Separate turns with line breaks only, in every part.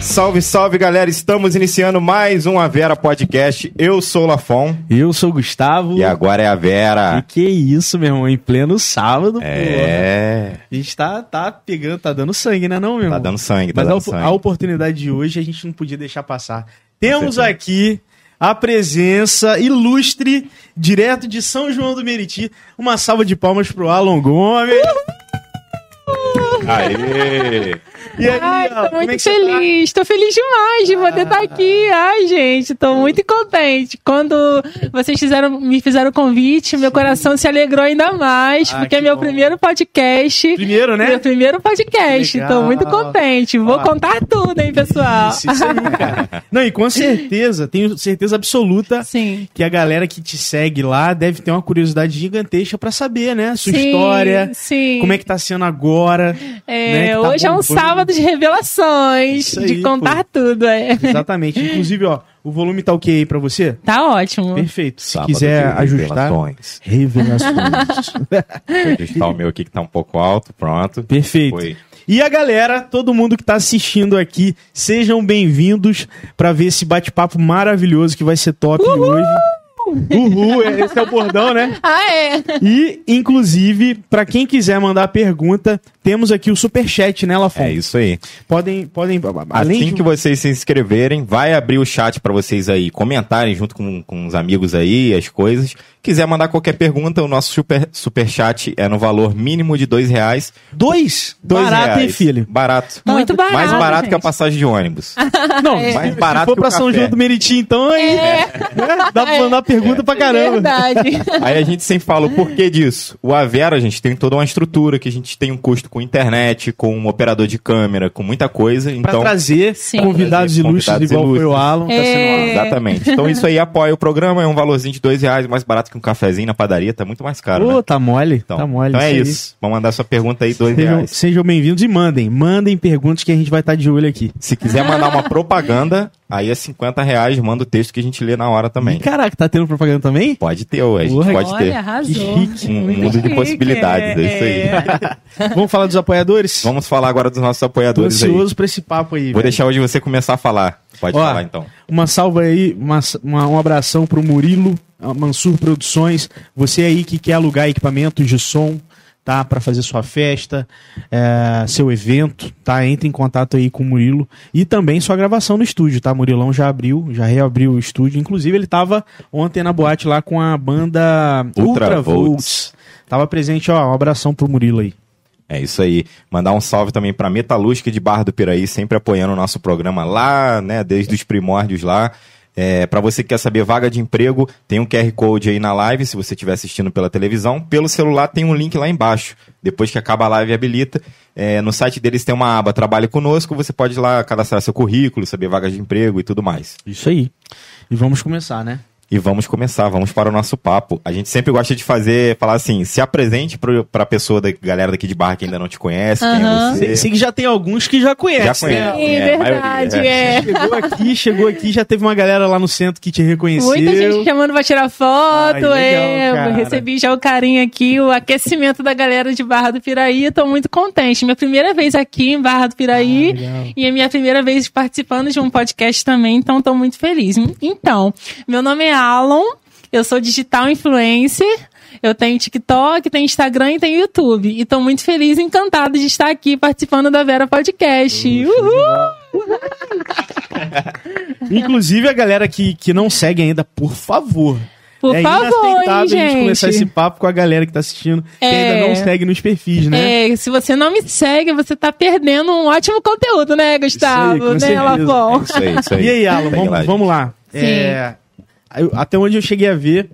Salve, salve, galera! Estamos iniciando mais um A Vera Podcast. Eu sou o Lafon.
Eu sou o Gustavo.
E agora é a Vera.
E que isso, meu irmão, em pleno sábado,
É.
porra. A gente tá, tá pegando, tá dando sangue, né não, meu
Tá
irmão?
dando sangue, tá
Mas a,
dando
op-
sangue.
a oportunidade de hoje a gente não podia deixar passar. Temos
certeza.
aqui a presença ilustre, direto de São João do Meriti. Uma salva de palmas pro Alon Gomes.
Uh!
Aê!
E aí,
Ai,
Alon,
tô
como é
muito
que você tá? Ah.
feliz, tô feliz demais de poder estar aqui. Ai, gente, tô muito contente. Quando vocês fizeram, me fizeram o convite, meu coração se alegrou ainda mais,
Ah,
porque
que
é meu
bom.
primeiro podcast.
Primeiro, né?
Meu primeiro podcast.
Legal.
Tô muito contente. Vou
Ah.
contar tudo, hein, pessoal.
Isso, isso aí, cara. Não, e com certeza, tenho certeza absoluta
Sim.
que a galera que te segue lá deve ter uma curiosidade gigantesca pra saber, né? Sua
Sim,
história,
Sim.
como é que tá sendo agora.
É,
né, que tá
hoje é um
bombando.
sábado de revelações,
Isso aí,
de contar tudo. é.
Exatamente. Inclusive, ó, o volume tá ok aí pra você?
Tá ótimo.
Perfeito. Se
Sábado
quiser
de
ajustar.
revelações.
Revelações.
Vou ajustar o meu aqui que tá um pouco alto, pronto.
Perfeito.
Foi.
E a galera, todo mundo que tá assistindo aqui, sejam bem-vindos pra ver esse bate-papo maravilhoso que vai ser top hoje. Uhul, é- esse é o bordão, né?
Ah, é.
E, inclusive, pra quem quiser mandar pergunta, temos aqui o superchat, né, Lafon?
É isso aí.
Podem, podem, além
assim
de... um
que vocês se inscreverem, vai abrir o chat pra vocês aí comentarem junto com, com os amigos aí as coisas. Quiser mandar qualquer pergunta, o nosso super, super chat é no valor mínimo de dois reais.
Dois?
Dois
Barato,
reais.
hein, filho?
Barato.
Muito barato.
Mais barato que a
gente.
passagem de ônibus.
Não,
É.
se-
Mais
se,
barato
for
que o
pra São
café.
João do Meriti, então, aí,
É.
né, dá pra mandar pergunta pra caramba.
Verdade.
Aí a gente sempre fala o porquê disso. O Avera, a gente tem toda uma estrutura que a gente tem um custo com internet, com um operador de câmera, com muita coisa.
Pra
Então,
trazer
Sim.
convidados
Pra trazer
ilustres,
convidados
igual foi o
ilustres.
Alan. Tá sendo
É.
exatamente. Então isso aí apoia o programa, é um valorzinho de dois reais, mais barato que um cafezinho na padaria, tá muito mais caro,
Ô,
né?
tá mole,
Então,
tá mole.
então é
aí.
isso. Vamos mandar sua pergunta aí, dois
Sejam,
reais.
sejam bem-vindos e mandem. Mandem perguntas que a gente vai estar de olho aqui.
Se quiser mandar uma propaganda, aí é 50 reais, manda o texto que a gente lê na hora também.
Ih, caraca, tá tendo propaganda também?
Pode ter, ué, a gente
Porra,
pode
Olha,
ter.
arrasou.
Que chique,
Um
Muito
mundo de
chique,
possibilidades, é isso aí.
Vamos falar dos apoiadores?
Vamos falar agora dos nossos
Tô
apoiadores aí.
ansioso pra esse papo aí.
Vou
velho.
deixar hoje você começar a falar. Pode
Ó,
falar então.
Uma salva aí, uma, uma- um abração pro Murilo, a Mansur Produções. Você aí que quer alugar equipamentos de som, tá? Pra fazer sua festa, é, seu evento, tá? Entre em contato aí com o Murilo. E também sua gravação no estúdio, tá? Murilão já abriu, já reabriu o estúdio. Inclusive, ele tava ontem na boate lá com a banda
Ultravolts.
Ultravolts. Tava presente, ó. Um abração pro Murilo aí.
É isso aí. Mandar um salve também pra Metalúrgica de Barra do Piraí, sempre apoiando o nosso programa lá, né, desde os primórdios lá. É, para você que quer saber vaga de emprego, tem um QR Code aí na live, se você estiver assistindo pela televisão. Pelo celular tem um link lá embaixo. Depois que acaba a live, habilita. É, no site deles tem uma aba Trabalhe Conosco, você pode ir lá cadastrar seu currículo, saber vaga de emprego e tudo mais.
Isso aí. E vamos começar, né?
E vamos começar, vamos para o nosso papo. A gente sempre gosta de fazer, falar assim, se apresente pro- pra pessoa da galera daqui de barra que ainda não te conhece, quem é
Aham.
você.
Sei, sei que já tem alguns que já conhecem,
Já
né?
conhece.
Sim,
É, a
verdade,
maioria,
é.
Chegou aqui, chegou aqui, já teve uma galera lá no centro que te reconheceu.
Muita gente chamando pra tirar foto,
Ai,
é.
legal, cara.
eu Recebi já o carinho aqui, o aquecimento da galera de Barra do Piraí. Eu tô muito contente. Minha primeira vez aqui em Barra do Piraí. E é minha primeira vez participando de um podcast também, então estou muito feliz. Então, meu nome é Alan, eu sou digital influencer, eu tenho TikTok, tenho Instagram e tenho YouTube. E estou muito feliz e encantada de estar aqui participando da Vera Podcast. Uhul!
Inclusive, a galera que, que não segue ainda, por favor.
Por
é
favor,
inaceitável
hein,
a gente começar esse
gente.
papo com a galera que tá assistindo, que
É.
ainda não segue nos perfis, né?
É, se você não me segue, você tá perdendo um ótimo conteúdo, né,
Isso aí,
Gustavo?
com
né,
certeza.
Lafon?
Isso aí, isso aí.
E aí, Alan,
Segue lá,
vamos,
gente.
vamos lá.
Sim.
É, eu- até onde eu cheguei a ver,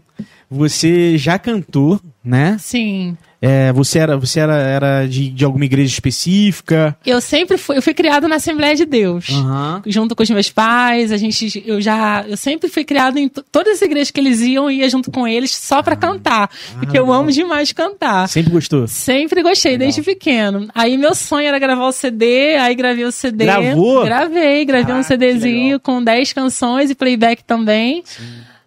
você já cantou, né?
Sim.
É, você era, você era, era de, de alguma igreja específica?
Eu sempre fui, eu fui criada na Assembleia de Deus.
Aham.
Junto com os meus pais, a gente, eu já, eu sempre fui criada em to- todas as igrejas que eles iam, eu ia junto com eles só pra cantar. Porque eu
Ah. legal.
amo demais cantar.
Sempre gostou?
Sempre gostei,
Legal.
desde pequeno. Aí meu sonho era gravar o CD, aí gravei o CD.
Gravou?
Gravei, gravei um
Caraca, que legal.
CDzinho com 10 canções e playback também.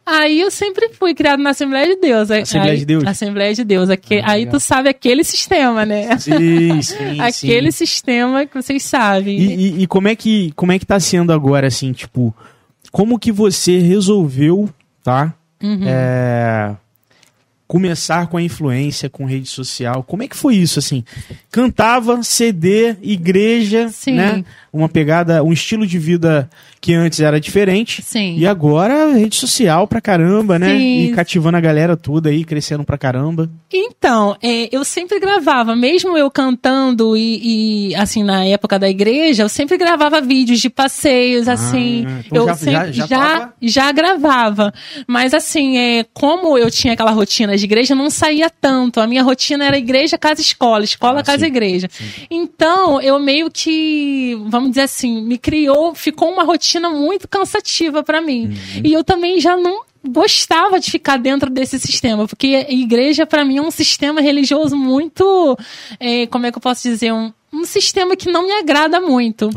Aí eu sempre fui criado na Assembleia de Deus. Aí-
Assembleia
aí-
de Deus?
Assembleia de Deus. Aque-
Ah,
aí
legal.
tu sabe aquele sistema, né?
Sim, sim,
Aquele sistema que vocês sabem.
E, e- e como é que como é que tá sendo agora, assim, tipo, como que você resolveu, tá?
Uhum.
é, começar com a influência, com rede social. Como é que foi isso, assim? Cantava, CD, igreja,
Sim.
né? Uma pegada, um estilo de vida que antes era diferente.
Sim.
E agora, rede social pra caramba, né?
Sim.
E cativando a galera toda aí, crescendo pra caramba.
Então, é, eu sempre gravava, mesmo eu cantando e, e, assim, na época da igreja, eu sempre gravava vídeos de passeios, assim.
Ah, então
eu
já-
sempre
já- já
já,
tava-
já gravava. Mas assim, é, como eu tinha aquela rotina de igreja, eu não saía tanto. A minha rotina era igreja, casa, escola, escola,
Ah,
casa,
sim.
igreja. Então, eu meio que, vamos dizer assim, me criou, ficou uma rotina muito cansativa pra mim.
Uhum.
E eu também já não gostava de ficar dentro desse sistema, porque a igreja pra mim é um sistema religioso muito, eh, como é que eu posso dizer, um, um sistema que não me agrada muito.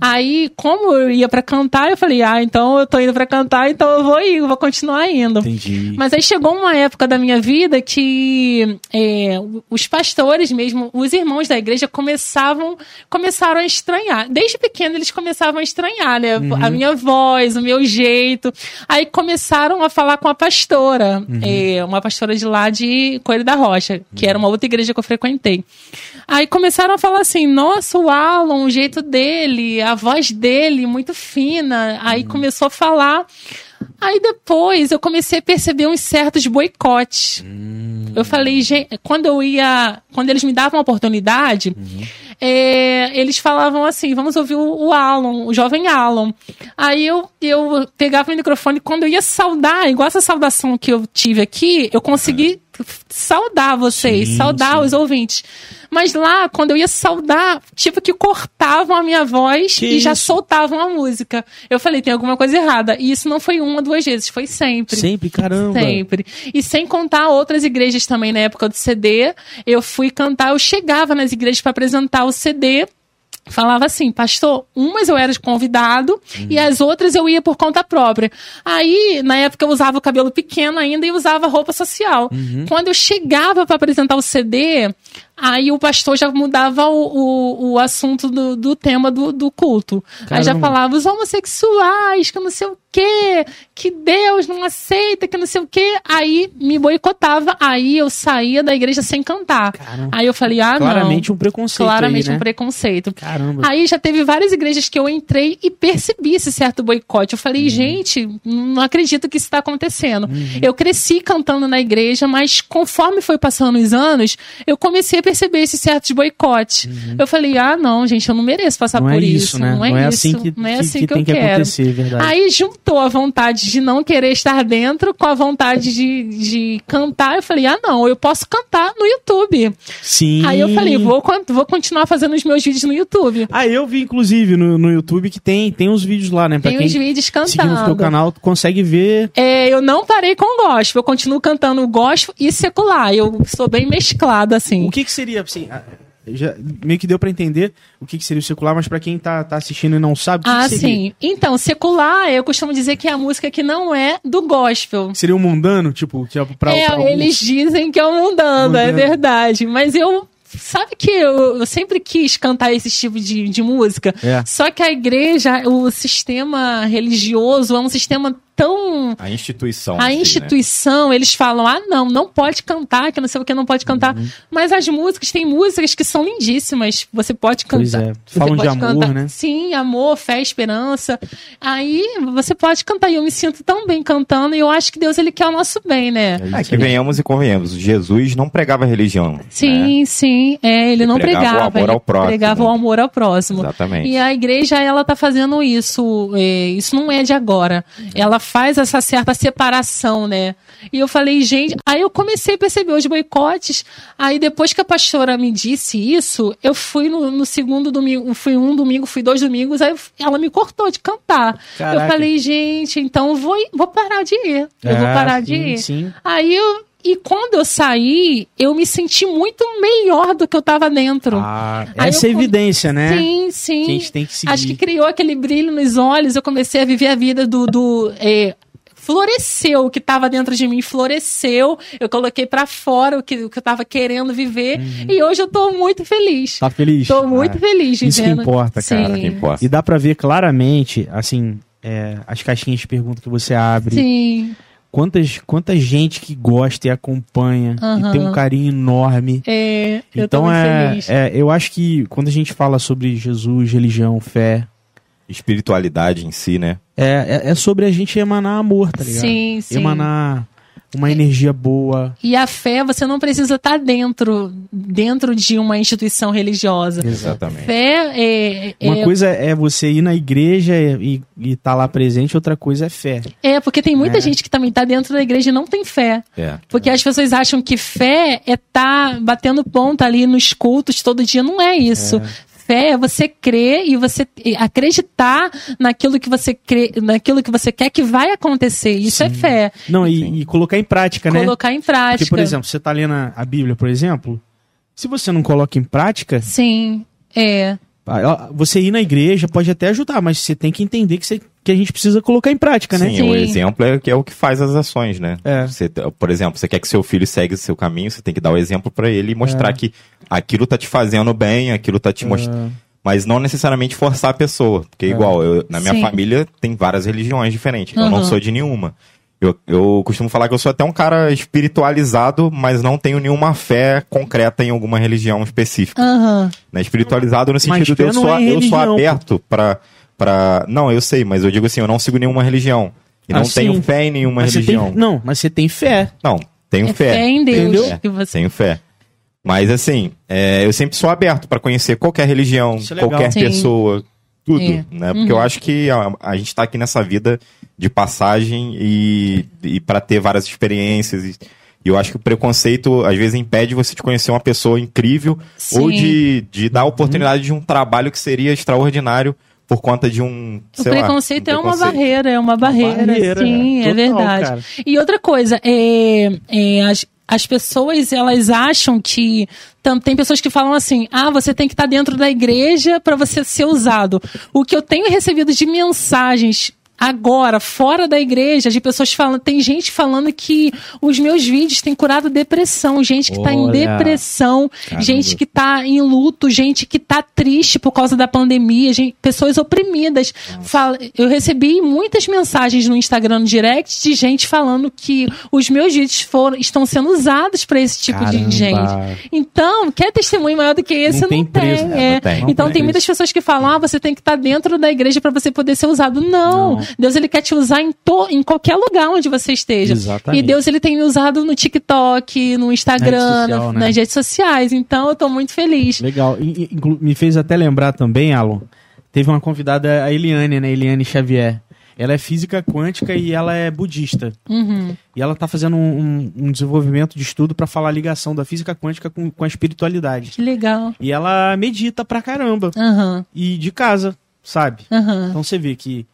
Aí, como eu ia pra cantar, eu falei, ah, então eu tô indo pra cantar, então eu vou ir, eu vou continuar indo.
Entendi.
Mas aí chegou uma época da minha vida que é, os pastores mesmo, os irmãos da igreja começavam, começaram a estranhar. Desde pequeno eles começavam a estranhar, né? A minha voz, o meu jeito. Aí começaram a falar com a pastora, é, uma pastora de lá de Coelho da Rocha, que era uma outra igreja que eu frequentei. Aí começaram a falar assim: nossa, o Alan, o jeito dele, a voz dele, muito fina. Aí começou a falar. Aí depois eu comecei a perceber uns certos boicotes.
Hum.
Eu falei, gente, quando eu ia. Quando eles me davam a oportunidade,
Uhum.
é, eles falavam assim: vamos ouvir o, o Alan, o jovem Alan. Aí eu, eu pegava o microfone, quando eu ia saudar, igual essa saudação que eu tive aqui, eu consegui saudar vocês,
É. Sim,
saudar
sim.
os ouvintes. Mas lá, quando eu ia saudar, tipo que cortavam a minha voz
Que
e já
isso?
soltavam a música. Eu falei, tem alguma coisa errada. E isso não foi uma, duas vezes, foi sempre.
Sempre, caramba.
Sempre. E sem contar outras igrejas também na época do CD, eu fui cantar, eu chegava nas igrejas para apresentar o CD. Falava assim, pastor, umas eu era de convidado e
Uhum.
as outras eu ia por conta própria. Aí, na época, eu usava o cabelo pequeno ainda e usava roupa social.
Uhum.
Quando eu chegava para apresentar o CD, aí o pastor já mudava o, o, o assunto do, do tema do, do culto. Aí já
Caramba.
falava os homossexuais, que não sei o quê, que Deus não aceita, que não sei o quê. Aí me boicotava, aí eu saía da igreja sem cantar.
Caramba.
Aí eu falei, ah,
Claramente um
não.
preconceito.
Claramente
aí, né?
um preconceito.
Caramba.
Aí já teve várias igrejas que eu entrei e percebi esse certo boicote. Eu
Uhum.
falei, gente, não acredito que isso está acontecendo. Eu cresci cantando na igreja, mas conforme foi passando os anos, eu comecei a perceber esses certos boicotes. Eu falei, ah, não, gente, eu não mereço passar
Uhum. não
Tá por
é
isso.
né?
Não é, isso.
assim que,
não é
que-
assim
que
que,
tem
eu
que
quero.
acontecer, é verdade.
Aí juntou a vontade de não querer estar dentro com a vontade de, de cantar. Eu falei, ah, não, eu posso cantar no YouTube.
Sim.
Aí eu falei, vou, con- vou continuar fazendo os meus vídeos no YouTube.
Ah, eu vi, inclusive, no, no YouTube que tem, tem uns vídeos lá, né? Pra
Tem um
quem
os vídeos
seguir no teu
cantando.
canal, tu consegue ver.
É, eu não parei com gospel, eu continuo cantando gospel e secular. Eu sou bem mesclada, assim.
O que que seria, assim... a- Já, meio que deu pra entender o que, que seria o circular, mas pra quem tá, tá assistindo e não sabe, o que,
Ah,
que seria?
sim. Então, secular, eu costumo dizer que é a música que não é do gospel.
Seria um mundano, tipo, que é pra,
é,
pra alguns?
eles dizem que é o mundano, é
Mundano.
verdade. Mas eu. Sabe que eu, eu sempre quis cantar esse tipo de, de música?
É.
Só que a igreja, o sistema religioso é um sistema tão
A instituição. em
A
si, né?
instituição, eles falam, ah, não, não pode cantar, que não sei o que, não pode cantar. Mas as músicas, tem músicas que são lindíssimas, você pode cantar.
Pois é,
Você
falam de
pode
amor,
cantar.
né?
Sim, amor, fé, esperança. Aí você pode cantar, e eu me sinto tão bem cantando, e eu acho que Deus, ele quer o nosso bem, né?
É que venhamos e convenhamos. Jesus não pregava religião. né?
Sim, sim, é, ele não
pregava o
pregava.
amor
ele
ao próximo.
Pregava o amor ao próximo.
Exatamente.
E a igreja, ela tá fazendo isso. é, isso não é de agora. Ela faz essa certa separação, né? E eu falei, gente, aí eu comecei a perceber os boicotes. Aí depois que a pastora me disse isso, eu fui no, no segundo domingo, fui um domingo, fui dois domingos, aí ela me cortou de cantar.
Caraca.
Eu falei, gente, então eu vou, vou parar de ir. Eu vou
Ah,
parar de
sim,
ir.
Sim.
Aí eu. E quando eu saí, eu me senti muito melhor do que eu tava dentro.
Ah,
Aí
essa é
eu com-
evidência, né?
Sim, sim.
Que a gente tem que seguir.
Acho que criou aquele brilho nos olhos. Eu comecei a viver a vida do. do é, floresceu o que estava dentro de mim, floresceu. Eu coloquei para fora o que, o que eu estava querendo viver. E hoje eu tô muito feliz.
Uhum. Tá feliz?
Tô muito
Ah,
feliz
Isso que
vivendo.
importa, cara.
Cara, que importa.
E dá pra ver claramente, assim, é, as caixinhas de pergunta que você abre.
Sim,
Quantas, quanta gente que gosta e acompanha e
Aham.
tem um carinho enorme.
é, eu
então
tô muito
é,
feliz.
é, eu acho que quando a gente fala sobre Jesus, religião, fé,
Espiritualidade em si, né?
é, é, é sobre a gente emanar amor, tá ligado?
sim, sim.
Emanar uma energia boa.
E a fé, você não precisa estar dentro, dentro de uma instituição religiosa.
Exatamente.
Fé é,
Uma
é,
coisa é você ir na igreja e estar lá presente, outra coisa é fé.
é, porque tem muita
É.
gente que também está dentro da igreja e não tem fé.
É.
Porque as pessoas acham que fé é estar batendo ponta ali nos cultos todo dia. Não é isso. Fé é você crer e você e acreditar naquilo que você crê, naquilo que você quer que vai acontecer. Isso é fé.
Não, e, e colocar em prática, né?
Colocar em prática.
Porque, por exemplo, você tá lendo a a Bíblia, por exemplo, se você não coloca em prática,
Sim. É.
ah, ó, você ir na igreja pode até ajudar, mas você tem que entender que, você- que a gente precisa colocar em prática, né?
Sim, o
Sim.
exemplo é, que é o que faz as ações, né?
É.
Você, por exemplo, você quer que seu filho segue o seu caminho, você tem que dar o exemplo pra ele e
É.
mostrar que aquilo tá te fazendo bem, aquilo tá te mostrando.
Ah.
Mas não necessariamente forçar a pessoa. Porque, é igual, eu- na minha
Sim.
família tem várias religiões diferentes. Eu não
Aham.
sou de nenhuma. Eu, eu costumo falar que eu sou até um cara espiritualizado, mas não tenho nenhuma fé concreta em alguma religião específica.
Aham.
Né? Espiritualizado no
Mas
sentido de
fé
eu
não
sou,
é
eu sou
religião, pô.
aberto pra, pra. Não, eu sei, mas eu digo assim, eu não sigo nenhuma religião. E não
Ah, sim.
tenho fé em nenhuma
Mas você tem-
religião.
não, mas você tem fé.
Não, tenho
É fé em Deus
Entendeu?
que você
Tenho fé. Mas assim, é, eu sempre sou aberto para conhecer qualquer religião,
Isso é legal.
qualquer
Sim.
pessoa, tudo,
É.
né? Porque eu acho que a, a gente tá aqui nessa vida de passagem e, e para ter várias experiências. E, e eu acho que o preconceito às vezes impede você de conhecer uma pessoa incrível
Sim.
ou de, de dar a oportunidade de um trabalho que seria extraordinário por conta de um.
O
sei lá, um
preconceito é uma
preconceito.
barreira, é uma barreira,
barreira, né?
sim, é
total,
verdade.
cara.
E outra coisa, é, é, as, as pessoas elas acham que tam- tem pessoas que falam assim, ah, você tem que estar dentro da igreja para você ser usado. O que eu tenho recebido de mensagens agora fora da igreja de pessoas falando tem gente falando que os meus vídeos têm curado depressão gente que está em
Olha.
depressão
Caramba.
gente que tá em luto, gente que tá triste por causa da pandemia, gente- pessoas oprimidas. Fala- eu recebi muitas mensagens no Instagram no direct de gente falando que os meus vídeos foram, estão sendo usados para esse tipo
Caramba.
de gente. Então, quer testemunho maior do que esse?
Não
Não,
tem um preço, né?
É,
é.
não tem.
Não
Então
tem
tem muitas pessoas que falam, ah, você tem que estar dentro da igreja para você poder ser usado. Não,
Não.
Deus ele quer te usar em, to- em qualquer lugar onde você esteja.
Exatamente.
E Deus ele tem me usado no TikTok, no
Na rede
Instagram,
social,
na-
né?
nas redes sociais. Então eu tô muito feliz.
Legal. E- e- inclu- me fez até lembrar também, Alon, teve uma convidada, a Eliane, né? Eliane Xavier. Ela é física quântica e ela é budista.
Uhum.
E ela tá fazendo um, um- um desenvolvimento de estudo para falar a ligação da física quântica com, com a espiritualidade.
Que legal.
E ela medita pra caramba.
Aham,
E de casa, sabe?
aham.
Então você vê que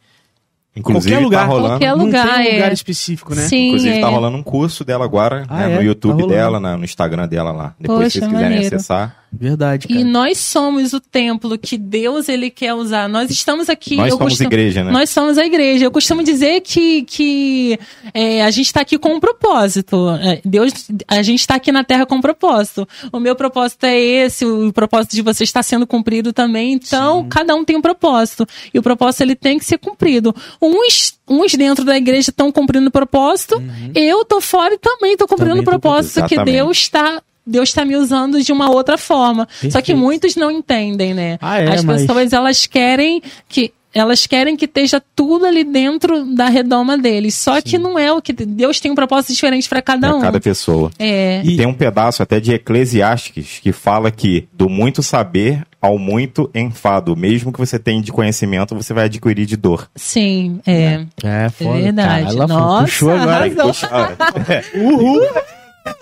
Inclusive,
Qualquer lugar.
tá rolando.
Qualquer
não
lugar,
tem um lugar
é.
específico, né?
Sim,
Inclusive,
é.
tá rolando um curso dela agora,
Ah,
né,
é?
no
Tá
YouTube
rolando.
dela, na- no Instagram dela lá. Depois,
Poxa,
se vocês quiserem
maneiro.
acessar.
Verdade, cara.
E nós somos o templo que Deus ele quer usar. Nós estamos aqui.
Nós
eu
somos
costumo-
igreja, né?
Nós somos a igreja. Eu costumo dizer que, que é, a gente está aqui com um propósito. É, Deus, a gente está aqui na Terra com um propósito. O meu propósito é esse, o propósito de vocês está sendo cumprido também. Então, cada um tem um propósito. E o propósito ele tem que ser cumprido. Uns, uns dentro da igreja estão cumprindo o propósito, eu tô fora e também tô cumprindo
Uhum. Também tô
o propósito que
cumprindo.
Deus está. Deus está me usando de uma outra forma. Só que
Perfeito.
muitos não entendem, né?
Ah, é,
As
mas-
pessoas elas querem que Elas querem que esteja tudo ali dentro da redoma deles. Só que não é o que. Deus tem um propósito diferente para cada
Pra
um.
cada pessoa.
É.
E tem um pedaço até de Eclesiastes que fala que do muito saber ao muito enfado. Mesmo que você tenha de conhecimento, você vai adquirir de dor.
Sim, é.
É,
É verdade.
Cara, ela
Nossa,
puxou agora.
arrasou.
Puxa, olha,
Uhul!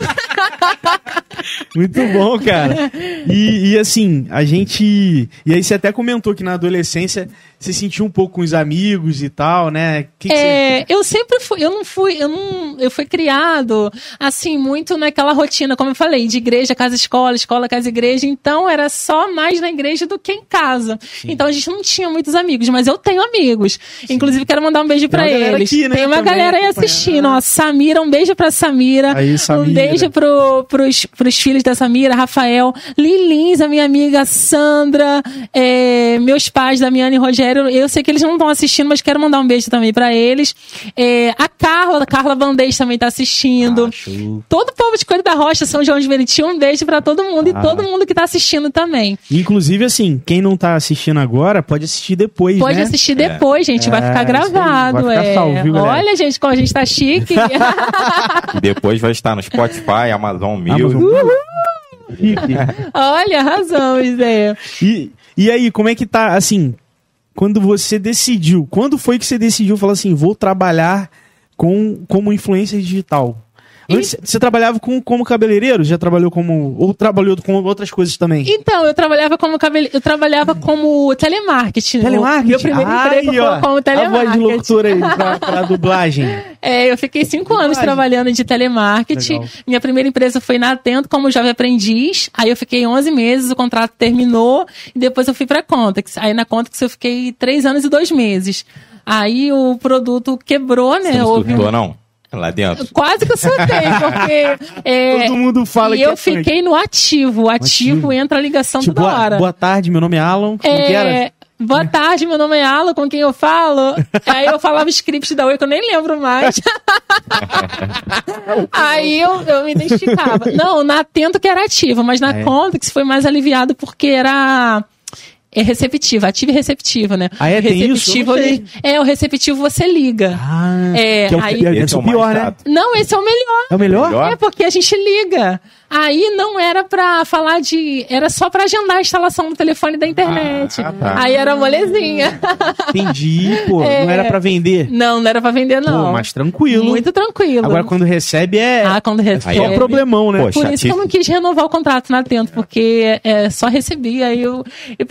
Muito bom, cara. E, e assim, a gente. E aí você até comentou que na adolescência você sentiu um pouco com os amigos e tal, né? Que que você-
É, eu sempre fui, eu não fui, eu não, eu fui criado assim muito naquela rotina, como eu falei, de igreja, casa, escola, escola, casa, igreja. Então era só mais na igreja do que em casa. Então a gente não tinha muitos amigos, mas eu tenho amigos. Inclusive quero mandar um beijo
Tem uma
pra
galera
eles.
aqui, né,
Tem uma
também
galera aí
acompanhando.
assistindo, ó, Samira, um beijo pra Samira.
Aí, Samira.
Um beijo pro, pros, pros filhos da Samira, Rafael, Lilins, a minha amiga Sandra, é, meus pais, Damiana e Rogério. Eu sei que eles não estão assistindo, mas quero mandar um beijo também pra eles. É, a Carla, a Carla Bandez também tá assistindo.
Ah. Show.
Todo o povo de Coelho da Rocha, São João de Meriti, um beijo pra todo mundo e
Ah.
todo mundo que tá assistindo também.
Inclusive, assim, quem não tá assistindo agora pode assistir depois.
Pode
né?
assistir depois, gente, vai
É,
ficar
isso aí,
gravado.
vai ficar
é.
salvo, viu, galera?
Olha, gente, como a gente tá chique.
e depois vai estar no Spotify, Amazon Music.
Amazon. Fique.
Olha, é. razão, Zé.
E, e aí, como é que tá, assim, quando você decidiu, quando foi que você decidiu falar assim, vou trabalhar com, como influencer digital? Antes, Você trabalhava com, como cabeleireiro? Já trabalhou como. Ou trabalhou com outras coisas também?
Então, eu trabalhava como cabele... eu trabalhava como telemarketing.
Telemarketing?
Meu primeiro
Ai,
emprego
ó, A
foi como
voz de
telemarketing.
locutora aí pra, pra dublagem.
É, eu fiquei cinco anos
Dublagem.
trabalhando de telemarketing.
Legal.
Minha primeira empresa foi na Atento como jovem aprendiz. Aí eu fiquei 11 meses, o contrato terminou. E depois eu fui pra Contex. Aí na Contex eu fiquei três anos e dois meses. Aí o produto quebrou,
Você
né?
não
Houve um-
escutou, né? não? Lá dentro.
Quase que eu surtei, porque... é,
Todo mundo fala
e
que
eu
é funk.
fiquei no ativo. O ativo,
Ativo.
entra a ligação
Tipo,
Então, toda hora.
boa, boa tarde, meu nome é Alan. Como que era?
É, Boa tarde, meu nome é Alan, com quem eu falo? Aí eu falava script da Oi, que eu nem lembro mais. Aí eu, eu me identificava. Não, na Atento que era ativa, mas na
É.
Contex foi mais aliviado porque era é receptiva, ativa e receptiva, né?
Ah, é? Tem isso? Eu
receptivo,
não
ele- é, o receptivo você liga.
Ah,
É,
que é o,
aí-
é,
Esse
o
mais
pior, né?
chato.
Não, esse é o melhor.
É o melhor?
Melhor?
É, porque a gente liga. Aí não era pra falar de. Era só pra agendar a instalação do telefone da internet.
Ah, tá.
Aí era molezinha.
Entendi, pô.
É.
Não era pra vender.
Não, não era pra vender, não.
Pô, mas tranquilo.
Muito tranquilo.
Agora, quando recebe, é
Ah, quando
Aí
só
é-
recebe.
problemão, né?
Pô,
Por isso que eu não quis renovar o contrato na Atento, porque é, só recebi. Aí eu,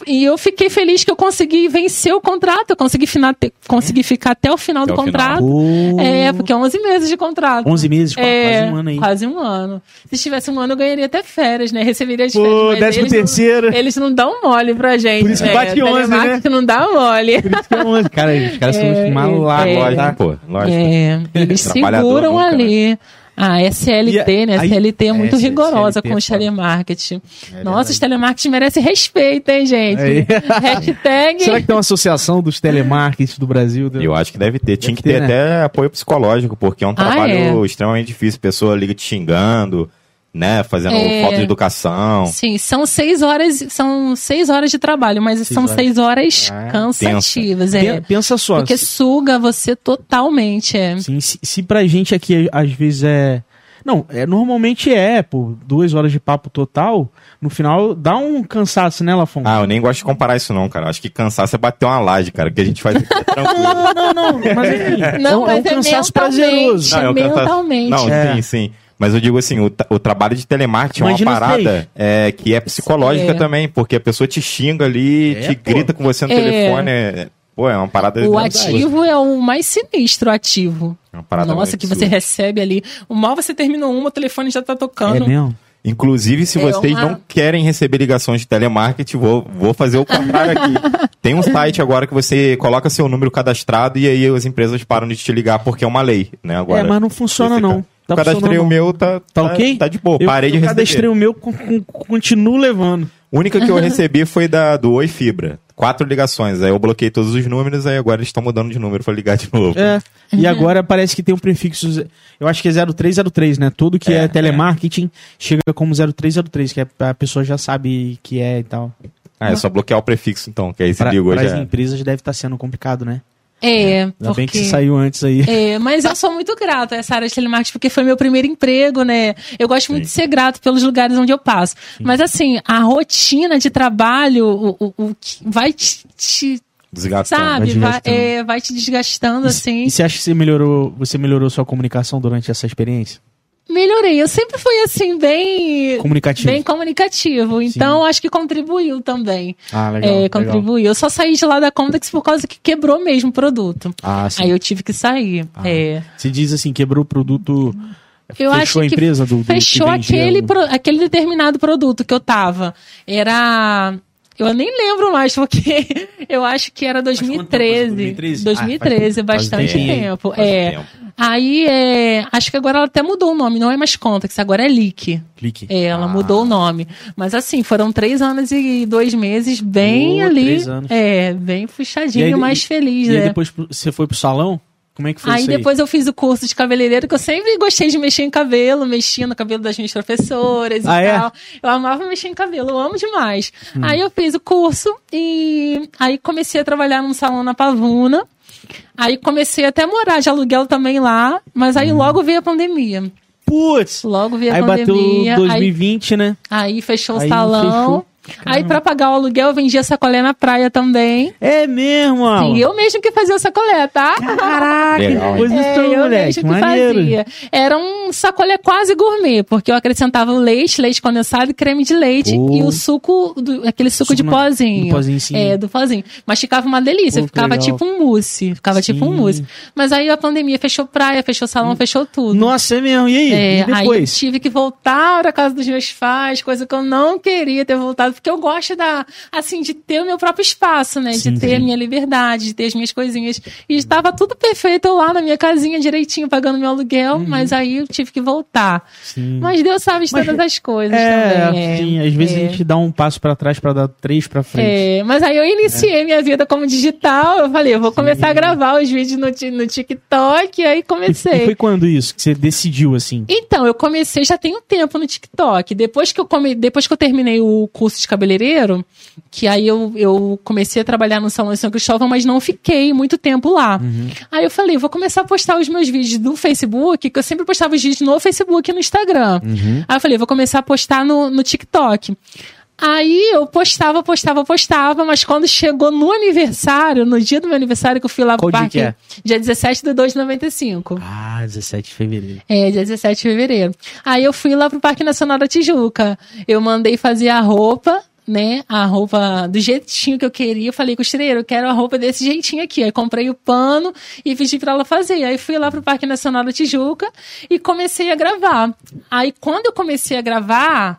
e eu fiquei feliz que eu consegui vencer o contrato, eu consegui, fina- consegui ficar até o final
Até
do
o final.
contrato.
Pô,
É, porque é 11 meses de contrato.
11 Uh. meses, quase um ano aí.
Quase um ano. Se tivesse um ano, eu ganharia até férias, né? Receberia as férias.
Pô,
mas
décimo
eles não-
terceiro.
Eles não dão mole pra gente.
Por isso que
né?
bate 11, né?
Telemarketing não dá mole.
Por isso que é 11. Cara, os caras são
É,
uns
Ah,
malacos,
lógico,
tá?
pô. Lógico.
É, eles
Trabalhador
seguram
nunca,
ali. A SLT,
né? E a-
né? A
aí-
SLT é muito
SLT
rigorosa com
é
os
foda.
telemarketing. Nossa, os telemarketing merecem respeito, hein, gente?
Aí.
Hashtag.
Será que é tem uma associação dos telemarketing do Brasil?
Eu acho que deve ter. Tinha que
ter,
ter,
né?
até apoio psicológico, porque é um trabalho
é.
extremamente difícil. Pessoa liga te xingando, né? Fazendo
É.
falta de educação.
Sim, são seis horas, são seis horas de trabalho, mas são
horas.
seis horas
Ah,
cansativas, é.
Pen- Pensa só.
Porque suga você totalmente, é.
Sim, se, se pra gente aqui, às vezes, é... Não, é, normalmente é, pô, duas horas de papo total, no final dá um cansaço, né, Lafon?
Ah, eu nem gosto de comparar isso não, cara. Acho que cansaço é bater uma laje, cara. O que a gente faz aqui é tranquilo.
Não, não, não, mas enfim, é um- é, um cansaço
mentalmente,
prazeroso.
Não, é um cansaço-
mentalmente.
Não,
É.
sim, sim. Mas eu digo assim, o, tra- o trabalho de telemarketing
Imagina
é uma
isso daí.
parada é, que é psicológica
É.
também, porque a pessoa te xinga ali,
É,
te
pô.
grita com você no
É.
telefone. é- Pô, é uma parada...
O
é
ativo é o mais sinistro ativo.
uma parada
Nossa,
absurda.
que você recebe ali. O mal você terminou uma, o telefone já tá
É
tocando.
mesmo?
Inclusive, se
É
vocês
uma-
não querem receber ligações de telemarketing, vou, vou fazer o contrário aqui. Tem um site agora que você coloca seu número cadastrado e aí as empresas param de te ligar porque é uma lei, né? Agora.
é, mas não funciona
Esse
não. Tá
eu cadastrei
funcionando
o
não.
meu, tá,
Tá ok?
Tá de boa.
Eu-
Parei de
eu
receber.
cadastrei um- o meu, con- con- continuo levando.
A única que eu recebi foi da do Oi Fibra. Quatro ligações. Aí eu bloqueei todos os números, aí agora eles estão mudando de número pra ligar de novo.
É. E agora parece que tem um prefixo. ze- Eu acho que é 0303, né? Tudo que
é.
é, telemarketing chega como 0303, que a, a pessoa já sabe que é e tal.
Ah, é só bloquear o prefixo então, que aí você
Para
ligou já.
as empresas deve estar sendo complicado, né?
É,
Ainda bem que
porque...
você saiu antes aí.
É, mas eu sou muito grata a essa área de telemarketing, porque foi meu primeiro emprego, né? Eu gosto muito de ser grato pelos lugares onde eu passo. Mas assim, a rotina de trabalho, o, o, o que vai te, te-
Desgastando.
sabe, vai,
desgastando.
é, vai te desgastando, assim.
E você acha que você melhorou, você melhorou sua comunicação durante essa experiência?
Melhorei. Eu sempre fui assim, bem.
Comunicativo.
Bem comunicativo, então acho que contribuiu também.
Ah,
é, contribuiu. Eu só saí de lá da Condex por causa que quebrou mesmo o produto.
Ah, sim.
Aí eu tive que sair.
Ah.
É.
Se diz assim, quebrou o produto,
Eu
fechou
acho
a
que
empresa do, do que
fechou
vendia
aquele,
o-
pro- aquele determinado produto que eu tava. Era. Eu nem lembro mais, porque eu acho que era
quanto tempo foi
2013.
isso? 2013?
2013,
Ah, faz- faz um
bastante
tempinho aí.
tempo.
Faz
é.
tempo.
Aí, é, acho que agora ela até mudou o nome, não é mais Contax, agora é Leak.
Clique.
É, ela
Ah,
mudou o nome. Mas assim, foram três anos e dois meses, bem
Pô,
ali.
três anos.
É, bem puxadinho,
E aí-
mais feliz,
E aí
né?
depois pro- você foi pro salão? Como é que foi
Aí
isso aí?
depois eu fiz o curso de cabeleireiro, que eu sempre gostei de mexer em cabelo, mexia no cabelo das minhas professoras
Ah,
e
é? Hum.
tal. Eu amava mexer em cabelo, eu amo demais. Aí eu fiz o curso e aí comecei a trabalhar num salão na Pavuna. Aí comecei até a morar de aluguel também lá, mas aí logo veio a pandemia.
Putz!
Logo veio a
Hum. Aí bateu
pandemia. aí,
2020, né?
aí fechou o
Aí
salão.
fechou.
Aí pra pagar o aluguel eu vendia sacolé na praia também.
É mesmo, Alan.
E eu mesmo que fazia o sacolé, tá?
Caraca,
Legal,
depois
É,
disso,
eu
então, moleque.
vejo que
Maneiro.
fazia. Era um sacolé quase gourmet, porque eu acrescentava o leite, leite condensado, e creme de leite
Pô.
e o suco, do- aquele suco,
Suco
de
na-
pozinho.
do pozinho, sim.
É, do pozinho. Mas ficava uma delícia,
Pô, que
ficava
legal.
tipo um mousse. Ficava tipo um
Sim. Hum.
mousse. Mas aí a pandemia fechou praia, fechou salão, fechou tudo.
Nossa, é mesmo. E aí? e
É, aí eu
depois?
tive que voltar pra casa dos meus pais, coisa que eu não queria ter voltado, porque eu gosto da, assim, de ter o meu próprio espaço, né?
Sim,
de ter
sim.
a minha liberdade, de ter as minhas coisinhas. E estava tudo perfeito eu lá na minha casinha, direitinho, pagando meu aluguel,
Uhum.
mas aí eu tive que voltar.
Sim.
Mas Deus sabe de
Uhum. Mas-
todas as coisas
é,
também. é.
sim. Às vezes
é.
a gente dá um passo pra trás pra dar três pra frente.
É, mas aí eu iniciei minha vida como digital. Eu falei, eu vou começar a gravar os vídeos no, ti- no TikTok. E aí
E- E
comecei.
foi quando isso que você decidiu, assim?
Então, eu comecei já tem um tempo no TikTok. Depois que eu, come... Depois que eu terminei o curso de cabeleireiro, que aí eu, eu comecei a trabalhar no Salão de São Cristóvão, mas não fiquei muito tempo lá.
Uhum.
Aí eu falei, vou começar a postar os meus vídeos do Facebook, que eu sempre postava os vídeos no Facebook e no Instagram.
Uhum.
Aí eu falei, vou começar a postar no, no TikTok. Aí eu postava, postava, postava, mas quando chegou no aniversário, no dia do meu aniversário que eu fui lá
Qual
pro
dia
parque,
que é?
dia 17 de 2 de 95.
Ah, 17 de fevereiro.
É, dia 17 de fevereiro. Aí eu fui lá pro Parque Nacional da Tijuca. Eu mandei fazer a roupa, né? A roupa do jeitinho que eu queria. Eu falei, costureiro, eu quero a roupa desse jeitinho aqui. Aí comprei o pano e pedi pra ela fazer. Aí fui lá pro Parque Nacional da Tijuca e comecei a gravar. Aí quando eu comecei a gravar.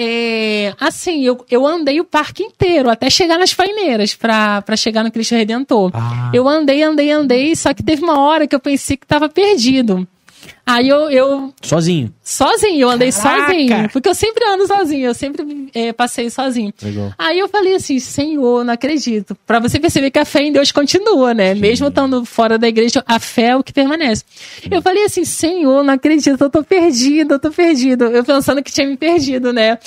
é, assim, eu, eu andei o parque inteiro, até chegar nas paineiras, pra pra chegar no Cristo Redentor.
Ah.
Eu andei, andei, andei, só que teve uma hora que eu pensei que tava perdido. Aí eu, eu
Sozinho.
sozinho, eu andei
Caraca!
sozinho, porque eu sempre ando sozinho, eu sempre eh, passei sozinho.
Legal.
Aí eu falei assim, Senhor, não acredito. Pra você perceber que a fé em Deus continua, né? Mesmo estando fora da igreja, a fé é o que permanece. Eu falei assim, Senhor, não acredito, eu tô perdido, eu tô perdido. Eu pensando que tinha me perdido, né?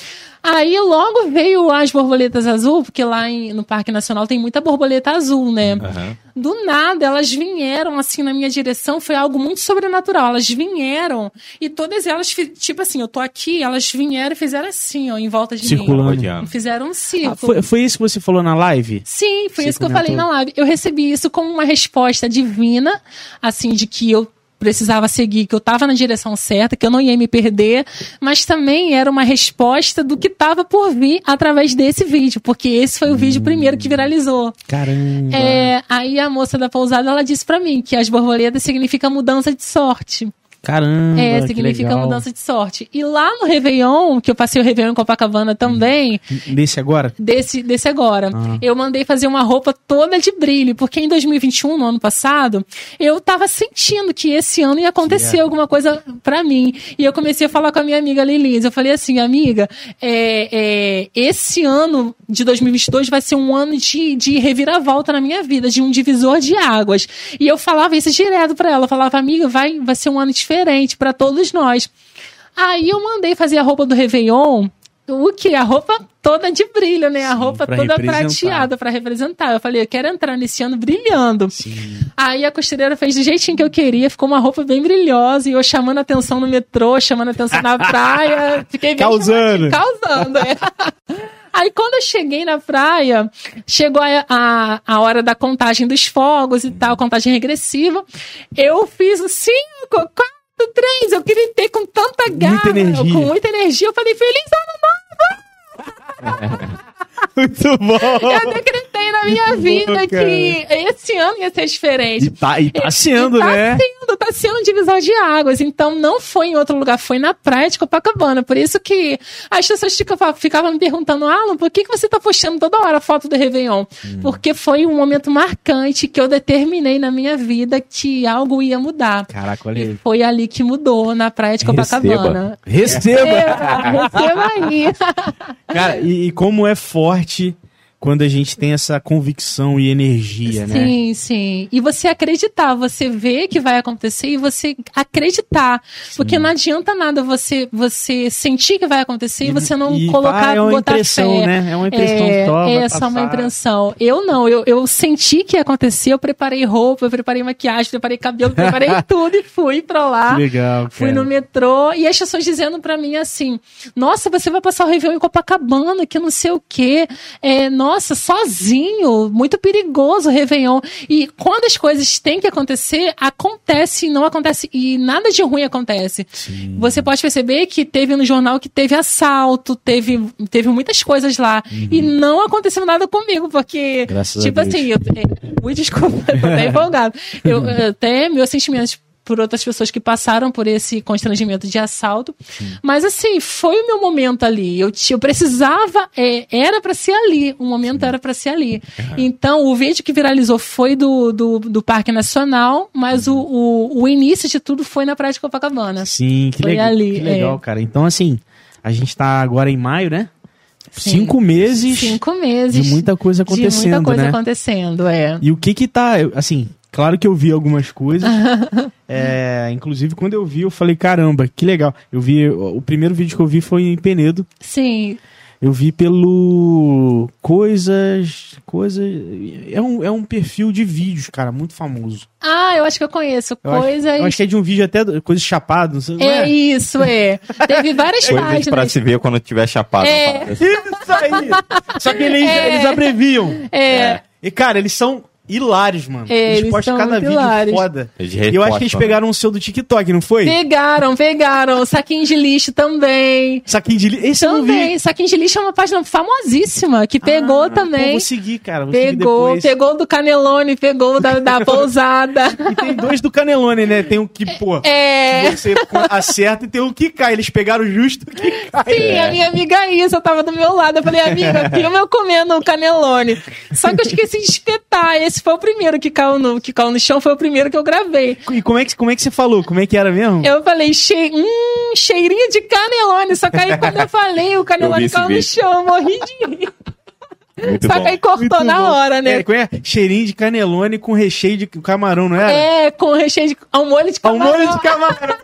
Aí logo veio as borboletas azul, porque lá em- no Parque Nacional tem muita borboleta azul, né?
Aham.
Do nada, elas vieram assim na minha direção, foi algo muito sobrenatural. Elas vieram e todas elas, fi- tipo assim, eu tô aqui, elas vieram e fizeram assim, ó, em volta de
Circulando.
mim.
Rodeando.
Fizeram um círculo.
Ah, foi, foi isso que você falou na live?
Sim, foi
Você
isso que eu falei
comentou.
na live. Eu recebi isso como uma resposta divina, assim, de que eu precisava seguir, que eu estava na direção certa, que eu não ia me perder, mas também era uma resposta do que estava por vir através desse vídeo, porque esse foi o
Hum.
vídeo primeiro que viralizou.
Caramba.
É, aí a moça da pousada ela disse pra mim que as borboletas significa mudança de sorte.
Caramba.
é,
Hum, que
significa
legal.
mudança de sorte. E lá no Réveillon, que eu passei o Réveillon em Copacabana também,
Desse agora?
desse, desse agora.
Ah.
Eu mandei fazer uma roupa toda de brilho, porque em 2021, no ano passado, eu tava sentindo que esse ano ia acontecer
Sim, é.
alguma coisa pra mim. E eu comecei a falar com a minha amiga Lilis. Eu falei assim, amiga, é, é, esse ano de 2022 vai ser um ano de, de reviravolta na minha vida, de um divisor de águas. E eu falava isso direto pra ela. Eu falava, amiga, vai, vai ser um ano diferente pra todos nós. Aí eu mandei fazer a roupa do Réveillon o que? A roupa toda de brilho, né? A
Sim,
roupa
pra
toda
representar.
prateada pra representar. Eu falei, eu quero entrar nesse ano brilhando.
Sim.
Aí a costureira fez do jeitinho que eu queria, ficou uma roupa bem brilhosa e eu chamando atenção no metrô, chamando atenção na praia. Fiquei bem
Causando.
chamadinha, Causando, é. Aí quando eu cheguei na praia, chegou a, a, a hora da contagem dos fogos e tal, contagem regressiva. Eu fiz o cinco, quatro, três, eu gritei com tanta garra,
energia.
com muita energia. Eu falei, feliz ano novo!
Muito bom.
Eu decretei na minha vida
cara.
que esse ano ia ser diferente.
E tá, e tá sendo,
E tá
né?
sendo, tá sendo um divisor de águas. Então não foi em outro lugar, foi na praia de Copacabana. Por isso que as pessoas ficam- ficavam, me perguntando, Alan, por que, que você tá postando toda hora a foto do Réveillon?
Hum.
Porque foi um momento marcante que eu determinei na minha vida que algo ia mudar.
Caraca, olha
E
aí.
foi ali que mudou, na praia de Copacabana.
Receba!
Receba aí.
Cara, e, e como é forte quando a gente tem essa convicção e energia, né?
Sim, sim. E você acreditar, você vê que vai acontecer e você acreditar. Porque não adianta nada você, você sentir que vai acontecer e, você não
e
colocar,
vai, é uma
botar
impressão,
fé.
né? É uma impressão
É,
só. vai
é só uma
passar.
impressão. Eu não, eu, eu senti que ia acontecer, eu preparei roupa, eu preparei maquiagem, preparei cabelo, preparei tudo e fui pra lá.
Que legal, cara.
Fui no metrô e as pessoas dizendo pra mim assim: Nossa, você vai passar o Réveillon em Copacabana, que não sei o quê. É, nossa, sozinho, muito perigoso o Réveillon. E quando as coisas têm que acontecer, acontece e não acontece, e nada de ruim acontece.
Sim.
Você pode perceber que teve no jornal que teve assalto, teve, teve muitas coisas lá. E não aconteceu nada comigo, porque
Graças
tipo
a Deus.
assim, eu, é, ui, desculpa, eu tô até empolgado. Eu, eu até meus sentimentos por outras pessoas que passaram por esse constrangimento de assalto. Mas assim, foi o meu momento ali. Eu, ti- eu precisava, é, era pra ser ali. O momento era pra ser ali.
É.
Então, o vídeo que viralizou foi do, do, do Parque Nacional, mas o, o, o início de tudo foi na Praia de Copacabana.
Sim, que,
Foi
legal
ali,
que legal,
é.
cara. Então, assim, a gente tá agora em maio, né?
Sim.
Cinco meses
Cinco meses.
de muita coisa acontecendo,
de muita coisa
né?
acontecendo, é.
E o que que tá, eu- assim, claro que eu vi algumas coisas. É, inclusive, quando eu vi, eu falei, caramba, que legal. Eu vi, o primeiro vídeo que eu vi foi em Penedo.
Sim,
Eu vi pelo coisas, coisas, é um, é um perfil de vídeos, cara, muito famoso.
Ah, eu acho que eu conheço.
Eu acho-
coisas.
Eu acho que é de um vídeo até do- coisas chapadas, não sei, não
É
é?
isso, é. Teve várias
Coisas pra
páginas.
se ver quando tiver chapado.
É.
uma parada assim.
Isso aí. Só que eles,
É.
eles abreviam.
É,
E cara, eles são hilários, mano.
É, eles
postam
são
cada
muito
vídeo
hilários.
foda.
Eles
E eu acho que eles
repostam, né?
pegaram o seu do TikTok, não foi?
pegaram, pegaram. Saquinho de lixo também.
Saquinho de lixo. Esse eu não vi.
Também. Saquinho de lixo é uma página famosíssima que pegou
Ah, Pô,
também.
vou seguir, cara. Vou
Pegou,
seguir depois.
pegou do Canelone, pegou da, da pousada.
E tem dois do Canelone, né? Tem um que, pô,
É.
você acerta e tem um que cai. Eles pegaram justo o que cai.
Sim, a minha amiga Isa tava do meu lado. Eu falei, amiga, filma eu comendo o canelone. Só que eu esqueci de espetar. Esse foi o primeiro que caiu no, que caiu no chão, foi o primeiro que eu gravei.
E como é, que, como é que você falou? Como é que era mesmo?
Eu falei, che... hum, cheirinho de canelone. Só que aí quando eu falei, o
Eu vi
canelone
esse
caiu no
vídeo.
chão, eu morri de rir.
Muito
Só
bom.
que aí cortou
Muito
na
bom.
hora, né?
É, como é? Cheirinho de canelone com recheio de camarão, não era?
É, com recheio de. ao molho de
Ao
camarão.
Um molho de camarão.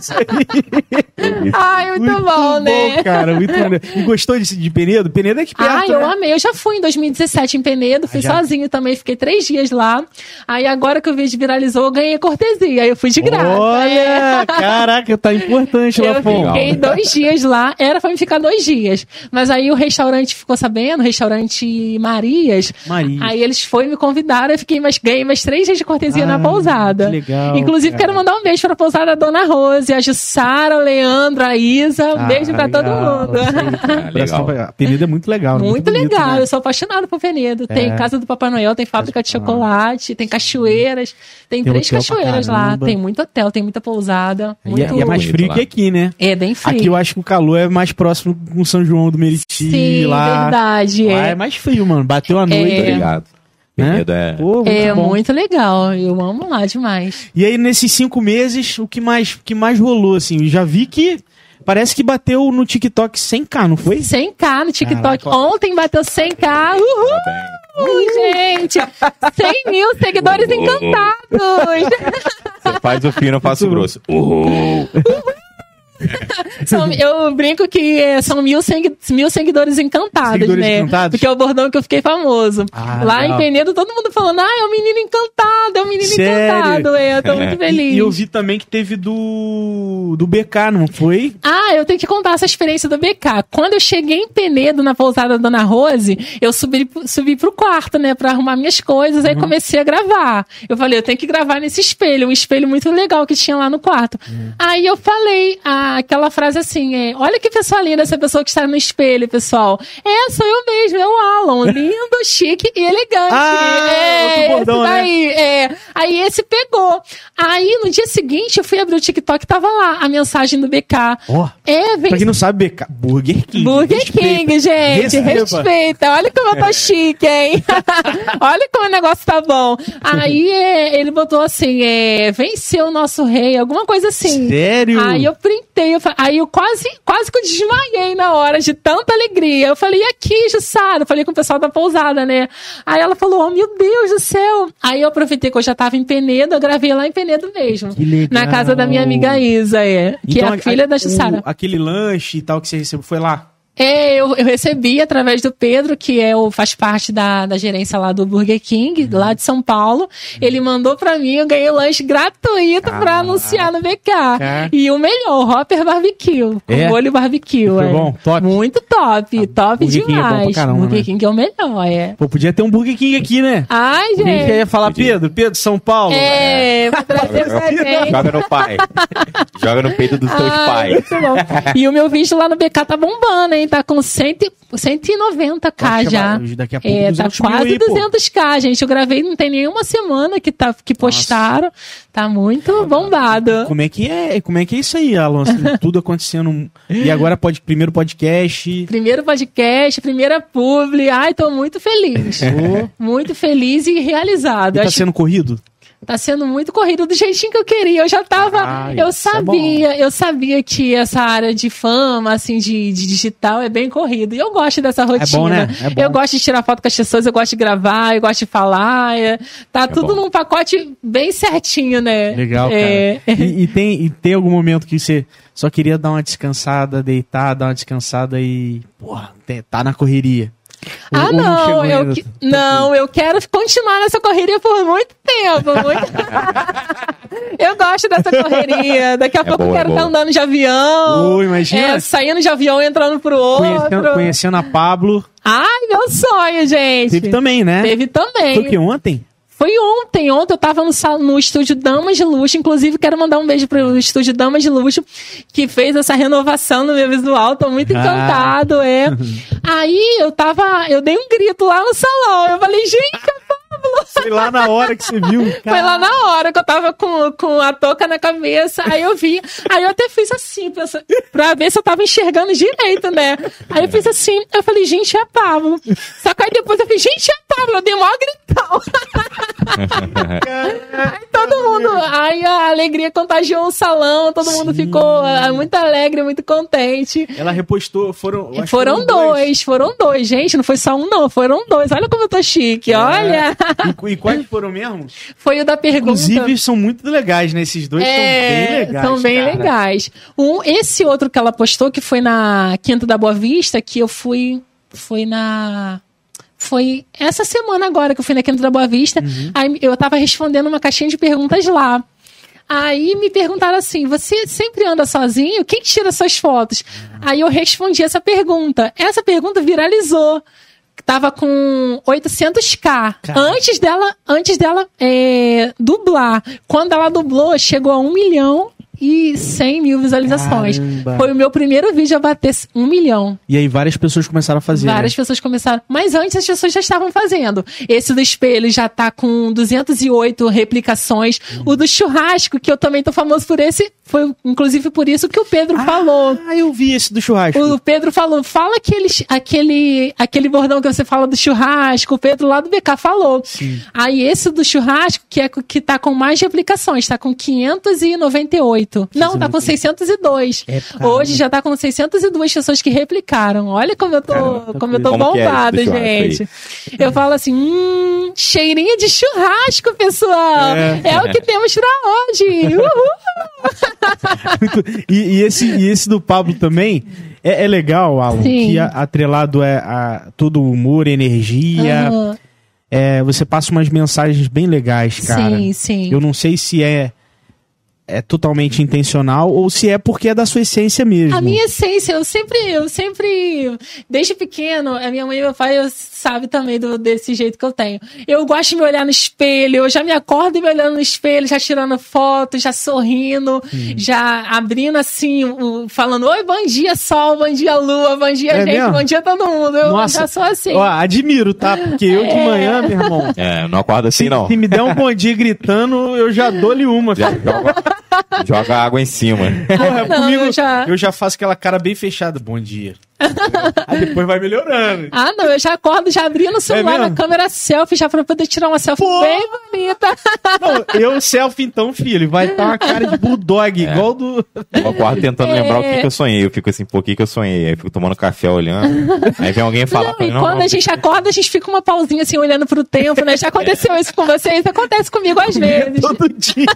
Isso aí.
Ai, muito, bom, né?
cara. Muito bom. E gostou disso de Penedo? Penedo é aqui perto,
Ah, eu
né?
amei. Eu já fui em 2017 em Penedo, fui
Ah, já?
sozinho também, fiquei três dias lá. Aí agora que o vídeo viralizou, eu ganhei cortesia. Aí eu fui de graça. é.
Olha, caraca, tá importante,
Eu
Lafon.
fiquei dois dias lá, era pra me ficar dois dias. Mas aí o restaurante ficou sabendo, o restaurante Marias.
Maria.
Aí eles foram e me convidaram, eu fiquei mais, ganhei mais três dias de cortesia
Ah,
na pousada.
que legal,
Inclusive,
cara.
quero mandar um beijo pra pousada da Dona Rose, a Jussara, o Leandro, a Isa. Um
Ah,
beijo pra todo
legal.
mundo.
Ah, legal.
A Penedo é muito legal. né?
Muito
bonito,
legal,
né?
eu sou apaixonada por Penedo. Tem
É.
casa do Papai Noel, tem fábrica de
Casa do
chocolate, tem cachoeiras, tem,
Tem
três
hotel pra
cachoeiras lá,
caramba.
tem muito hotel, tem muita pousada.
E é,
muito-
e é mais frio
Bonito lá.
que aqui, né?
É bem frio.
Aqui eu acho que o calor é mais próximo com São João do Meriti,
Sim,
lá.
verdade.
Lá
é.
é mais frio, mano. Bateu a
Muito
noite.
obrigado.
Né?
Penedo é...
Pô, muito
É
bom.
muito legal, eu amo lá demais.
E aí, nesses cinco meses, o que mais, o que mais rolou, assim? Eu já vi que parece que bateu no TikTok 100k, não foi?
100k
é.
no TikTok.
Caraca.
Ontem bateu 100k.
Tá
Uhul,
bem.
gente! 100 mil seguidores
Uhul.
encantados!
Você faz o fino, eu faço o grosso. Uhul.
São- eu brinco que é, são mil, segui- mil seguidores encantados,
Seguidores
né?
encantados?
Porque é o bordão que eu fiquei famoso.
Ah,
Lá
legal.
em Penedo, todo mundo falando, ah, é o menino encantado, é o menino
Sério?
encantado. É, eu tô muito feliz.
E, e eu vi também que teve do. do BK, não foi?
Ah, eu tenho que contar essa experiência do BK. Quando eu cheguei em Penedo, na pousada da Dona Rose, eu subi, subi pro quarto, né, pra arrumar minhas coisas,
Uhum.
aí comecei a gravar. Eu falei, eu tenho que gravar nesse espelho, um espelho muito legal que tinha lá no quarto.
Uhum.
Aí eu falei ah, aquela frase assim, é, olha que pessoa linda essa pessoa que está no espelho, pessoal. É, sou eu mesmo, é o Alan, lindo, chique e elegante.
Ah,
é,
outro bordão,
esse
né?
daí, é. Aí esse pegou. Aí no dia seguinte eu fui abrir o TikTok e tava lá a mensagem do BK.
Ó.
É, vem.
Pra quem não sabe, BK. Burger King.
Burger
respeita.
King,
Respeita.
gente,
É.
respeita. Olha como eu tô chique, hein? Olha como o negócio tá bom. Aí é, ele botou assim, é, venceu o nosso rei, alguma coisa assim.
Sério?
Aí eu printei, eu fa- aí eu quase, quase que eu desmaiei na hora de tanta alegria. Eu falei, e aqui, Jussara? Eu falei com o pessoal da pousada, né? Aí ela falou, oh, meu Deus do céu. Aí eu aproveitei que eu já tava em Penedo, eu gravei lá em Penedo mesmo.
Que legal.
Na casa da minha amiga Isa, é. Que
Então,
é a filha da Jussara.
o- aquele lanche e tal que você recebeu foi lá.
É, eu, eu recebi através do Pedro, que é o, faz parte da, da gerência lá do Burger King,
Uhum.
lá de São Paulo. Ele mandou pra mim, eu ganhei lanche gratuito pra anunciar no BK.
Caraca.
E o melhor, o Hopper Barbecue, com
É?
molho barbecue.
Foi
é.
bom? Top?
Muito top, top
Burger King é bom pra
demais.
caramba,
Burger
né?
King é o melhor, é.
Pô, podia ter um Burger King aqui, né?
Ai,
A gente
gente.
ia falar, Pedro, Pedro, São Paulo. né?
É, pra trazer pra gente.
Joga no pai. Joga no peito dos teus
Ah,
pais.
muito bom. E o meu vídeo lá no BK tá bombando, hein? Tá com 100, 190k
Pode
já.
chamar, Daqui a pouco,
É, tá
200 mil
quase
aí, pô.
200k, gente. Eu gravei, não tem nenhuma semana que, tá, que postaram. Tá muito bombado.
Como é que é? Como é que é isso aí, Alan? Assim, tudo acontecendo. E agora pode primeiro podcast.
Primeiro podcast, primeira publi. Ai, tô muito feliz. muito feliz e realizado.
E tá
É. Acho
sendo corrido?
Tá sendo muito corrido do jeitinho que eu queria. Eu já tava.
Ah,
eu
isso é
sabia, eu sabia que essa área de fama, assim, de, de digital é bem corrido. E eu gosto dessa rotina.
bom, né? É bom.
Eu gosto de tirar foto com as pessoas, eu gosto de gravar, eu gosto de falar. é- Tá tudo
bom.
num pacote bem certinho, né?
Legal,
É,
cara. E, e tem, e tem algum momento que você só queria dar uma descansada, deitar, dar uma descansada e. Porra, te- tá na correria. Ou-
Ah,
ou
não,
chegou
eu
ainda? Tá
que- não, eu quero continuar nessa correria por muito tempo. muito- eu gosto dessa correria. Daqui a pouco eu
boa, é
quero estar
boa.
andando de avião.
Ô, imagina.
É, saindo de avião, entrando pro outro.
Conhecendo, conhecendo a Pablo.
Ai, meu sonho, gente.
Teve também, né?
Teve também.
Foi o que ontem?
Foi ontem, ontem eu tava no, sal- no estúdio Damas de Luxo, inclusive quero mandar um beijo pro estúdio Damas de Luxo, que fez essa renovação no meu visual, tô muito
Ah.
encantado, é. Aí eu tava, eu dei um grito lá no salão, eu falei, gente, a Pablo!
Foi lá na hora que você viu.
Foi lá na hora que eu tava com, com a touca na cabeça, aí eu vi, aí eu até fiz assim, pra, pra ver se eu tava enxergando direito, né? Aí eu fiz assim, eu falei, gente, é a Pablo. Só que aí depois eu falei, gente, é a Pablo, eu dei maior gritão. Aí todo mundo, aí a alegria contagiou o salão, todo mundo ficou ah, muito alegre, muito contente.
Ela repostou, foram. eu acho que
Foram dois, foram dois, gente, não foi só um não, foram dois. Olha como eu tô chique,
É.
olha.
E, e quais foram mesmo?
Foi o da pergunta.
Inclusive, são muito legais, né? Esses dois
É,
são bem legais.
são bem
cara.
legais. Um, esse outro que ela postou, que foi na Quinta da Boa Vista, que eu fui. Foi na. Foi essa semana agora que eu fui na Quinta da Boa Vista.
Uhum.
Aí eu tava respondendo uma caixinha de perguntas lá. Aí me perguntaram assim: você sempre anda sozinho? Quem tira suas fotos?
Uhum.
Aí eu respondi essa pergunta. Essa pergunta viralizou. Tava com 800k.
Caraca.
Antes dela, antes dela é, dublar. Quando ela dublou, chegou a 1 milhão e 100 mil visualizações.
Caramba.
Foi o meu primeiro vídeo a bater 1 milhão.
E aí várias pessoas começaram a fazer.
Várias
né?
pessoas começaram. Mas antes as pessoas já estavam fazendo. Esse do espelho já tá com 208 replicações.
Hum.
O do churrasco, que eu também tô famoso por esse, foi inclusive por isso que o Pedro falou.
Ah, eu vi esse do churrasco.
O Pedro falou, fala aquele, aquele, aquele bordão que você fala do churrasco. O Pedro lá do BK falou.
Sim.
Aí esse do churrasco, que, é, co- que tá com mais replicações, tá com 598. Não, tá com 602.
É, cara.
Hoje já tá com 602 pessoas que replicaram. Olha como eu tô,
Caramba,
como eu tô
como que é esse do
bombada,
churrasco aí?
gente. Eu falo assim, hum, cheirinho de churrasco, pessoal.
É.
É, o que temos pra hoje. Uhul!
Muito- e, e esse, e esse do Pablo também é, é legal, Alan,
Sim.
que a- atrelado é a todo o humor, energia.
Aham.
é, você passa umas mensagens bem legais, cara.
Sim, sim.
Eu não sei se é, é totalmente intencional ou se é porque é da sua essência mesmo.
A minha essência, eu sempre, eu sempre, desde pequeno, a minha mãe e meu pai eu, sabe também do, desse jeito que eu tenho. Eu gosto de me olhar no espelho, eu já me acordo me olhando no espelho, já tirando foto, já sorrindo,
Uhum.
já abrindo assim, o- falando, oi, bom dia sol, bom dia lua, bom dia
É
gente,
mesmo?
bom dia todo mundo. Eu
Nossa.
já sou assim.
Ó, admiro, tá? Porque eu de manhã, meu irmão.
É, não acorda assim, não.
Se me der um bom dia gritando, eu já dou-lhe uma.
Já
filho.
joga, joga água em cima.
Porra, é
Não,
comigo,
eu já-
faço aquela cara bem fechada. Bom dia. Aí depois vai melhorando.
Ah, não, eu já acordo, já abrindo o
É
celular na
mesmo?
câmera selfie, já pra poder tirar uma selfie
Pô!
bem bonita.
Não, eu selfie então, filho. Vai estar uma cara de bulldog, igual do...
Eu acordo tentando
É.
lembrar o que, que eu sonhei. Eu fico assim, pô, o que, que eu sonhei? Aí eu fico tomando café olhando. Aí vem alguém falar
não, e quando a gente acorda, a gente fica uma pausinha assim, olhando pro tempo, né? Já aconteceu isso com vocês? Acontece comigo às vezes.
Todo dia.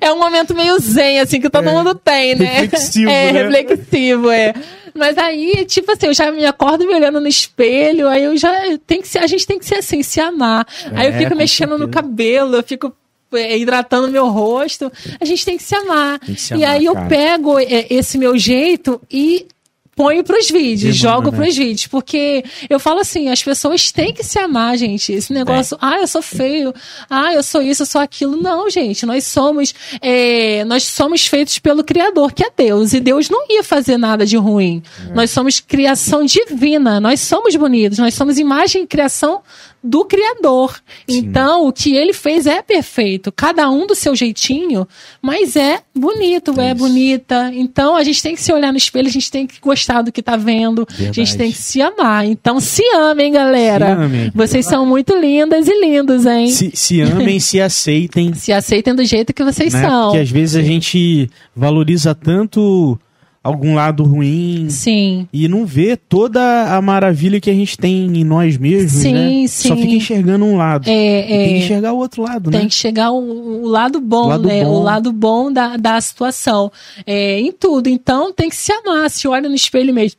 É um momento meio zen, assim, que todo mundo tem, né?
É. Reflexivo,
é,
né?
reflexivo, é. Mas aí, tipo assim, eu já me acordo me olhando no espelho, aí eu já. Tem que ser, a gente tem que ser assim, se amar. aí eu
É,
fico
com
mexendo no
certeza.
cabelo, eu fico. é, Hidratando meu rosto, a gente tem que se amar.
Tem que se
e
amar,
aí eu
cara.
pego é, esse meu jeito e ponho pros vídeos,
Demanda,
jogo
né?
pros vídeos, porque eu falo assim, as pessoas têm que se amar, gente. Esse negócio, ah, eu sou feio, ah, eu sou isso, eu sou aquilo. Não, gente, nós somos, é, nós somos feitos pelo Criador, que é Deus, e Deus não ia fazer nada de ruim. Nós somos criação divina, nós somos bonitos, nós somos imagem e criação do Criador. Então, o que ele fez é perfeito, cada um do seu jeitinho, mas é bonito, é,
isso.
bonita. Então, a gente tem que se olhar no espelho, a gente tem que gostar do que tá vendo, a
Verdade.
gente tem que se amar. Então, se amem, galera.
Se amem.
Vocês são muito lindas e lindos, hein? Se,
Se, se amem, se aceitem.
aceitem do jeito que vocês
né?
são.
Porque às vezes a gente valoriza tanto algum lado ruim
Sim.
e não vê toda a maravilha que a gente tem em nós mesmos,
Sim,
né? Só
sim.
fica enxergando um lado. E tem que
É, é,
enxergar o outro lado,
tem
né?
que chegar o, o lado bom,
Lado
né?
bom.
O lado bom da, da situação. É, em tudo. Então, tem que se amar. Se olha no espelho mesmo.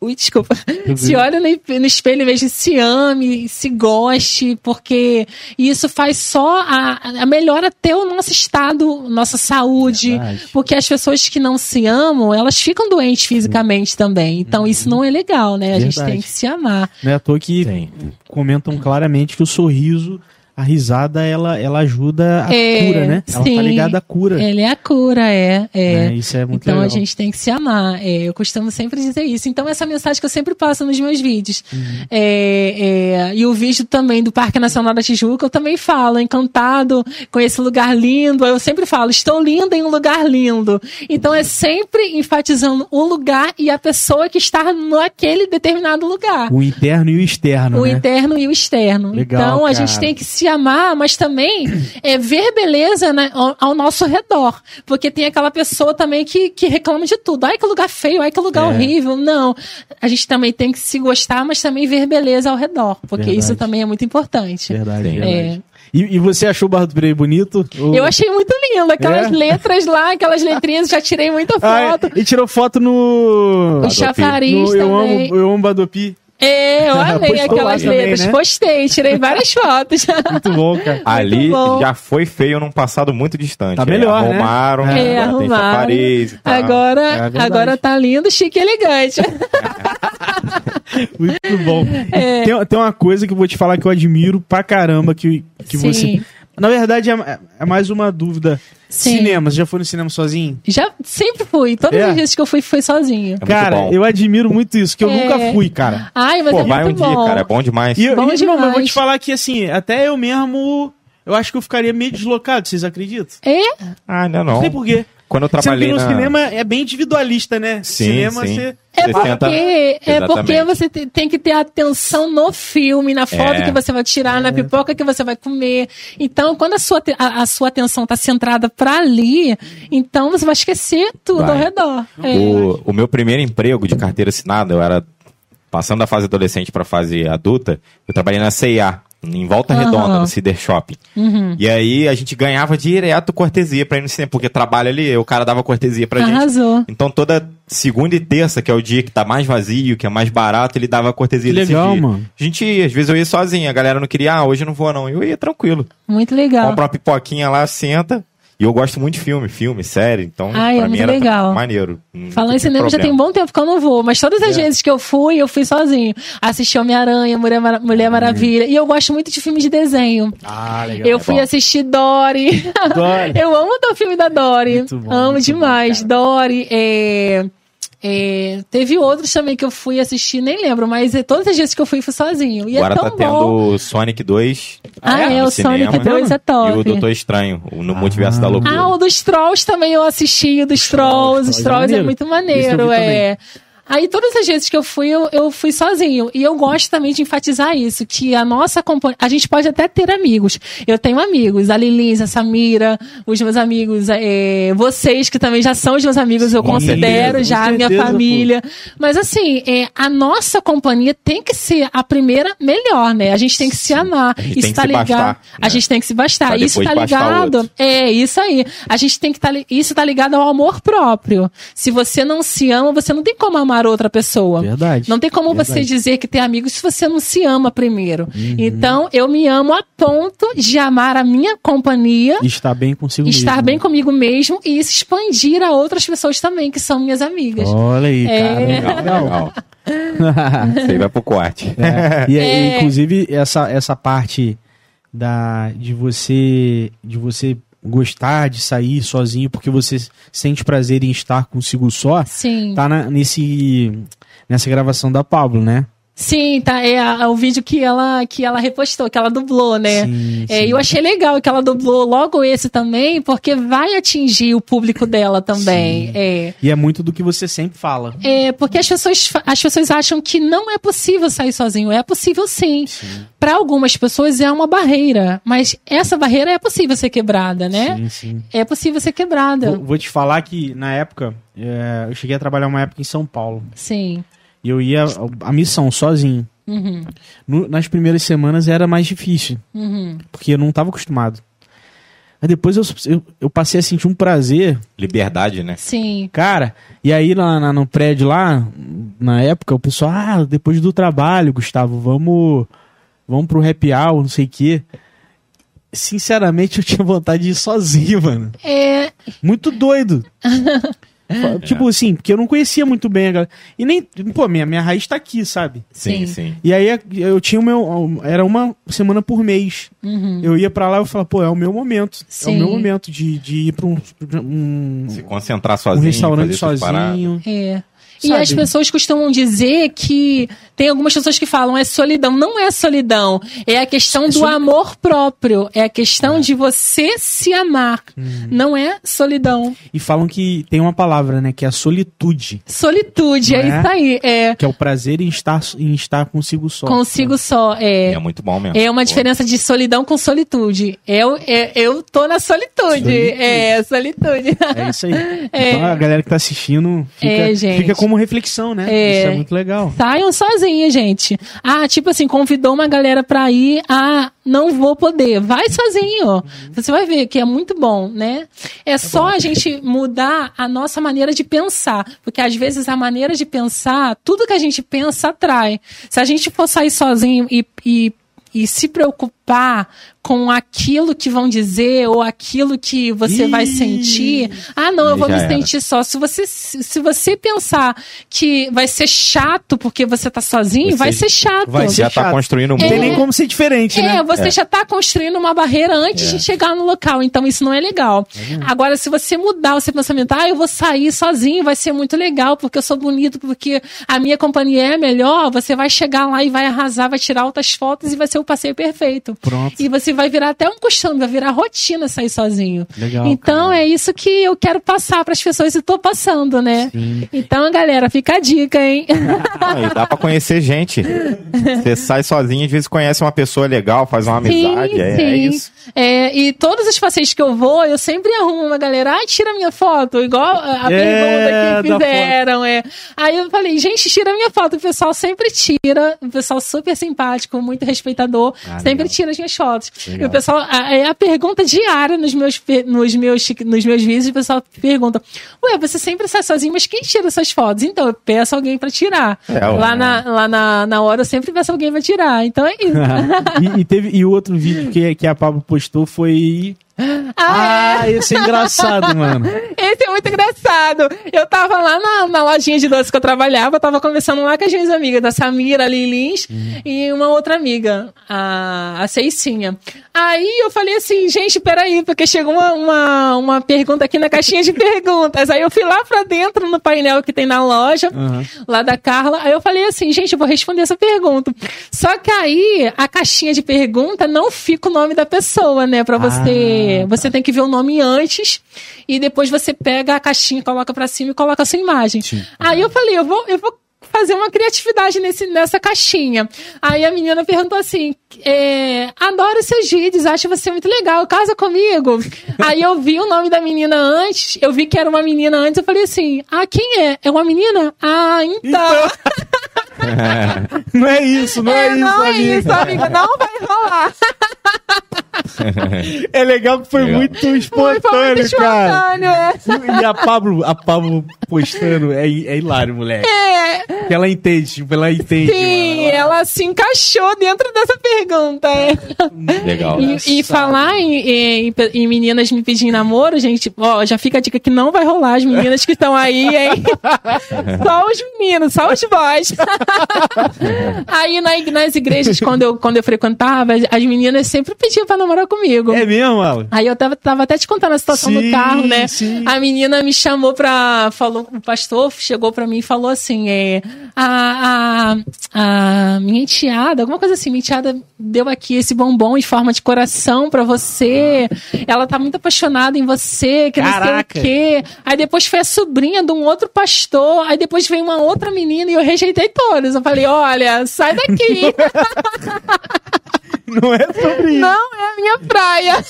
Ui, desculpa.
Meu
Se
Deus.
olha no, no espelho mesmo, se ame, se goste, porque isso faz só a, a melhora até o nosso estado, nossa saúde.
Verdade.
Porque as pessoas que não se amam, elas ficam doentes fisicamente também. Então isso não é legal, né? A gente
Uhum. Verdade.
tem que se amar.
Não é à toa que
Tem.
comentam claramente que o sorriso, a risada, ela, ela ajuda a
É,
cura, né? Ela
sim.
tá ligada à cura.
Ele é a cura, é. é.
né? Isso é muito
Então
legal.
a gente tem que se amar. É, eu costumo sempre dizer isso. Então, essa mensagem que eu sempre passo nos meus vídeos.
Uhum.
É, é, e o vídeo também do Parque Nacional da Tijuca, eu também falo, encantado com esse lugar lindo. Eu sempre falo, estou linda em um lugar lindo. Então é sempre enfatizando o lugar e a pessoa que está naquele determinado lugar.
O interno e o externo,
tá O
né?
interno e o externo.
Legal,
então a
cara.
gente tem que se amar, mas também é, ver beleza né, ao, ao nosso redor. Porque tem aquela pessoa também que, que reclama de tudo. Ai, que lugar feio, ai, que lugar
É.
horrível. Não. A gente também tem que se gostar, mas também ver beleza ao redor. Porque
Verdade.
isso também é muito importante. É.
Verdade,
Sim.
verdade. E, e você achou o Barra do Pereira bonito? Ou-
Eu achei muito lindo. Aquelas
É?
letras lá, aquelas letrinhas, já tirei muita
Ah,
foto.
e e tirou foto no...
o
Adopi.
chafariz
no eu,
também.
amo, eu amo Badopi.
É, eu amei
Postou lá
aquelas
também,
letras.
né?
Postei, tirei várias fotos.
Muito bom, cara.
Ali
bom.
já foi feio num passado muito distante.
Tá
Aí
melhor, né?
Arrumaram,
É,
agora tem
arrumaram.
chafariz e tal.
Agora,
é verdade.
agora tá lindo, chique e elegante.
Muito bom.
É.
Tem, tem uma coisa que eu vou te falar que eu admiro pra caramba que, que
Sim.
você... Na verdade, é, é mais uma dúvida.
Sim.
Cinema, você já foi no cinema sozinho?
Já sempre fui. Todas
É?
as vezes que eu fui, foi sozinho.
É muito
Cara,
bom.
eu admiro muito isso, que eu
É.
nunca fui, cara.
Ai, mas
Pô,
é
vai um
muito
dia,
bom.
cara, é bom demais.
E eu,
Bom
e- não, mas eu vou
demais.
te falar que assim, até eu mesmo, eu acho que eu ficaria meio deslocado, vocês acreditam?
É?
Ah, não, é
Não
não.
sei por quê.
Quando eu
Sendo que
trabalhei
no
na...
cinema é bem individualista, né?
Sim,
cinema
sim.
você.
É porque,
senta-
é porque
Exatamente.
você te- tem que ter atenção no filme, na foto
É.
que você vai tirar, na pipoca que você vai comer. Então, quando a sua, te- a, a sua atenção tá centrada pra ali, então você vai esquecer tudo
Vai.
ao redor. É.
O, o meu primeiro emprego de carteira assinada, eu era passando da fase adolescente para fase adulta, eu trabalhei na CIA. em Volta
Aham.
Redonda, no Cider Shopping.
Uhum.
E aí a gente ganhava direto cortesia pra ir no cinema, porque trabalha ali, o cara dava cortesia pra gente.
Arrasou.
Então toda segunda e terça, que é o dia que tá mais vazio, que é mais barato, ele dava cortesia
Que
desse
legal,
dia.
mano.
A gente ia, às vezes eu ia sozinho, a galera não queria, ah, hoje eu não vou não. Eu ia tranquilo.
Muito legal.
Compra uma pipoquinha lá, senta. E eu gosto muito de filme, filme, série, então
Ai,
pra
é
mim
muito
era
legal.
maneiro. Não
Falando em
tive
cinema já tem um
problema.
bom tempo que eu não vou, mas todas as vezes que eu fui, eu fui sozinho. Assisti Homem-Aranha, Mulher, Mara- Mulher Maravilha. E eu gosto muito de filme de desenho.
Ah, legal.
Eu fui
bom.
assistir Dory.
Dory.
eu amo o filme da Dory.
Muito bom,
amo
muito
demais. Dory. é, é, teve outros também que eu fui assistir, nem lembro, mas é, todas as vezes que eu fui, fui sozinho. E
Agora
é tão
tá
bom.
tendo Sonic 2.
Ah, é,
no
o Sonic
cinema.
2 é top.
E o Doutor Estranho, o- no
Ah.
Multiverso da Loucura.
Ah, o dos Trolls também eu assisti, o
Trolls,
dos Trolls. Os Trolls é
maneiro.
muito
Isso eu
maneiro,
vi
é. Aí todas as vezes que eu fui, eu, eu fui sozinho. E eu gosto também de enfatizar isso, que a nossa companhia... A gente pode até ter amigos. Eu tenho amigos, a Lilis, a Samira, os meus amigos, é, vocês que também já são os meus amigos, eu
Com
considero
certeza,
já
com
a minha
certeza, pô.
família. Mas assim, é, a nossa companhia tem que ser a primeira melhor, né? A gente tem que se amar.
gente
Isso
tem que
tá
se
ligado.
bastar,
A
né?
gente tem que se bastar.
Pra
isso
depois
tá
bastar o
ligado.
outro.
É, isso aí. A gente tem que estar. isso tá ligado ao amor próprio. Se você não se ama, você não tem como amar outra pessoa.
Verdade.
Não tem como você
Verdade. Uhum.
dizer que tem amigos se você não se ama primeiro. Então, eu me amo a ponto de amar a minha companhia,
Estar bem consigo
estar
mesmo.
bem comigo mesmo e isso expandir a outras pessoas também, que são minhas amigas.
Olha aí,
É.
cara.
Legal,
Legal.
legal. Isso aí vai pro corte.
É. E aí,
É.
inclusive, essa, essa parte da, de você de você gostar de sair sozinho porque você sente prazer em estar consigo só,
Sim.
tá na- nesse, nessa gravação da Pablo, né?
Sim, tá. É, a- é o vídeo que ela, que ela repostou, que ela dublou, né?
Sim,
É,
sim.
eu achei legal que ela dublou logo esse também, porque vai atingir o público dela também.
Sim.
É.
E é muito do que você sempre fala.
É, porque as pessoas, fa- as pessoas acham que não é possível sair sozinho. É possível sim.
Sim,
Para algumas pessoas é uma barreira, mas essa barreira é possível ser quebrada, né?
sim, sim.
É Então. possível ser quebrada.
Vou, vou te falar que na época, é, eu cheguei a trabalhar uma época em São Paulo.
Sim.
E eu ia a missão sozinho.
Uhum,
No- nas primeiras semanas era mais difícil.
uhum.
porque eu não estava acostumado. Aí depois eu, eu, eu passei a sentir um prazer,
Liberdade, né?
Sim.
cara. E aí lá, na- no prédio lá, na época, o pessoal, ah, depois do trabalho, Gustavo, vamos, vamos pro happy hour, não sei o quê. Sinceramente, eu tinha vontade de ir sozinho, mano.
É,
Muito doido. Fa- Tipo assim, porque eu não conhecia muito bem a galera. E nem, pô, minha, minha raiz tá aqui, sabe?
Sim,
Sim.
sim.
E aí eu tinha o meu. Era uma semana por mês.
uhum.
Eu ia pra lá e falava, pô, é o meu momento. É o
Sim.
meu momento de, de ir pra um, pra um,
Se concentrar
um
sozinho.
restaurante
fazer essas paradas.
sozinho.
É. E
Sabe?
as pessoas costumam dizer que tem algumas pessoas que falam é solidão. Não é solidão. É a questão do
solidão.
amor próprio. É a questão de você se amar. Não é solidão.
E falam que tem uma palavra, né? Que é a solitude.
Solitude, é,
Não é?
isso aí. É
Que é o prazer em estar, em estar consigo só.
consigo só.
É.
É.
muito bom mesmo.
É uma
Pô.
diferença de solidão com solitude. Eu, é, eu tô na solitude.
Solitude.
É, solitude.
É isso aí.
É.
Então a galera que tá assistindo fica,
É, gente.
fica como reflexão, né?
É.
Isso é muito legal.
Saiam sozinhas, gente. Ah, tipo assim, convidou uma galera pra ir. Ah, não vou poder. Vai sozinho. Você vai ver que é muito bom, né? É, só a gente mudar a nossa maneira de pensar. Porque às vezes a maneira de pensar, tudo que a gente pensa atrai. Se a gente for sair sozinho e. e e se preocupar com aquilo que vão dizer ou aquilo que você vai
Ih.
sentir, ah, não, eu
Aí
vou
já
me
era.
sentir só. Se você, se se você pensar que vai ser chato porque você tá sozinho,
Você
vai ser chato.
vai
Você já tá
Chato.
construindo um
Não tem nem
mundo.
como ser diferente, né?
É, você já tá construindo uma barreira antes
É.
de chegar no local, então isso não é legal. Agora, se você mudar o seu pensamento, ah, eu vou sair sozinho, vai ser muito legal, porque eu sou bonito, porque a minha companhia é melhor, você vai chegar lá e vai arrasar, vai tirar outras fotos e vai ser o passeio perfeito. pronto.
Pronto.
E você vai virar até um costume, vai virar rotina sair sozinho.
Legal.
então
cara.
é isso que eu quero passar pras pessoas e tô passando, né?
Sim.
Então, galera, fica a dica, hein?
Ah, e dá pra conhecer gente. Você sai sozinho, às vezes conhece uma pessoa legal, faz uma
Sim,
amizade. é- é
sim.
isso.
É, e todos os passeios que eu vou, eu sempre arrumo uma galera, ah, tira minha foto, igual a a
É,
pergunta que
da
fizeram. É. Aí eu falei, gente, tira minha foto. O pessoal sempre tira, o pessoal super simpático, muito respeitador,
Ah,
sempre
legal.
tira as minhas fotos.
Legal.
E o pessoal, a- é a pergunta diária nos meus, pe- nos meus, nos meus vídeos, o pessoal pergunta, ué, você sempre sai sozinho, mas quem tira essas fotos? Então, eu peço alguém pra tirar.
É,
lá
ó.
na, lá na, na hora eu sempre peço alguém pra tirar. Então é isso.
e, e teve e o outro vídeo que, que a Pablo postou foi
Ah, é.
ah esse é engraçado mano
Esse é muito engraçado. Eu tava lá na, na lojinha de doce que eu trabalhava, eu tava conversando lá com as minhas amigas, da Samira, a Lilins e uma outra amiga, a, a Ceicinha. Aí eu falei assim, gente, peraí, porque chegou uma, uma, uma pergunta aqui na caixinha de perguntas. Aí eu fui lá pra dentro no painel que tem na loja,
Aham.
lá da Carla. Aí eu falei assim, gente, eu vou responder essa pergunta. Só que aí a caixinha de pergunta não fica o nome da pessoa, né? Pra você.
Ah,
Você tem que ver o nome antes e depois você pega a caixinha, coloca pra cima e coloca a sua imagem.
Sim.
Aí eu falei, eu vou, eu vou fazer uma criatividade nesse, nessa caixinha. Aí a menina perguntou assim, é, adoro seus vídeos, acho você muito legal, casa comigo. Aí eu vi o nome da menina antes, eu vi que era uma menina antes, eu falei assim, ah, quem é? É uma menina? Ah, então...
não é isso não é, isso
não é
amigo.
isso, amiga, não vai rolar.
É legal que foi
Legal.
muito
Foi,
espontâneo,
foi muito
cara.
espontâneo, é.
E a Pablo, a Pablo postando é, é hilário, moleque. É. Ela entende, tipo, ela entende.
Sim,
mano.
ela se encaixou dentro dessa pergunta, é.
Legal.
E, e falar em, em- em meninas me pedindo namoro, gente, ó, já fica a dica que não vai rolar as meninas que estão aí, hein? só os meninos, só os boys. aí na ig- nas igrejas, quando eu, quando eu frequentava, as- as meninas sempre pediam pra namorar comigo.
É mesmo, Alan?
Aí eu tava, tava até te contando a situação
Sim,
do carro, né?
sim.
A menina me chamou pra. Falou, o pastor chegou pra mim e falou assim: é, a, a, a minha enteada, alguma coisa assim, minha enteada deu aqui esse bombom em forma de coração pra você. Ela tá muito apaixonada em você, que
Caraca.
não sei o quê. Aí depois foi a sobrinha de um outro pastor, aí depois veio uma outra menina e eu rejeitei todas. Eu falei: olha, sai daqui.
Não é sobre isso.
Não é a minha praia.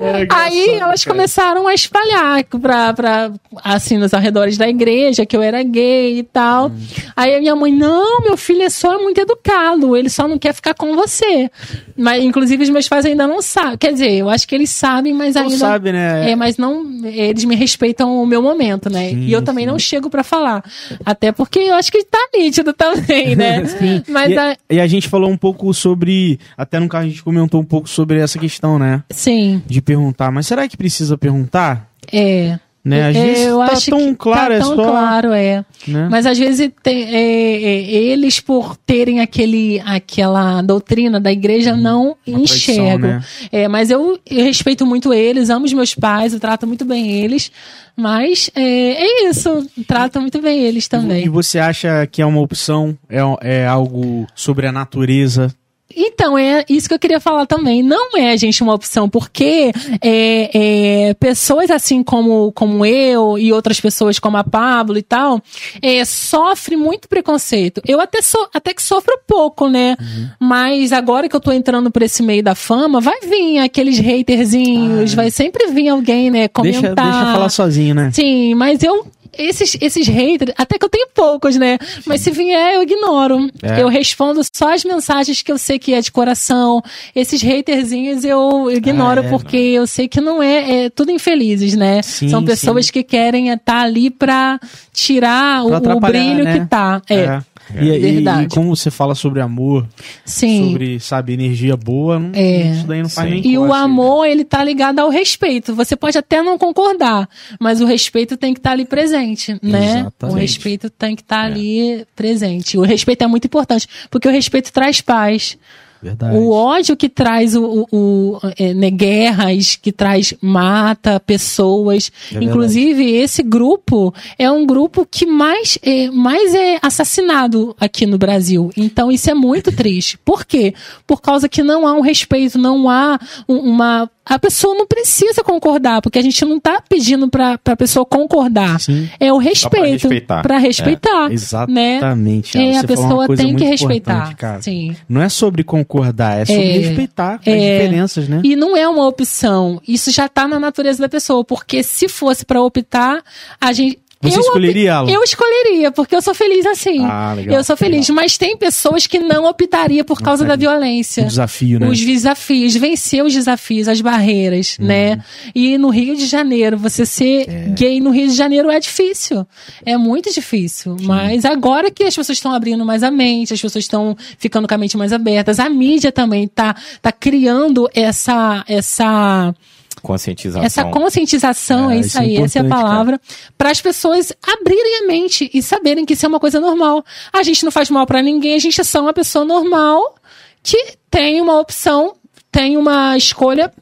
É engraçado,
Aí elas
cara.
começaram a espalhar pra, pra, assim, nos arredores da igreja, que eu era gay e tal.
Hum.
Aí a minha mãe, não, meu filho é só muito educado, ele só não quer ficar com você. Mas, inclusive, os meus pais ainda não sabem. Quer dizer, eu acho que eles sabem, mas
Não
ainda.
sabe, né?
É, mas não, eles me respeitam o meu momento, né?
Sim,
e eu também não chego pra falar. Até porque eu acho que tá nítido também, né?
Sim.
Mas
e,
a-
e a gente falou um pouco sobre. Até no carro a gente comentou um pouco sobre essa questão, né?
Sim,
De perguntar. Mas será que precisa perguntar?
é.
Né? Às
É,
vezes
eu
tá
acho
tão
que
claro,
tá
é
tão
só.
claro, é.
Né?
Mas às vezes tem- é, é, eles, por terem aquele, aquela doutrina da igreja, não
Hum, Uma tradição,
enxergam.
né?
É, mas eu, eu respeito muito eles, amo os meus pais, eu trato muito bem eles. Mas é, é isso, trato muito bem eles também.
E você acha que é uma opção? É, é algo sobre a natureza?
Então, é isso que eu queria falar também. Não é, gente, uma opção, porque é, é, pessoas assim como, como eu e outras pessoas como a Pablo e tal, é, sofrem muito preconceito. Eu até, sou, até que sofro pouco, né?
Uhum.
Mas agora que eu tô entrando por esse meio da fama, vai vir aqueles haterzinhos,
Ah.
vai sempre vir alguém, né,
Deixa,
comentar.
deixa falar sozinho, né?
Sim, mas eu. Esses, esses haters, até que eu tenho poucos, né? Mas se vier, eu ignoro.
É.
Eu respondo só as mensagens que eu sei que é de coração. Esses haterzinhos eu ignoro,
Ah, é,
porque eu sei que não é, é tudo infelizes, né?
Sim,
São pessoas que querem estar ali pra tirar o-
Pra
o,
atrapalhar,
brilho
né?
que tá. É,
E, e- e
Verdade.
como você fala sobre amor,
sim.
sobre, sabe, energia boa, não,
É.
isso daí não faz
Sim.
nem
E o
cócega.
amor, ele tá ligado ao respeito. Você pode até não concordar, mas o respeito tem que estar ali presente, né?
Exatamente.
O tá é respeito tem que estar ali presente. O respeito é muito importante, porque o respeito traz paz.
Verdade.
O ódio que traz o, o- o, é, né, guerras, que traz mata pessoas.
É verdade.
Inclusive, esse grupo é um grupo que mais é, mais é assassinado aqui no Brasil. Então, isso é muito triste. Por quê? Por causa que não há um respeito, não há um- uma. A pessoa não precisa concordar, porque a gente não está pedindo para a pessoa concordar.
Sim.
É o
Só pra
respeito.
respeitar.
Para respeitar.
É, Exatamente. Ana,
É, a
você falou uma
pessoa
coisa
tem que
muito
respeitar.
importante, cara.
Sim.
Não é sobre concordar, é sobre
É.
respeitar as
É.
diferenças, né?
E não é uma opção. Isso já tá na natureza da pessoa, porque se fosse pra optar, a gente
Você
eu,
escolheria ela?
eu escolheria, porque eu sou feliz assim.
Ah, legal.
eu sou feliz, mas tem pessoas que não optaria por causa da
O
violência.
desafio, né? Uhum.
Os desafios, vencer os desafios, as barreiras, né? E no Rio de Janeiro, você ser
É.
gay no Rio de Janeiro é difícil. É muito difícil. Mas agora que as pessoas estão abrindo mais a mente, as pessoas estão ficando com a mente mais abertas, a mídia também tá, tá criando essa, essa,
Conscientização.
essa conscientização,
Tá É,
é,
isso
isso
é
aí, essa é a
importante,
palavra, para as pessoas abrirem a mente e saberem que isso é uma coisa normal. A gente não faz mal para ninguém, a gente é só uma pessoa normal que tem uma opção, tem uma escolha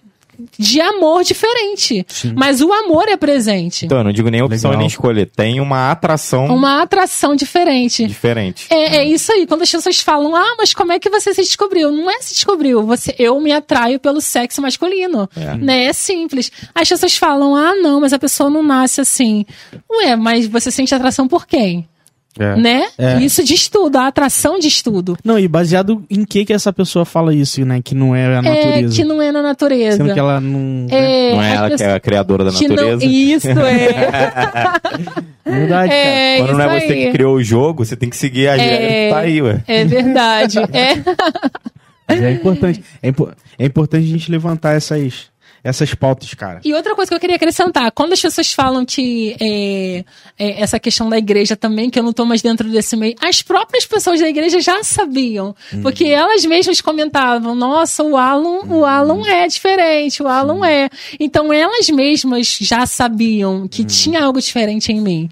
de amor diferente.
Uhum.
Mas o amor é presente.
Então, eu não digo nem opção
Legal.
nem escolher. Tem uma atração
Então-
Uma atração diferente.
diferente.
É, é
Uhum.
isso aí. Quando as pessoas falam, ah, mas como é que você se descobriu? Não é se descobriu. Você, eu me atraio pelo sexo masculino.
É.
Né? É simples. As pessoas falam, ah, não, mas a pessoa não nasce assim. Ué, mas você sente atração por quem?
É.
Né?
É.
Isso diz tudo. A atração diz tudo.
Não, e baseado em que que essa pessoa fala isso, né? Que não é a
É
natureza.
que não é na natureza.
Sendo que ela não. né?
É,
não é
as
ela que é
pessoas
a criadora da
que não-
natureza.
Isso, é.
Verdade, cara.
é
Quando não é
isso
você
aí.
que criou o jogo, você tem que seguir as
É.
regras que tá aí, ué.
É verdade. É.
Mas é importante. É, impo- é importante a gente levantar essas, essas pautas, cara.
E outra coisa que eu queria acrescentar, quando as pessoas falam que é, é, essa questão da igreja também, que eu não tô mais dentro desse meio, as próprias pessoas da igreja já sabiam, porque elas mesmas comentavam, nossa, o Alan, o Alan é diferente, o Alan é. Então elas mesmas já sabiam que tinha algo diferente em mim.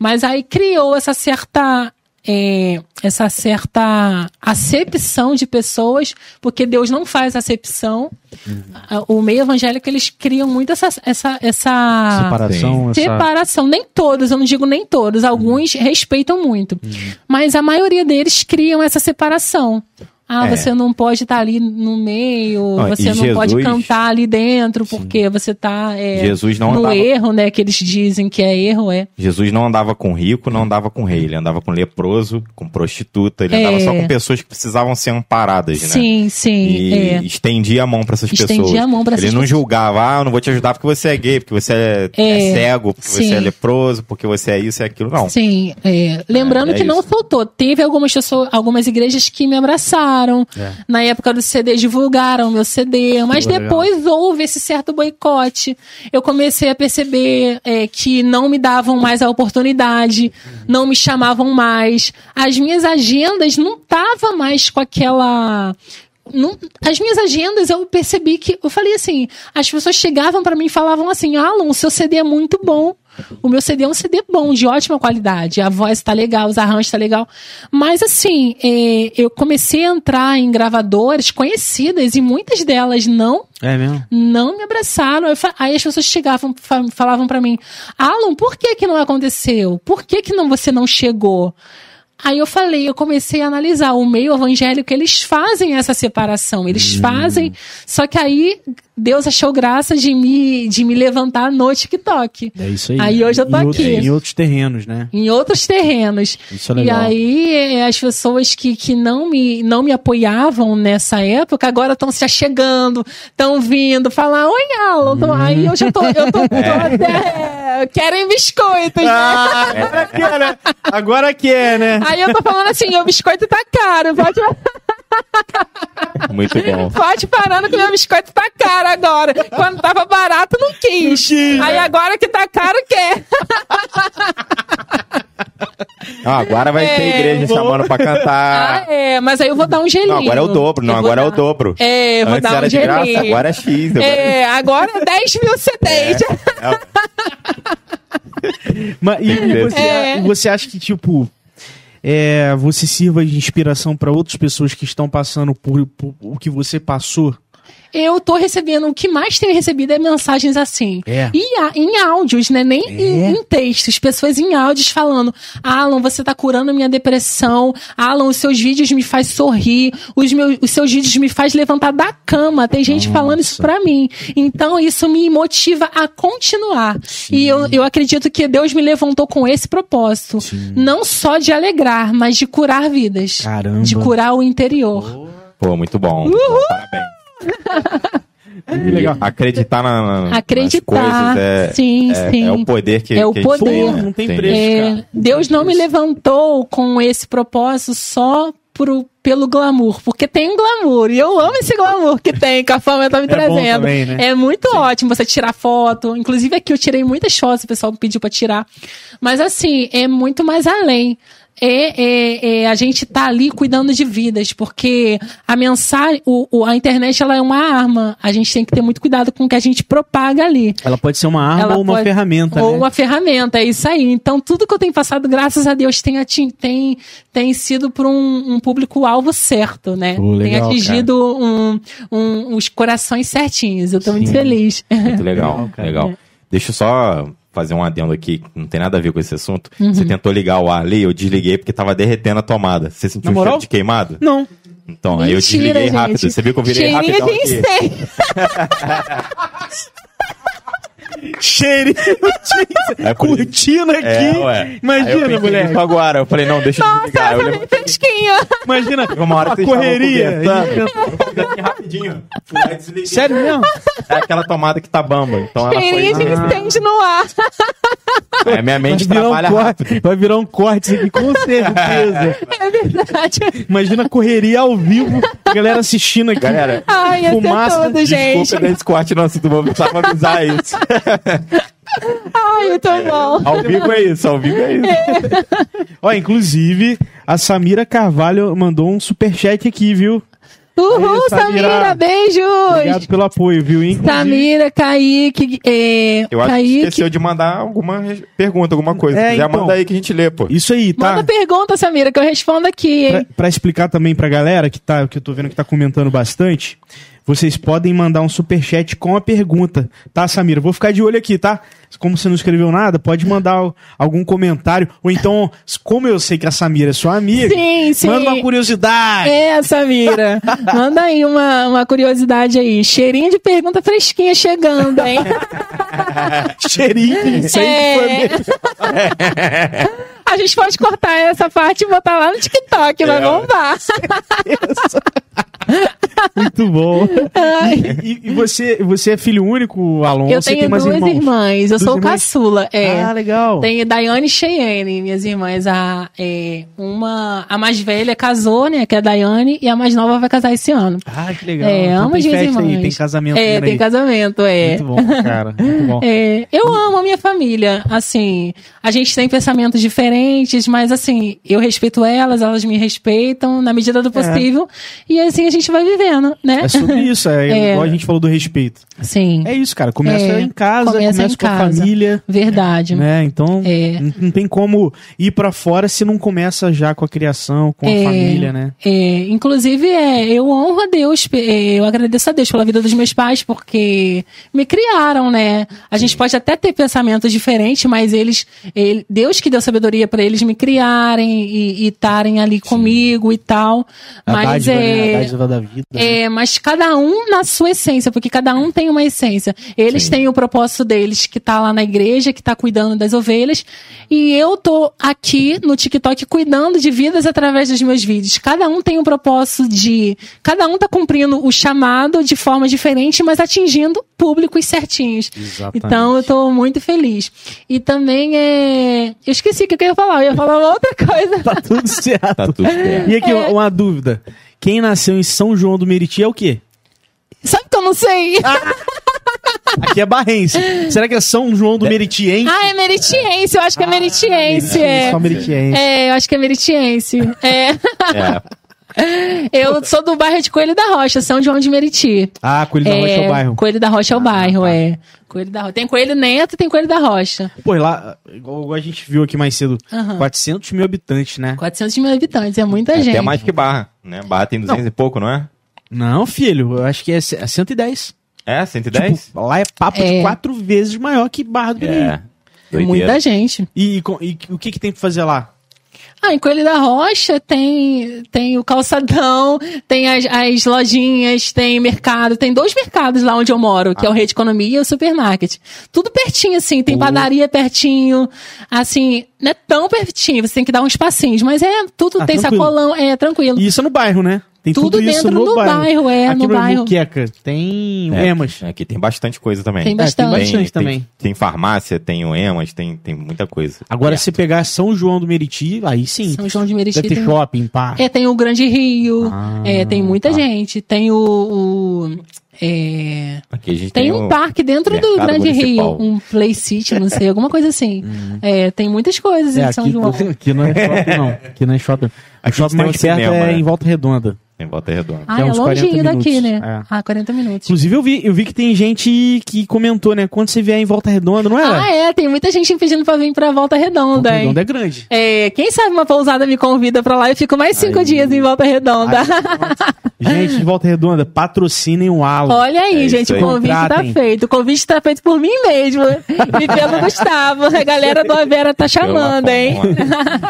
Mas aí criou essa certa é, essa certa acepção de pessoas, porque Deus não faz acepção.
Uhum.
Ah, O meio evangélico eles criam muito essa essa, essa
Separação, essa.
separação. Nem todos, eu não digo nem todos, alguns
Uhum.
respeitam muito, mas a maioria deles criam essa separação. Ah,
É.
você não pode estar ali no meio,
Ah, e
você não pode
Jesus-
cantar ali dentro, porque você está
Jesus não
no
andava.
erro, né? Que eles dizem que é erro, é.
Jesus não andava com rico, não andava com rei. Ele andava com leproso, com prostituta. Ele
É.
andava só com pessoas que precisavam ser amparadas, né?
Sim, sim.
E
é.
estendia a mão pra essas
Estendia
pessoas.
a mão pra
Ele
essas
não
pessoas.
julgava, ah, eu não vou te ajudar porque você é gay, porque você é,
É,
é cego, porque
sim.
você é leproso, porque você é isso e aquilo. Não.
Sim, é. lembrando
É, é
que não
isso.
faltou. Teve algumas pessoas, algumas igrejas que me abraçaram.
É.
Na época do CD divulgaram meu CD, mas
Legal.
depois houve esse certo boicote. Eu comecei a perceber é, que não me davam mais a oportunidade, não me chamavam mais. As minhas agendas não tava mais com aquela não- as minhas agendas, eu percebi que. Eu falei assim: as pessoas chegavam pra mim e falavam assim: Alan, o seu CD é muito bom. O meu CD é um CD bom, de ótima qualidade. A voz tá legal, os arranjos tá legal. Mas assim, é, eu comecei a entrar em gravadoras conhecidas e muitas delas não
É mesmo?
não me abraçaram. Eu fa- Aí as pessoas chegavam, fa- falavam pra mim, Alan, por que que não aconteceu? Por que que não, você não chegou? Aí eu falei, eu comecei a analisar o meio evangélico, eles fazem essa separação, eles fazem, só que aí Deus achou graça de me, de me levantar no TikTok,
É isso aí.
Aí hoje eu tô
Em outros-
aqui.
em outros terrenos, né?
em outros terrenos.
Isso é
Tá
E
legal.
aí, é, as pessoas que, que não, me, não me apoiavam nessa época, agora estão se achegando, estão vindo falar, oi, Alan.
Uhum.
Então, Aí eu já tô, eu tô, tô até, é, querem biscoitos, né?
Ah, agora que é, né? Agora que é, né?
Aí eu tô falando assim, o biscoito tá caro, pode,
Muito Tá bom.
pode parando que meu biscoito tá caro agora. Quando tava barato, não quis. Aí
né?
agora que tá caro, quer.
Ah, agora vai ter
É,
igreja
bom.
chamando pra
Ah,
cantar.
é, mas aí eu vou dar um gelinho.
não, agora é o dobro. Não,
Eu vou
agora é o
dar-
dobro.
É, eu vou
Antes
dar
era
um
de
gelinho.
graça, agora é X. Agora é
É, agora é 10 mil CDs.
Mas, e, e você,
É.
e você acha que, tipo. é, é, você sirva de inspiração para outras pessoas que estão passando por, por o que você passou.
Eu tô recebendo, o que mais tenho recebido é mensagens assim.
É.
E a- em áudios, né? Nem em, em textos. Pessoas em áudios falando: Alan, você tá curando a minha depressão. Alan, os seus vídeos me faz sorrir. Os, meus, os seus vídeos me faz levantar da cama. Tem gente falando isso pra mim. Então, isso me motiva a continuar. E eu, eu acredito que Deus me levantou com esse propósito. Não só de alegrar, mas de curar vidas.
Caramba.
De curar o interior.
Pô, muito bom. Parabéns. E
legal.
Acreditar na, na-
Acreditar,
nas coisas é,
sim,
é,
sim.
é o poder que
É o
que a gente
poder.
né?
Não tem
Sim.
preço.
É,
cara.
Deus não me levantou com esse propósito só pro, pelo glamour, porque tem glamour. E eu amo esse glamour que tem, que a fama tá me
bom
trazendo.
também, né?
É muito ótimo você tirar foto. Inclusive aqui eu tirei muitas fotos, o pessoal me pediu pra tirar. Mas assim, é muito mais além. É, é, é, a gente tá ali cuidando de vidas, porque a mensagem, o, o- a internet ela é uma arma. A gente tem que ter muito cuidado com o que a gente propaga ali.
Ela pode ser uma arma
Ela
ou uma
pode-
ferramenta,
Ou
né?
uma ferramenta, é isso aí. Então, tudo que eu tenho passado, graças a Deus, tem, ati- tem, tem sido para um, um público-alvo certo, né?
Pô,
tem
legal,
atingido um, um- os corações certinhos. Eu tô muito
Sim.
feliz.
Muito legal,
Legal, cara.
legal. Deixa eu só fazer um adendo aqui, que não tem nada a ver com esse assunto.
Uhum.
Você tentou ligar o ar ali, eu desliguei porque tava derretendo a tomada. Você sentiu
Na
um
moral?
cheiro de queimado?
Não.
Então, aí eu
Mentira,
desliguei
gente.
rápido. Você viu que eu virei
Cheirinho
rápido?
de incêndio.
Cheiro.
É por isso.
Curtindo aqui.
É, aí
Imagina,
eu pensei
moleque.
nisso agora. Eu falei, não, deixa eu
Nossa,
desligar. Eu
essa é
lembro-
bem fresquinha.
Imagina
Uma hora
a
vocês estavam
correria.
conversando. Eu fiz aqui rapidinho. Fui lá e desliguei.
Sério mesmo?
É aquela tomada que tá bamba. Então ela foi...
Cheirinho de incêndio no ar.
É, minha
Vai
mente
virar, um
trabalha rápido.
corte, vai virar um corte isso aqui, com certeza.
É verdade.
Imagina a correria ao vivo, a galera assistindo aqui.
Galera,
Ai, ia
Fumaça,
ser tudo, gente.
Desculpa desse corte, não assunto, vou precisar avisar isso.
Ai, eu tô bom.
Ao vivo é isso, ao vivo é isso.
Ó, inclusive, a Samira Carvalho mandou um superchat aqui, viu?
É
Uhul,
Aí, Samira.
Samira, beijos.
Obrigado pelo apoio, viu? Inclusive,
Samira, Kaique, é,
Eu acho que
Kaique,
esqueceu de mandar alguma res- pergunta, alguma coisa.
É,
Se quiser,
então.
manda aí que a gente lê, pô.
Isso aí, tá?
Manda pergunta, Samira, que eu respondo aqui,
Pra,
hein?
pra explicar também pra galera que, tá, que eu tô vendo que tá comentando bastante, vocês podem mandar um superchat com a pergunta, tá, Samira? Vou ficar de olho aqui, tá? Como você não escreveu nada, pode mandar o- algum comentário. Ou então, como eu sei que a Samira é sua amiga,
Sim, sim.
manda uma curiosidade.
É, Samira. Manda aí uma, uma curiosidade aí. Cheirinho de pergunta fresquinha chegando, hein?
Cheirinho de incêndio
É.
foi mesmo.
A gente pode cortar essa parte e botar lá no TikTok, vai
É.
bombar.
Muito bom.
Ai.
E, e você, você é filho único, Alon?
Eu
Você
tenho
tem mais
duas
irmãos?
irmãs, eu
Duas
sou
irmãs?
caçula. É.
Ah, legal.
Tem Daiane e Cheyenne, minhas irmãs. A, é, uma, a mais velha casou, né? Que é a Daiane, e a mais nova vai casar esse ano.
Ah, que legal.
É,
Então
amo
tem
as minhas
festa aí,
irmãs.
tem casamento
é,
vindo
tem
aí.
casamento, é.
Muito bom, cara. Muito bom.
É, eu amo a minha família, assim, a gente tem pensamentos diferentes, mas assim, eu respeito elas, elas me respeitam na medida do possível, e assim a gente vai vivendo, né?
É sobre isso, é,
É.
igual a gente falou do respeito.
Sim,
É isso, cara. Começa
É,
em casa, começa,
começa em
com a
casa.
família,
verdade.
né? Então,
É.
não, não tem como ir pra fora se não começa já com a criação, com a
É.
família, né?
É, inclusive, é, eu honro a Deus, pe- é, eu agradeço a Deus pela vida dos meus pais, porque me criaram, né? A gente pode até ter pensamentos diferentes, mas eles, ele- Deus que deu sabedoria para eles me criarem e estarem ali comigo e tal.
A
mas
dádiva, né? A
é,
dádiva da vida. né?
é, mas cada um na sua essência, porque cada um tem uma essência. Eles
Sim.
têm o propósito deles, que tá lá na igreja, que tá cuidando das ovelhas. E eu tô aqui no TikTok cuidando de vidas através dos meus vídeos. Cada um tem um propósito de. Cada um tá cumprindo o chamado de forma diferente, mas atingindo públicos certinhos.
Exatamente.
Então eu tô muito feliz. E também é. Eu esqueci o que eu ia falar, eu ia falar uma outra coisa.
tá tudo certo.
Tá tudo certo.
E aqui, uma dúvida. Quem nasceu em São João do Meriti é o quê?
Sabe que eu não sei?
Aqui é barrense. Será que é São João do Meriti, hein?
Ah, é meritiense, eu acho que é meritiense. é.
Só meritiense.
É, eu acho que é meritiense. É.
É,
Eu sou do bairro de Coelho da Rocha, São João de Meriti.
Ah, Coelho da Rocha é o bairro. tá.
Coelho da Rocha é o bairro, é. Coelho da Rocha. Tem Coelho Neto e tem Coelho da Rocha.
Pô, e lá, igual igual a gente viu aqui mais cedo,
Aham.
400 mil habitantes, né?
400 mil habitantes, é muita gente.
Até mais que Barra, né? Barra tem 200 e pouco, não é?
Não, filho, eu acho que é c- é 110.
É, 110?
Tipo, lá é papo
É.
de quatro vezes maior que Barra do Piraí.
é.
É muita gente.
E, e com- e o que, que tem pra fazer lá?
Ah, em Coelho da Rocha tem, tem o calçadão, tem as, as lojinhas, tem mercado. Tem dois mercados lá onde eu moro,
Ah.
que é o Rede Economia e o Supermarket. Tudo pertinho, assim. Tem
Pô.
padaria pertinho. Assim, não é tão pertinho. Você tem que dar uns passinhos. Mas é, tudo
Ah,
tem
tranquilo.
sacolão. É, tranquilo.
E isso é no bairro, né? Tem tudo,
Tudo
isso
dentro
no
do
bairro.
bairro, é,
Aqui
no
pra
bairro.
Muqueca tem o
É,
Emas.
Aqui tem bastante coisa também.
Tem bastante.
Tem bastante também.
Tem, farmácia, tem o EMAS, tem, tem muita coisa.
Agora,
É.
se pegar São João do Meriti, aí sim.
São João de Meriti
Deve ter
tem-
shopping, pá.
É, tem o Grande Rio.
Ah,
é, tem muita
tá.
gente. Tem o... o- é,
Aqui a gente
Tem,
tem,
um
o-
parque dentro do
mercado
Grande
municipal. Uhum.
Rio, um Play City, não sei, alguma coisa assim. É, tem muitas coisas
É,
em São
aqui,
João.
aqui não é shopping, não. Aqui não é shopping. O
Aqui
shopping
tem
mais
um
perto
cinema,
é
né?
em Volta Redonda.
Em Volta Redonda.
Ah,
dá
é
uns 40
longinho daqui, né?
minutos, é.
Ah, 40 minutos.
Inclusive, eu vi, eu vi que tem gente que comentou, né? Quando você vier em Volta Redonda, não era?
Ah, é, tem muita gente me pedindo pra vir pra Volta Redonda,
Volta
hein?
Redonda é grande.
É, quem sabe uma pousada me convida pra lá e fico mais cinco
Aí.
dias em Volta Redonda.
Gente, de Volta Redonda, patrocinem o Alan.
Ah. Olha aí,
É
gente,
isso aí.
o convite
Contratem.
tá feito. O convite tá feito por mim mesmo e pelo Gustavo. A galera do Avera tá chamando,
um,
hein?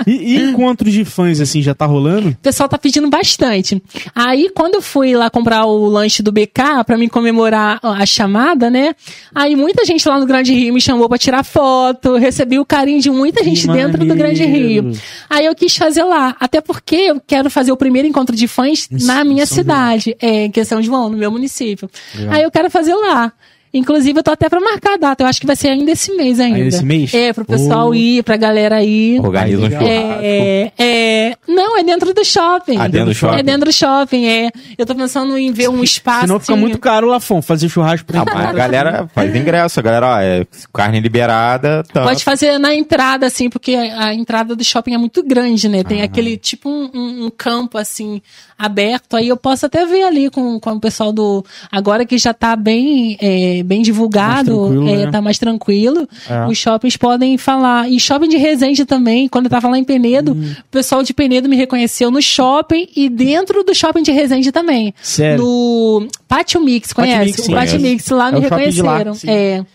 E, e encontros de fãs, assim, já tá rolando?
O pessoal tá pedindo bastante. Aí, quando eu fui lá comprar o lanche do BK pra me comemorar a chamada, né? Aí muita gente lá no Grande Rio me chamou pra tirar foto, recebi o carinho de muita gente
Que
dentro do Grande
maneiro.
Rio. Aí eu quis fazer lá, até porque eu quero fazer o primeiro encontro de fãs
Em
na
São
minha
João.
cidade, é, em que é São João, no meu município.
Legal.
Aí eu quero fazer lá. Inclusive, eu tô até pra marcar a data. Eu acho que vai ser ainda esse mês ainda.
esse mês?
É, pro pessoal
Pô.
ir, pra galera ir.
Organiza um
Legal.
churrasco.
É, é, não, é dentro do shopping.
Ah, dentro do shopping?
É dentro do shopping, é. Eu tô pensando em ver um espaço.
Senão fica muito caro, Lafon, fazer churrasco pra
Ah, mas a galera faz ingresso, a galera, ó, é carne liberada, tá. tanto.
Pode fazer na entrada, assim, porque a a entrada do shopping é muito grande, né? Tem aquele tipo um, um- um campo, assim, aberto. Aí eu posso até ver ali com, com o pessoal do. Agora que já tá bem, é, bem divulgado,
tranquilo,
é,
né?
tá mais tranquilo.
É.
Os shoppings podem falar. E shopping de Resende também, quando eu tava lá em Penedo,
Hum.
o pessoal de Penedo me reconheceu no shopping e dentro do shopping de Resende também.
Sério.
No Pátio Mix,
É. Pátio
conhece?
Mix,
o
sim.
Pátio
Conheço.
Mix lá
É
me
o shopping de lá,
reconheceram.
sim.
é.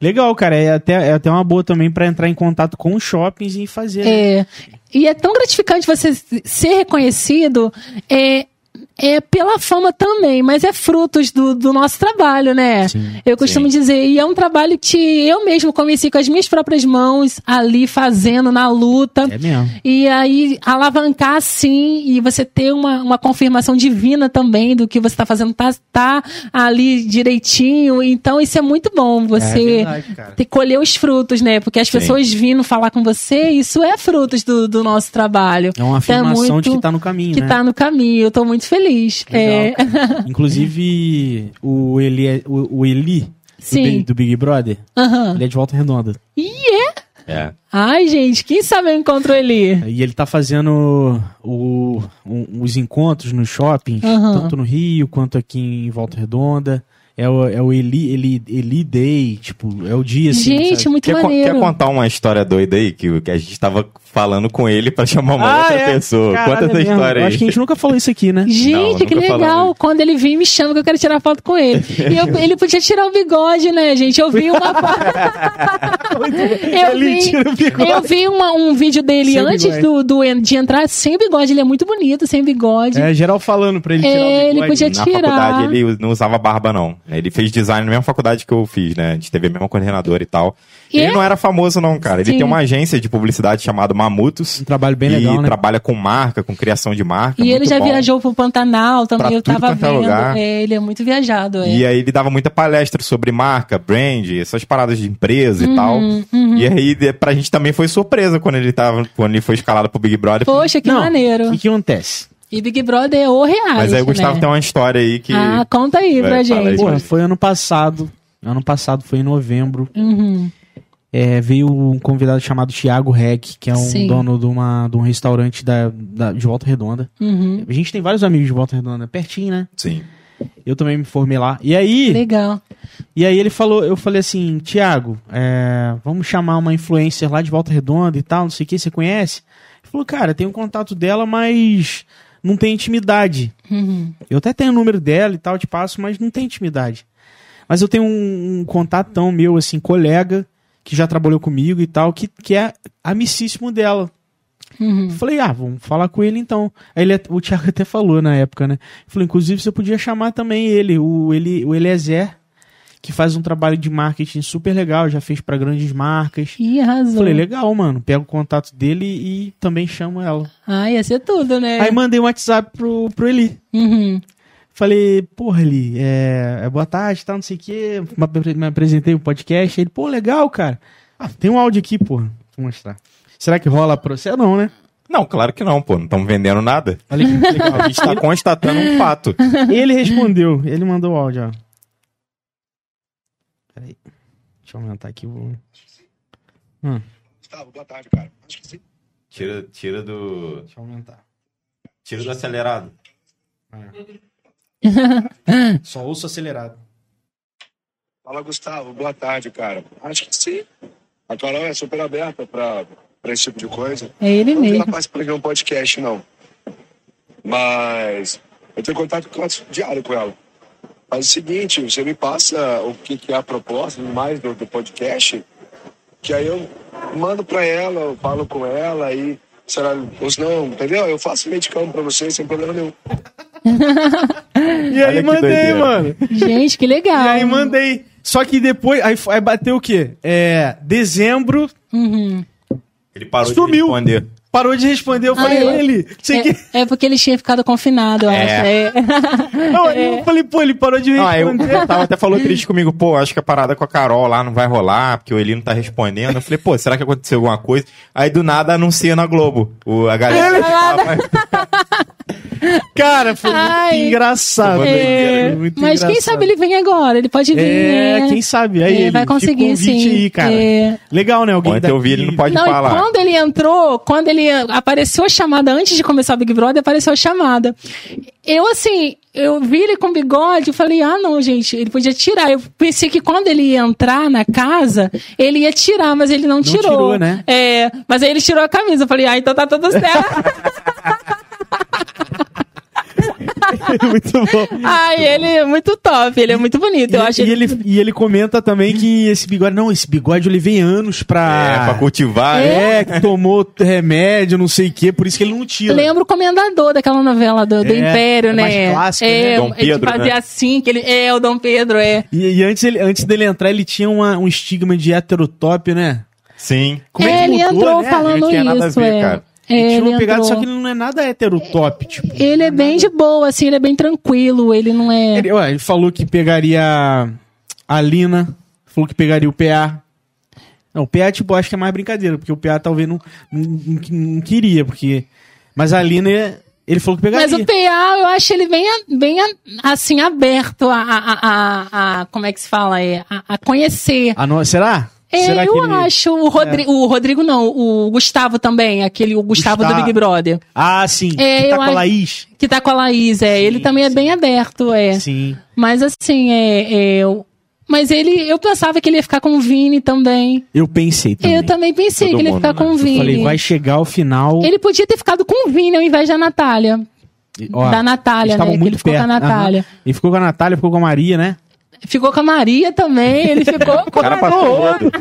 Legal, cara. É até, é até uma boa também pra entrar em contato com os shoppings e fazer. né?
É. E é tão gratificante você ser reconhecido é, é pela fama também, mas é frutos do, do nosso trabalho, né? eu costumo dizer, e é um trabalho que eu mesmo comecei com as minhas próprias mãos, ali fazendo, na luta.
É mesmo.
E aí, alavancar sim, e você ter uma, uma confirmação divina também do que você está fazendo, tá, tá ali direitinho. Então, isso é muito bom.
É
Você
verdade, cara.
ter colher os frutos, né? Porque as
Sim.
pessoas vindo falar com você, isso é frutos do, do nosso trabalho.
É uma
Então,
afirmação de
muito
que tá no caminho,
que
né?
tá no caminho. Eu tô muito feliz.
Legal,
É,
cara. Inclusive, o Eli, é, o, o Eli do
Sim.
Big- do Big Brother,
aham.
ele é de Volta Redonda.
É.
Ai, gente, quem sabe eu encontro ele?
E ele tá fazendo o- um- os encontros no shopping,
Aham.
tanto no Rio quanto aqui em Volta Redonda. É o, é o Eli, Eli, Eli Day, tipo, é o dia assim.
gente,
sabe?
muito
Quer, co-
maneiro.
quer contar uma história doida aí? Que, que a gente tava falando com ele pra chamar uma
Ah,
outra
é?
pessoa.
Caralho,
Conta essa
é mesmo.
história
Eu
aí.
Acho que a gente nunca falou isso aqui, né?
Gente,
Não,
que
nunca
legal.
falamos.
Quando ele vir, me chama que eu quero tirar foto com ele. E eu- ele podia tirar o bigode, né, gente? Eu vi uma foto. eu
Ele É,
vi,
tira o bigode.
eu vi uma- um vídeo dele
Sem
antes
bigode.
do, do en- de entrar sem bigode. Ele é muito bonito, sem bigode.
É, geral falando pra ele tirar
É,
o
ele
bigode.
podia
Na
tirar.
faculdade ele us- não usava barba, não. Ele fez design na mesma faculdade que eu fiz, né? A gente teve a mesma coordenadora e tal.
E
Ele
é-
não era famoso, não, cara. Ele
Sim.
tem uma agência de publicidade chamada Mamutos.
Um trabalho bem legal,
e
né?
trabalha com marca, com criação de marca.
e ele
muito
já
bom.
viajou pro Pantanal também.
Pra
eu
tudo
tava
quanto é
vendo.
lugar.
É, ele é muito viajado. É.
E aí ele dava muita palestra sobre marca, brand, essas paradas de empresa
Uhum,
e tal. E aí de- pra gente também foi surpresa quando ele tava, quando ele foi escalado pro Big Brother.
Poxa, que
Não,
maneiro.
O que, que acontece?
E Big Brother é o reality,
Mas aí o Gustavo
né?
tem uma história aí que
Ah, conta
Vai,
aí pra
fala aí.
gente.
Porra,
mas-
foi ano passado. Ano passado foi em novembro.
Uhum.
é, veio um convidado chamado Thiago Reck, que é um
Sim.
dono de, uma, de um restaurante da, da- de Volta Redonda.
Uhum.
A gente tem vários amigos de Volta Redonda, pertinho, né?
Sim.
Eu também me formei lá. E aí,
Legal.
e aí ele falou, eu falei assim, Thiago, é, vamos chamar uma influencer lá de Volta Redonda e tal, não sei o que, você conhece? Ele falou, cara, tem um contato dela, mas não tem intimidade.
Uhum.
Eu até tenho o número dela e tal, te passo, mas não tem intimidade. Mas eu tenho um, um contatão meu, assim, colega, que já trabalhou comigo e tal, que, que é amicíssimo dela.
Uhum.
Falei, ah, vamos falar com ele então. Aí ele, o Thiago até falou na época, né? Falei, inclusive você podia chamar também ele, o, ele, o Eliezer, que faz um trabalho de marketing super legal, já fez pra grandes marcas.
Ih, arrasou.
Falei,
né?
legal, mano. Pega o contato dele e também chamo ela.
Ah, ia ser tudo, né?
Aí mandei um WhatsApp pro, pro Eli.
Uhum.
Falei, porra, Li, é, é boa tarde, tá, não sei o quê. Me apre- Me apresentei o podcast. Ele, pô, legal, cara. Ah, tem um áudio aqui, porra. Vou mostrar. Será que rola pra você? Não, né?
Não, claro que não, pô. Não estamos vendendo nada.
Olha que legal.
A gente está constatando um fato.
Ele respondeu, ele mandou o áudio, ó. Peraí. Deixa eu aumentar aqui o volume.
Gustavo, boa tarde, cara. Acho que sim.
Tira, tira do.
Deixa eu aumentar.
Tira do acelerado.
Só ouço acelerado.
Fala, Gustavo, boa tarde, cara. Acho que sim. A Carol é super aberta pra, pra esse tipo de coisa.
É ele
Não que ela
mesmo.
passe pra ver um podcast, não. Mas eu tenho contato quase diário com ela. Faz o seguinte, você me passa o que, que é a proposta e mais do, do podcast, que aí eu mando pra ela, eu falo com ela aí. Será, ou se não, entendeu? Eu faço medicamento pra vocês sem problema nenhum.
E aí
Olha que
mandei,
doideira.
mano.
Gente, que legal.
E aí mandei. Só que depois, aí, aí bateu o quê? É, dezembro,
Uhum.
Ele parou
Sumiu.
de responder.
parou de responder. Eu falei,
Ah, é?
ele, sei que...
É, é porque ele tinha ficado confinado, eu
É.
acho. É.
Não, aí eu falei, pô, ele parou de
Ah, eu,
responder.
eu tava até falou triste comigo, pô, acho que a parada com a Carol lá não vai rolar, porque o Eli não tá respondendo. Eu falei, pô, será que aconteceu alguma coisa? Aí do nada anuncia na Globo. O, a galera.
É
Tava-
Cara, foi
Ai.
muito engraçado.
É,
Foi muito
Mas quem
engraçado.
sabe ele vem agora, ele pode vir.
É,
né?
quem sabe. Aí
É,
ele,
vai
fica o
conseguir,
convite
sim.
aí, cara.
É.
Legal, né? Alguém
Ontem eu vi, então ele não pode
Não, e
falar.
quando ele entrou, quando ele apareceu a chamada, antes de começar o Big Brother, apareceu a chamada. Eu, assim, eu vi ele com bigode, eu falei, ah, não, gente, ele podia tirar. Eu pensei que quando ele ia entrar na casa, ele ia tirar, mas ele não, tirou.
tirou, né?
É, mas aí ele tirou a camisa. Eu falei, ah, então tá tudo certo.
muito bom.
Ai, ele é muito top, ele é muito bonito. eu acho
e, ele, e ele comenta também que esse bigode. Não, esse bigode ele vem anos
É, pra
pra.
cultivar. né?
É, que tomou remédio, não sei o quê, por isso que ele não tira.
Lembra o Comendador daquela novela do, do
É,
Império,
é
né?
mais clássico,
é,
né?
Dom
ele
Pedro,
fazia
né?
assim, que ele, é o Dom Pedro, é.
E, e antes, ele, antes dele entrar, ele tinha uma- um estigma de heterotop, né?
Sim.
Como é
É,
que
ele
mudou,
entrou
né?
falando
Não tinha
isso,
nada a ver,
é.
cara.
É,
ele tinha
ele
uma pegada,
entrou.
só que ele não é nada heterotop, tipo.
Ele é bem de boa, assim, ele é bem tranquilo, ele não é.
Ele, ó, ele falou que pegaria a Lina, falou que pegaria o PA. Não, o PA, tipo, acho que é mais brincadeira, porque o PA talvez não, não, não- não queria, porque. Mas a Lina, ele falou que pegaria.
Mas o PA, eu acho ele bem, a- bem a- assim, aberto a, a- a- a- a- Como é que se fala? É, a, a conhecer.
Ah, não, será?
É,
será
eu
que ele- É.
acho. O, Rodri- o Rodrigo, não, o Gustavo também, aquele o Gustavo do
Gustavo.
Big Brother.
Ah, sim.
É,
que
eu
tá com a
acho-
Laís?
Que tá com a Laís, é. ele também é bem aberto, é.
Sim.
Mas assim, é. é, o- Mas ele, eu pensava que ele ia ficar com o Vini também.
Eu pensei também.
Eu também pensei
Todo
que ele ia
mundo,
ficar
né?
com o
Eu
Vini.
Falei, vai chegar o final.
Ele podia ter ficado com o Vini ao invés da Natália.
Ó,
da Natália,
eles
né?
estavam
Que ele ficou com a
perto.
Natália.
Aham. Ele ficou com a Natália, ficou com a Maria, né?
Ficou com a Maria também, ele ficou com
O cara
a
passou rodo.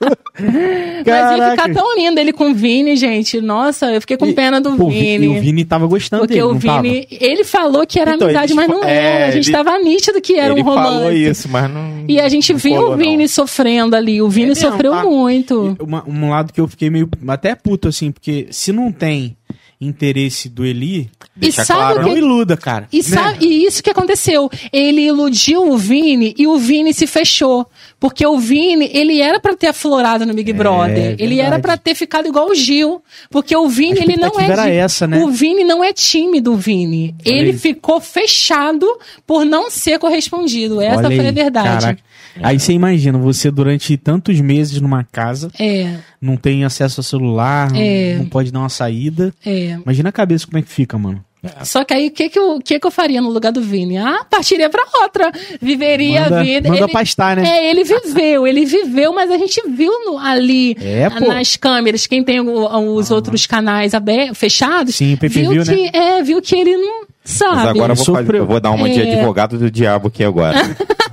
Mas ia ficar tão lindo ele com o Vini, gente. Nossa, eu fiquei com
E-
pena do
Pô,
Vini.
E o Vini tava gostando
Porque
dele,
o
não tava?
Vini, ele falou que era
Então,
amizade,
ele
mas
fa-
não
é,
era. A gente
ele-
tava nítido que era
ele
um romance.
falou isso, mas não.
E a gente
não
viu
colou,
o Vini sofrendo ali. O Vini
É mesmo,
sofreu
tá?
muito.
E uma- um lado que eu fiquei meio até puto, assim, porque se não tem interesse do Eli,
Deixa
e sabe
claro,
o
né?
que
não iluda, cara.
E, sabe, e isso que aconteceu. Ele iludiu o Vini e o Vini se fechou. Porque o Vini, ele era pra ter aflorado no Big Brother.
É
ele
verdade.
era pra ter ficado igual o Gil. Porque o Vini,
A
ele não é.
expectativa era
de-
essa, né?
O Vini não é tímido, o Vini.
Olha
ele
aí.
ficou fechado por não ser correspondido. Essa
Olha
foi a
aí,
verdade.
caraca. Aí você imagina, você durante tantos meses numa casa,
É,
não tem acesso ao celular, não-
É.
não pode dar uma saída.
é.
Imagina a cabeça como é que fica, mano.
Só que aí, o que que, eu, o que que eu faria no lugar do Vini? Ah, partiria pra outra. Viveria
Manda,
a vida.
manda
Ele-
pastar, né?
É, ele viveu, ele viveu, mas a gente viu no- ali ah,
É, pô.
nas câmeras, quem tem o- os outros canais abertos, fechados,
Sim, pay per
É. viu,
view, né?
que, é, viu que ele não
Mas
sabe.
agora eu vou,
Sofreu.
fazer- eu vou dar uma de
É.
advogado do diabo aqui agora.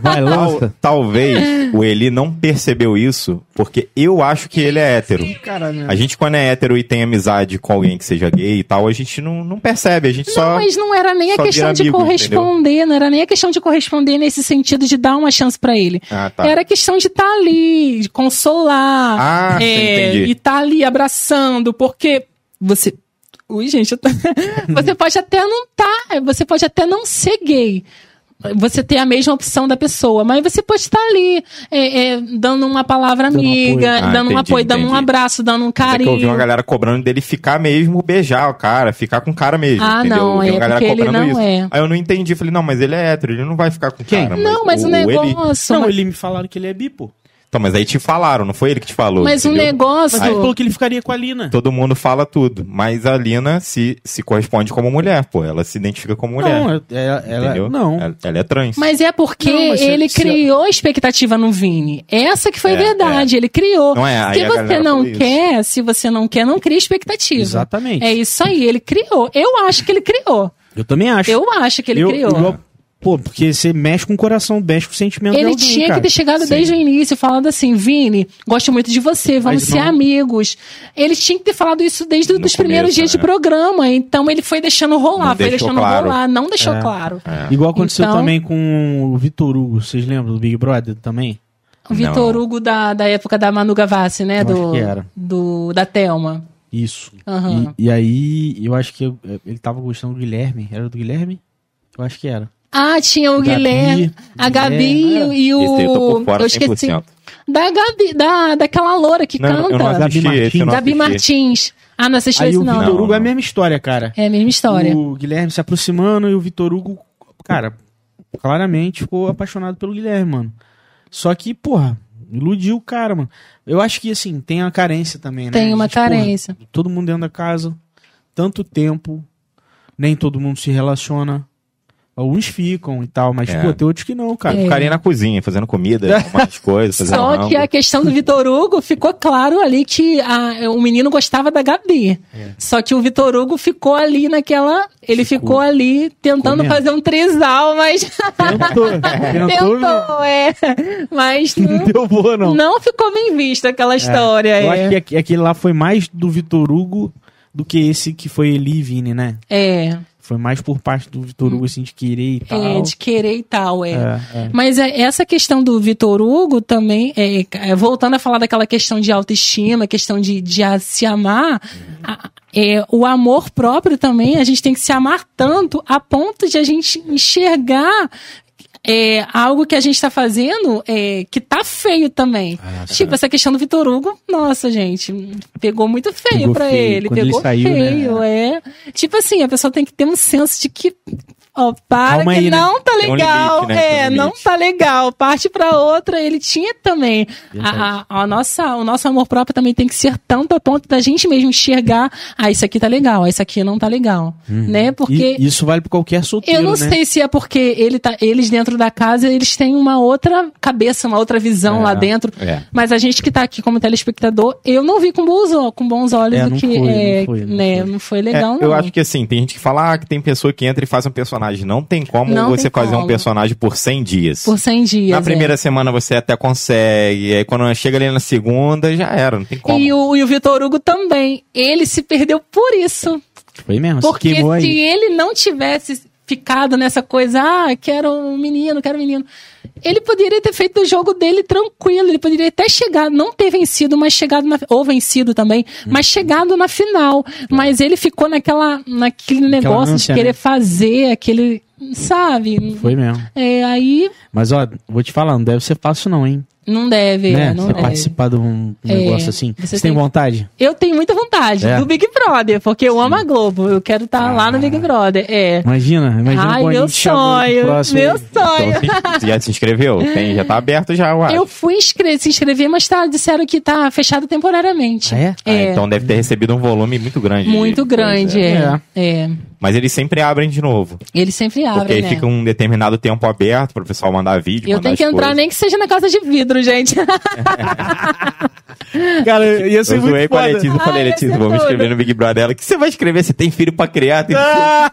Vai,
Tal-
lança.
talvez o Eli não percebeu isso, porque eu acho que ele é hétero.
Cara, né?
A gente, quando é hétero e tem amizade com alguém que seja gay e tal, a gente não, não percebe, a gente só.
mas não era nem a
só
questão
vira
de
amigo,
corresponder, não era nem a questão de corresponder nesse sentido de dar uma chance pra ele.
Ah, tá.
Era a questão de estar ali, de consolar,
Ah, sim,
é,
entendi.
e estar ali abraçando, porque você. Ui, gente, eu tô... você pode até não tá, você pode até não ser gay. Você ter a mesma opção da pessoa, mas você pode estar ali é, é, dando uma palavra
Dando um apoio.
amiga,
Ah,
dando um
entendi,
apoio, dando um
entendi.
abraço, dando um
Mas é que eu ouvi
carinho.
uma galera cobrando dele ficar mesmo, beijar o cara, ficar com o cara mesmo.
Ah,
entendeu? Eu
não,
ouvi
é
uma galera
porque ele
cobrando
não
isso.
é.
Aí eu não entendi, falei, não, mas ele é hétero, ele não vai ficar com o
Quem?
cara.
Não, mas o
Eli...
negócio.
Não,
mas-
ele me falaram que ele é bi, pô.
Então, mas aí te falaram, não foi ele que te falou.
Mas o
entendeu?
negócio.
Mas ele falou que ele ficaria com a Lina.
Todo mundo fala tudo, mas a Lina se, se corresponde como mulher, pô. Ela se identifica como mulher.
Não, eu- ela, ela-
entendeu?
não.
Ela, ela é trans.
Mas é porque
Não, mas se-
ele
se-
criou expectativa no Vini. Essa que foi
É,
a verdade, ele criou.
Não é? Aí
se
a
você
galera
não
falou isso.
quer, se você não quer, não cria expectativa.
Exatamente.
É isso aí, ele criou. Eu acho que ele criou.
Eu também acho.
Eu acho que ele
Eu-
criou.
eu- pô, porque você mexe com o coração, mexe com o sentimento de
ele
alguém,
tinha
cara.
que ter chegado
é Sim.
desde o início falando assim, Vini, gosto muito de você, vamos
Mas
ser
não-
amigos. Ele tinha que ter falado isso desde
No
os primeiros
começo,
dias de
né?
programa. Então ele foi deixando rolar,
Não
foi
deixou
deixando
claro.
rolar, não deixou claro.
É.
Igual aconteceu
Então-
também com o Vitor Hugo, vocês lembram do Big Brother também?
O Vitor Hugo da, da época da Manu Gavassi, né?
Eu
Do,
acho que era.
do da Thelma.
Isso.
Aham.
E, e aí, eu acho que eu- eh, ele tava gostando do Guilherme. Era do Guilherme? Eu acho que era.
Ah, tinha o
Gabi,
Guilherme, a Gabi
Guilherme,
e o.
Esse aí eu tô por fora
esqueci.
100%.
Da Gabi, da, daquela loura que
Não,
canta.
eu não assisti
Gabi
esse, eu não
Gabi
assisti.
Martins. Ah, não assistiu
aí
esse
o
não.
Vitor
Não,
Hugo é a
não.
mesma história, cara.
É a mesma história.
O Guilherme se aproximando e o Vitor Hugo, cara, claramente ficou apaixonado pelo Guilherme, mano. Só que, porra, iludiu o cara, mano. Eu acho que, assim, tem uma carência também, né?
Tem
A
uma
gente, porra,
carência.
todo mundo dentro da casa, tanto tempo, nem todo mundo se relaciona. Alguns ficam e tal, mas,
É.
pô, tem outros que não, cara.
O cara ia na cozinha, fazendo comida, umas coisas, fazendo
Só que
rango.
a questão do Vitor Hugo ficou claro ali que a- o menino gostava da Gabi. Só que o Vitor Hugo ficou ali naquela. Ele ficou,
Ficou.
ali tentando
mesmo.
fazer um trisal, mas
Tentou, tentou, não
tentou, é. Mas não,
deu boa, não.
não ficou bem vista aquela história.
Eu
é.
acho que aqu- aquele lá foi mais do Vitor Hugo do que esse que foi Eli e Vini, né?
É,
Foi mais por parte do Vitor Hugo, assim, de querer e tal.
Hum. é, de querer e tal, é.
É, é.
Mas é, essa questão do Vitor Hugo também, é, é, voltando a falar daquela questão de autoestima, questão de, de a- se amar, a- é, o amor próprio também, a gente tem que se amar tanto a ponto de a gente enxergar é, algo que a gente tá fazendo é, que tá feio também.
Ah, tá.
tipo, essa questão do Vitor Hugo, nossa, gente, pegou muito feio
Pegou
pra
feio.
ele.
Quando ele
pegou
saiu, né?
feio, é. Tipo assim, a pessoa tem que ter um senso de que. Ó, para
Calma
que
aí, né?
não tá
Tem um
legal.
limite, né? Tem um
É,
limite.
não tá legal. Parte pra outra, ele tinha também. A, a- a nossa, o nosso amor próprio também tem que ser tanto a ponto da gente mesmo enxergar. Ah, isso aqui tá legal, ah, isso aqui não tá legal. Né? Porque.
Uhum. E isso vale pra qualquer solteiro,
Eu não
né?
sei se é porque ele tá, eles dentro da casa, eles têm uma outra cabeça, uma outra visão
É.
lá dentro.
É.
Mas a gente que tá aqui como telespectador, eu não vi com bons, ó- com bons olhos
É,
o
não
que
foi,
é,
não foi, não
né?
foi.
Não foi legal,
É,
não.
Eu acho que assim, tem gente que fala ah, que tem pessoa que entra e faz um personagem. Não tem como
Não
você
tem
fazer
como.
um personagem por 100 dias.
Por 100 dias.
na
é.
primeira semana você até consegue, aí quando chega ali na segunda, já era, não tem como.
E o, e o Vitor Hugo também. Ele se perdeu por isso.
Foi Tipo, mesmo, se
Porque
queimou aí.
se ele não tivesse ficado nessa coisa, ah, quero um menino, quero um menino. Ele poderia ter feito o jogo dele tranquilo, ele poderia até chegar, não ter vencido, mas chegado na, ou vencido também,
Uhum.
mas chegado na final. Mas ele ficou naquela, naquele negócio
Tá. ânsia,
de querer
né?
fazer aquele, sabe?
Foi mesmo.
É, aí
Mas, ó, vou te falar, não deve ser fácil, não, hein?
não deve,
né?
é, não
você
deve.
participar de um
É,
negócio assim. Você,
você
tem
tem-
vontade?
Eu tenho muita vontade
É?
do Big Brother, porque eu amo a Globo, eu quero estar lá no Big Brother, é.
Imagina, imagina
Ai,
o Boninho
meu
te chamando pro
sonho,
próximo
meu
aí.
sonho.
Então, se- já se inscreveu? Tem, já tá aberto já, eu acho.
Eu fui inscre- se inscrever, mas tá, disseram que tá fechado temporariamente.
Ah, é?
Ah, então deve ter recebido um volume muito grande.
Muito
de coisa.
grande, é. é.
Mas eles sempre abrem de novo.
Eles sempre
Porque
abrem,
aí
né?
fica um determinado tempo aberto para o pessoal mandar vídeo.
Eu
mandar
tenho que
as
entrar
coisas.
nem que seja na casa de vidro, gente.
Cara, ia ser
Eu
muito
zoei com a
foda.
Letícia, eu falei,
Ai,
Letícia,
essa
vou me
toda.
inscrever no Big Brother. Ela, o que você vai escrever? Você tem filho pra criar? Tem...
Ah.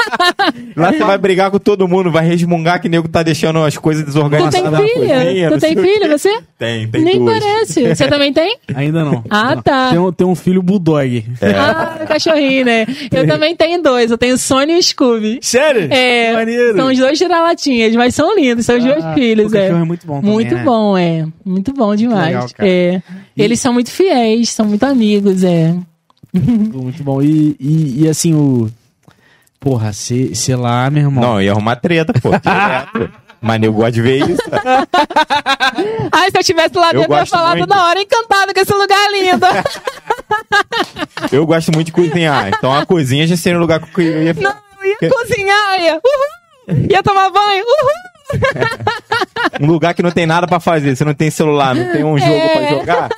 Lá você vai brigar com todo mundo, vai resmungar que nego tá deixando as coisas
tu
desorganizadas.
tem
na cozinha,
filha? Tu
não
tem
sei o quê.
filha, você?
Tem, tem
Nem
duas.
parece. Você também tem?
Ainda não.
Ah,
Não.
tá.
Tem um, tem um filho bulldog.
É
Ah, cachorrinho, né? Eu também tenho dois. Eu tenho Sônia e o Scooby.
Sério?
É,
Que maneiro.
são os dois giralatinhas, mas são lindos, são os meus
Ah,
filhos,
o
é.
cachorro é muito bom também,
Muito
né?
bom, é. Muito bom demais.
legal, cara.
É. Eles são muito fiéis, são muito amigos, é.
Muito bom. E, e, e assim, o. Porra, sei sei lá, meu irmão.
Não, eu ia arrumar treta, pô. direto. Mas eu gosto de ver isso.
Ai, se eu estivesse lá
Eu
dentro, eu ia
gosto
falar
muito.
toda hora encantada com esse lugar lindo.
Eu gosto muito de cozinhar. Então a cozinha já seria um lugar que eu ia
Não, eu ia cozinhar, ia. Uhul! Ia tomar banho, uhul!
Um lugar que não tem nada pra fazer. Você não tem celular, não tem um jogo
É.
pra jogar.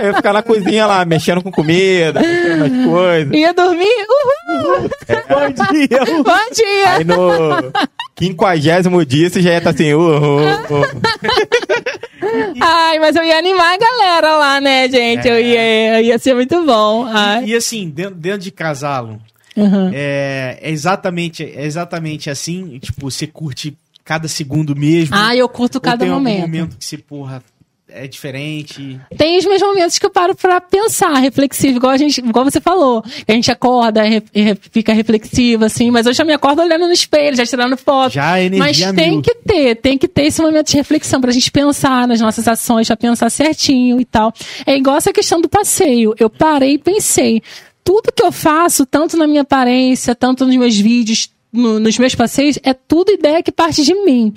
Eu ia ficar na cozinha lá, mexendo com comida, mexendo nas coisas. É.
Ia dormir, uhul!
Bom
Bom dia!
Aí no quinquagésimo dia você já ia estar assim, uhul. uhul.
Ai, mas eu ia animar a galera lá, né, gente?
É.
Eu ia, ia ser muito bom. Ai.
dia. E assim, dentro, dentro de casalo,
Uhum.
é, é exatamente, é exatamente assim. Tipo, você curte cada segundo mesmo.
Ai, eu curto
Ou
cada
tem
momento.
algum momento que você, porra, é diferente.
Tem os meus momentos que eu paro pra pensar, reflexivo, igual, a gente, igual você falou. A gente acorda re- e re- fica reflexivo, assim, mas eu já me acordo olhando no espelho, já tirando foto.
Já é
Mas
energia
tem
mil.
que ter, tem que ter esse momento de reflexão pra gente pensar nas nossas ações, pra pensar certinho e tal. É igual essa questão do passeio. Eu parei e pensei. Tudo que eu faço, tanto na minha aparência, tanto nos meus vídeos, no- nos meus passeios, é tudo ideia que parte de mim.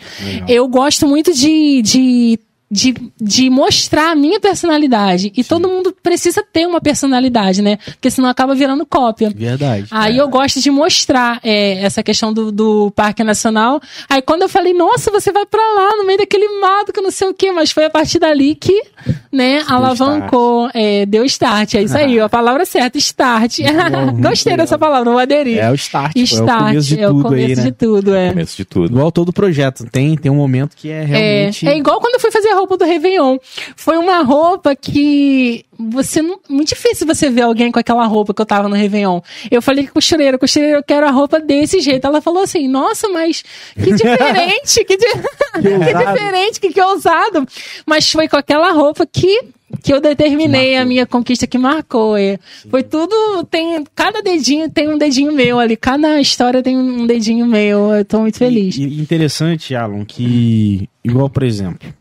Eu gosto muito de. de de, de mostrar a minha personalidade. E todo mundo precisa ter uma personalidade, né? Porque senão acaba virando cópia.
Verdade. é.
Aí eu gosto de mostrar é, essa questão do, do Parque Nacional. Aí quando eu falei, nossa, você vai pra lá, no meio daquele mato, que eu não sei o quê, mas foi a partir dali que, né, alavancou, é, deu start. É isso aí, a palavra certa, start.
bom, muito
Gostei dessa palavra, vou aderir.
É o start, pô, é o
start,
começo de
é o
tudo aí,
começo de
né?
tudo, é.
Começo de tudo.
Igual todo projeto, tem, tem um momento que é
É,
realmente...
é igual quando eu fui fazer a roupa do Réveillon. Foi uma roupa que você não. Muito difícil você ver alguém com aquela roupa que eu tava no Réveillon. Eu falei com a costureira, costureira, eu quero a roupa desse jeito. Ela falou assim: nossa, mas que diferente, que, di- que
ousado.
diferente, que, que ousado. Mas foi com aquela roupa que. Que eu determinei a minha conquista que marcou. é. Foi tudo. Tem, cada dedinho tem um dedinho meu ali. Cada história tem um dedinho meu. Eu tô muito feliz.
E- e interessante, Alan, que igual, por exemplo,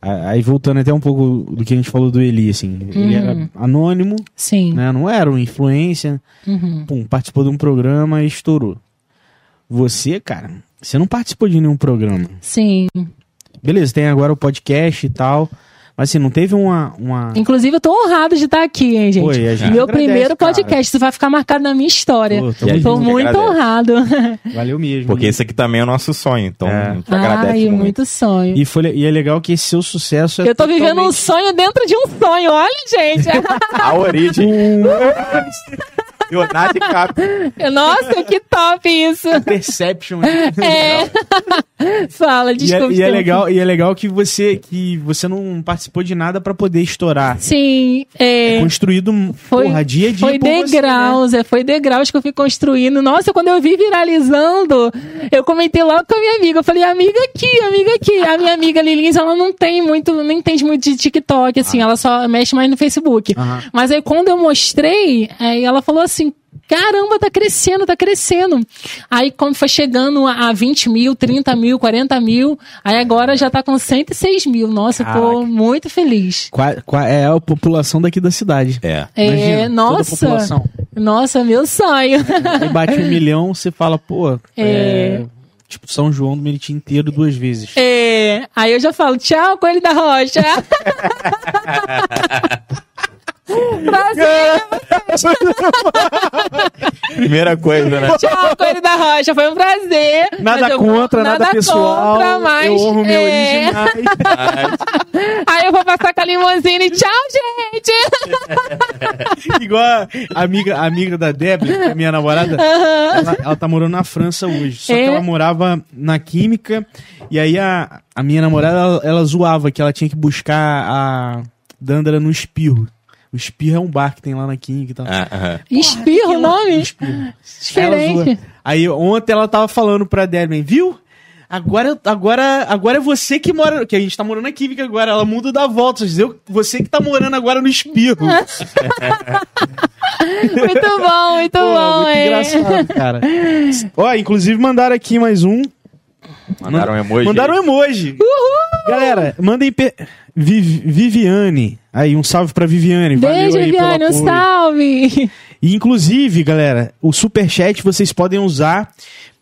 a- aí voltando até um pouco do que a gente falou do Eli, assim,
Uhum.
ele era anônimo,
Sim.
né, não era um influencer,
Uhum.
pum, participou de um programa e estourou. Você, cara, você não participou de nenhum programa.
Sim.
Beleza, tem agora o podcast e tal, mas assim, não teve uma... uma...
Inclusive, eu tô honrada de estar aqui, hein, gente.
Oi, a gente
Meu
agradece,
primeiro
cara.
podcast, né? isso vai ficar marcado na minha história.
Pô,
E
tamo
a gente
Tô
junto,
que
muito
agradece.
honrado. um-
valeu mesmo.
Porque esse aqui também é o nosso sonho. Então
É.
a gente agradece
Ai,
muito.
muito sonho.
E, foi, le- e é legal que esse seu sucesso é
Eu tô vivendo um
totalmente-
sonho dentro de um sonho, olha, gente.
A origem.
um
Leonardo DiCaprio.
Nossa, que top isso.
Perception. né?
É. Fala,
E é,
desculpa.
e é
interromper.
legal, e é legal que você que você não participou de nada pra poder estourar.
Sim, é.
Construído
Foi-
porra, dia a dia.
Foi
por você, né?
degraus, é, foi degraus que eu fui construindo. Nossa, quando eu vi viralizando, eu comentei logo com a minha amiga. Eu falei, amiga aqui, amiga aqui. A minha amiga Lilins, ela não tem muito, não entende muito de TikTok, assim, ela só mexe mais no Facebook.
Aham.
Mas aí quando eu mostrei, aí ela falou assim. Caramba, tá crescendo, tá crescendo. Aí quando foi chegando a 20 mil, 30 mil, 40 mil, aí agora já tá com 106 mil. Nossa, eu tô
Caraca.
muito feliz.
Qua- qua- é a população daqui da cidade.
É.
Imagina,
É,
toda a
nossa,
população.
nossa, meu sonho.
Aí bate um milhão, você fala, pô, é... tipo São João do Meriti inteiro duas vezes.
É, aí eu já falo, tchau, Coelho da Rocha. Prazer,
Primeira coisa, né?
tchau, Coelho da Rocha. Foi um prazer.
Nada
Mas eu-
contra, nada, pessoal.
Contra, mas,
eu honro minha
é,
origem, mas...
Aí eu vou passar com a limusine. Tchau, gente.
Igual a amiga, a amiga da Debbie, que é minha namorada, ela, ela tá morando na França hoje. Só
É.
que ela morava na Química. E aí a, a minha namorada, ela, ela zoava que ela tinha que buscar a Dandara no Espirro. O Espirro é um bar que tem lá na Química e tal.
Ah, aham.
Espirro o nome.
Espirro. Ela zoa.
Diferente.
Aí ontem ela tava falando pra Debbie, viu? Agora, agora, agora é você que mora. Que a gente tá morando na Química agora. Ela muda da volta. Eu, você que tá morando agora no espirro.
Ah, Muito bom, muito
Pô,
bom.
muito
é.
engraçado, cara. Ó, inclusive mandaram aqui mais um.
Mandaram um emoji.
Mandaram um emoji. Galera, mandem. Pe... Viv- Viviane. Aí, um salve pra Viviane.
Beijo,
Valeu aí pelo
Viviane. Um
apoio.
salve.
E, inclusive, galera, o superchat vocês podem usar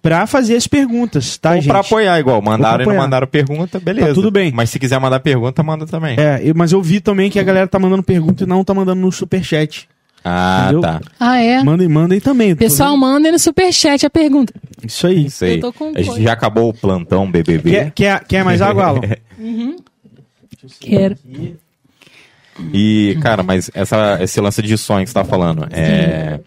pra fazer as perguntas, tá,
Ou
gente?
pra apoiar igual. Mandaram e não
apoiar.
mandaram pergunta, beleza.
Tá tudo bem.
Mas se quiser mandar pergunta, manda também.
É, eu- mas eu vi também que a galera tá mandando pergunta e não tá mandando no superchat.
Ah,
Entendeu?
tá.
Ah, é?
Mandem, mandem também. tô
Pessoal, mandem no superchat a pergunta.
vendo? Isso aí.
Isso aí.
Eu tô com
A gente
coisa.
já acabou o plantão BBB.
Quer, quer, quer mais água, Alan?
Então.
Quero.
E, cara, mas essa, esse lance de sonho que você tá falando, é.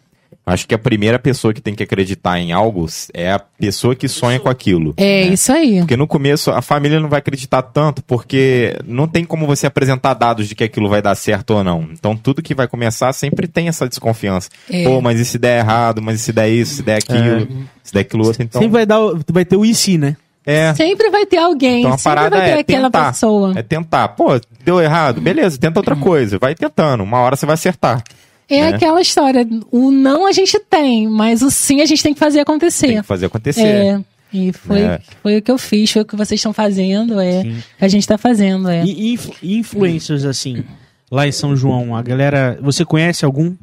Acho que a primeira pessoa que tem que acreditar em algo é a pessoa que sonha com aquilo.
É, isso aí.
Porque no começo a família não vai acreditar tanto, porque não tem como você apresentar dados de que aquilo vai dar certo ou não. Então tudo que vai começar sempre tem essa desconfiança.
É.
Pô, mas e se der errado, mas e se der isso, se der aquilo, se der aquilo outro, então.
Sempre vai, dar, o- vai ter o e se, né?
É.
Sempre vai ter alguém.
Então a
sempre
parada
vai ter
é
aquela
tentar.
pessoa. Uhum.
É tentar. Pô, deu errado, beleza, tenta outra coisa. Vai tentando, uma hora você vai acertar.
É
né?
aquela história, o não a gente tem, mas o sim a gente tem que fazer
Tem
acontecer.
que fazer acontecer.
É. E foi,
É.
foi o que eu fiz, foi o que vocês estão fazendo, é. A gente tá fazendo, é.
E influ- e influencers, assim, lá em São João, a galera. Você conhece algum?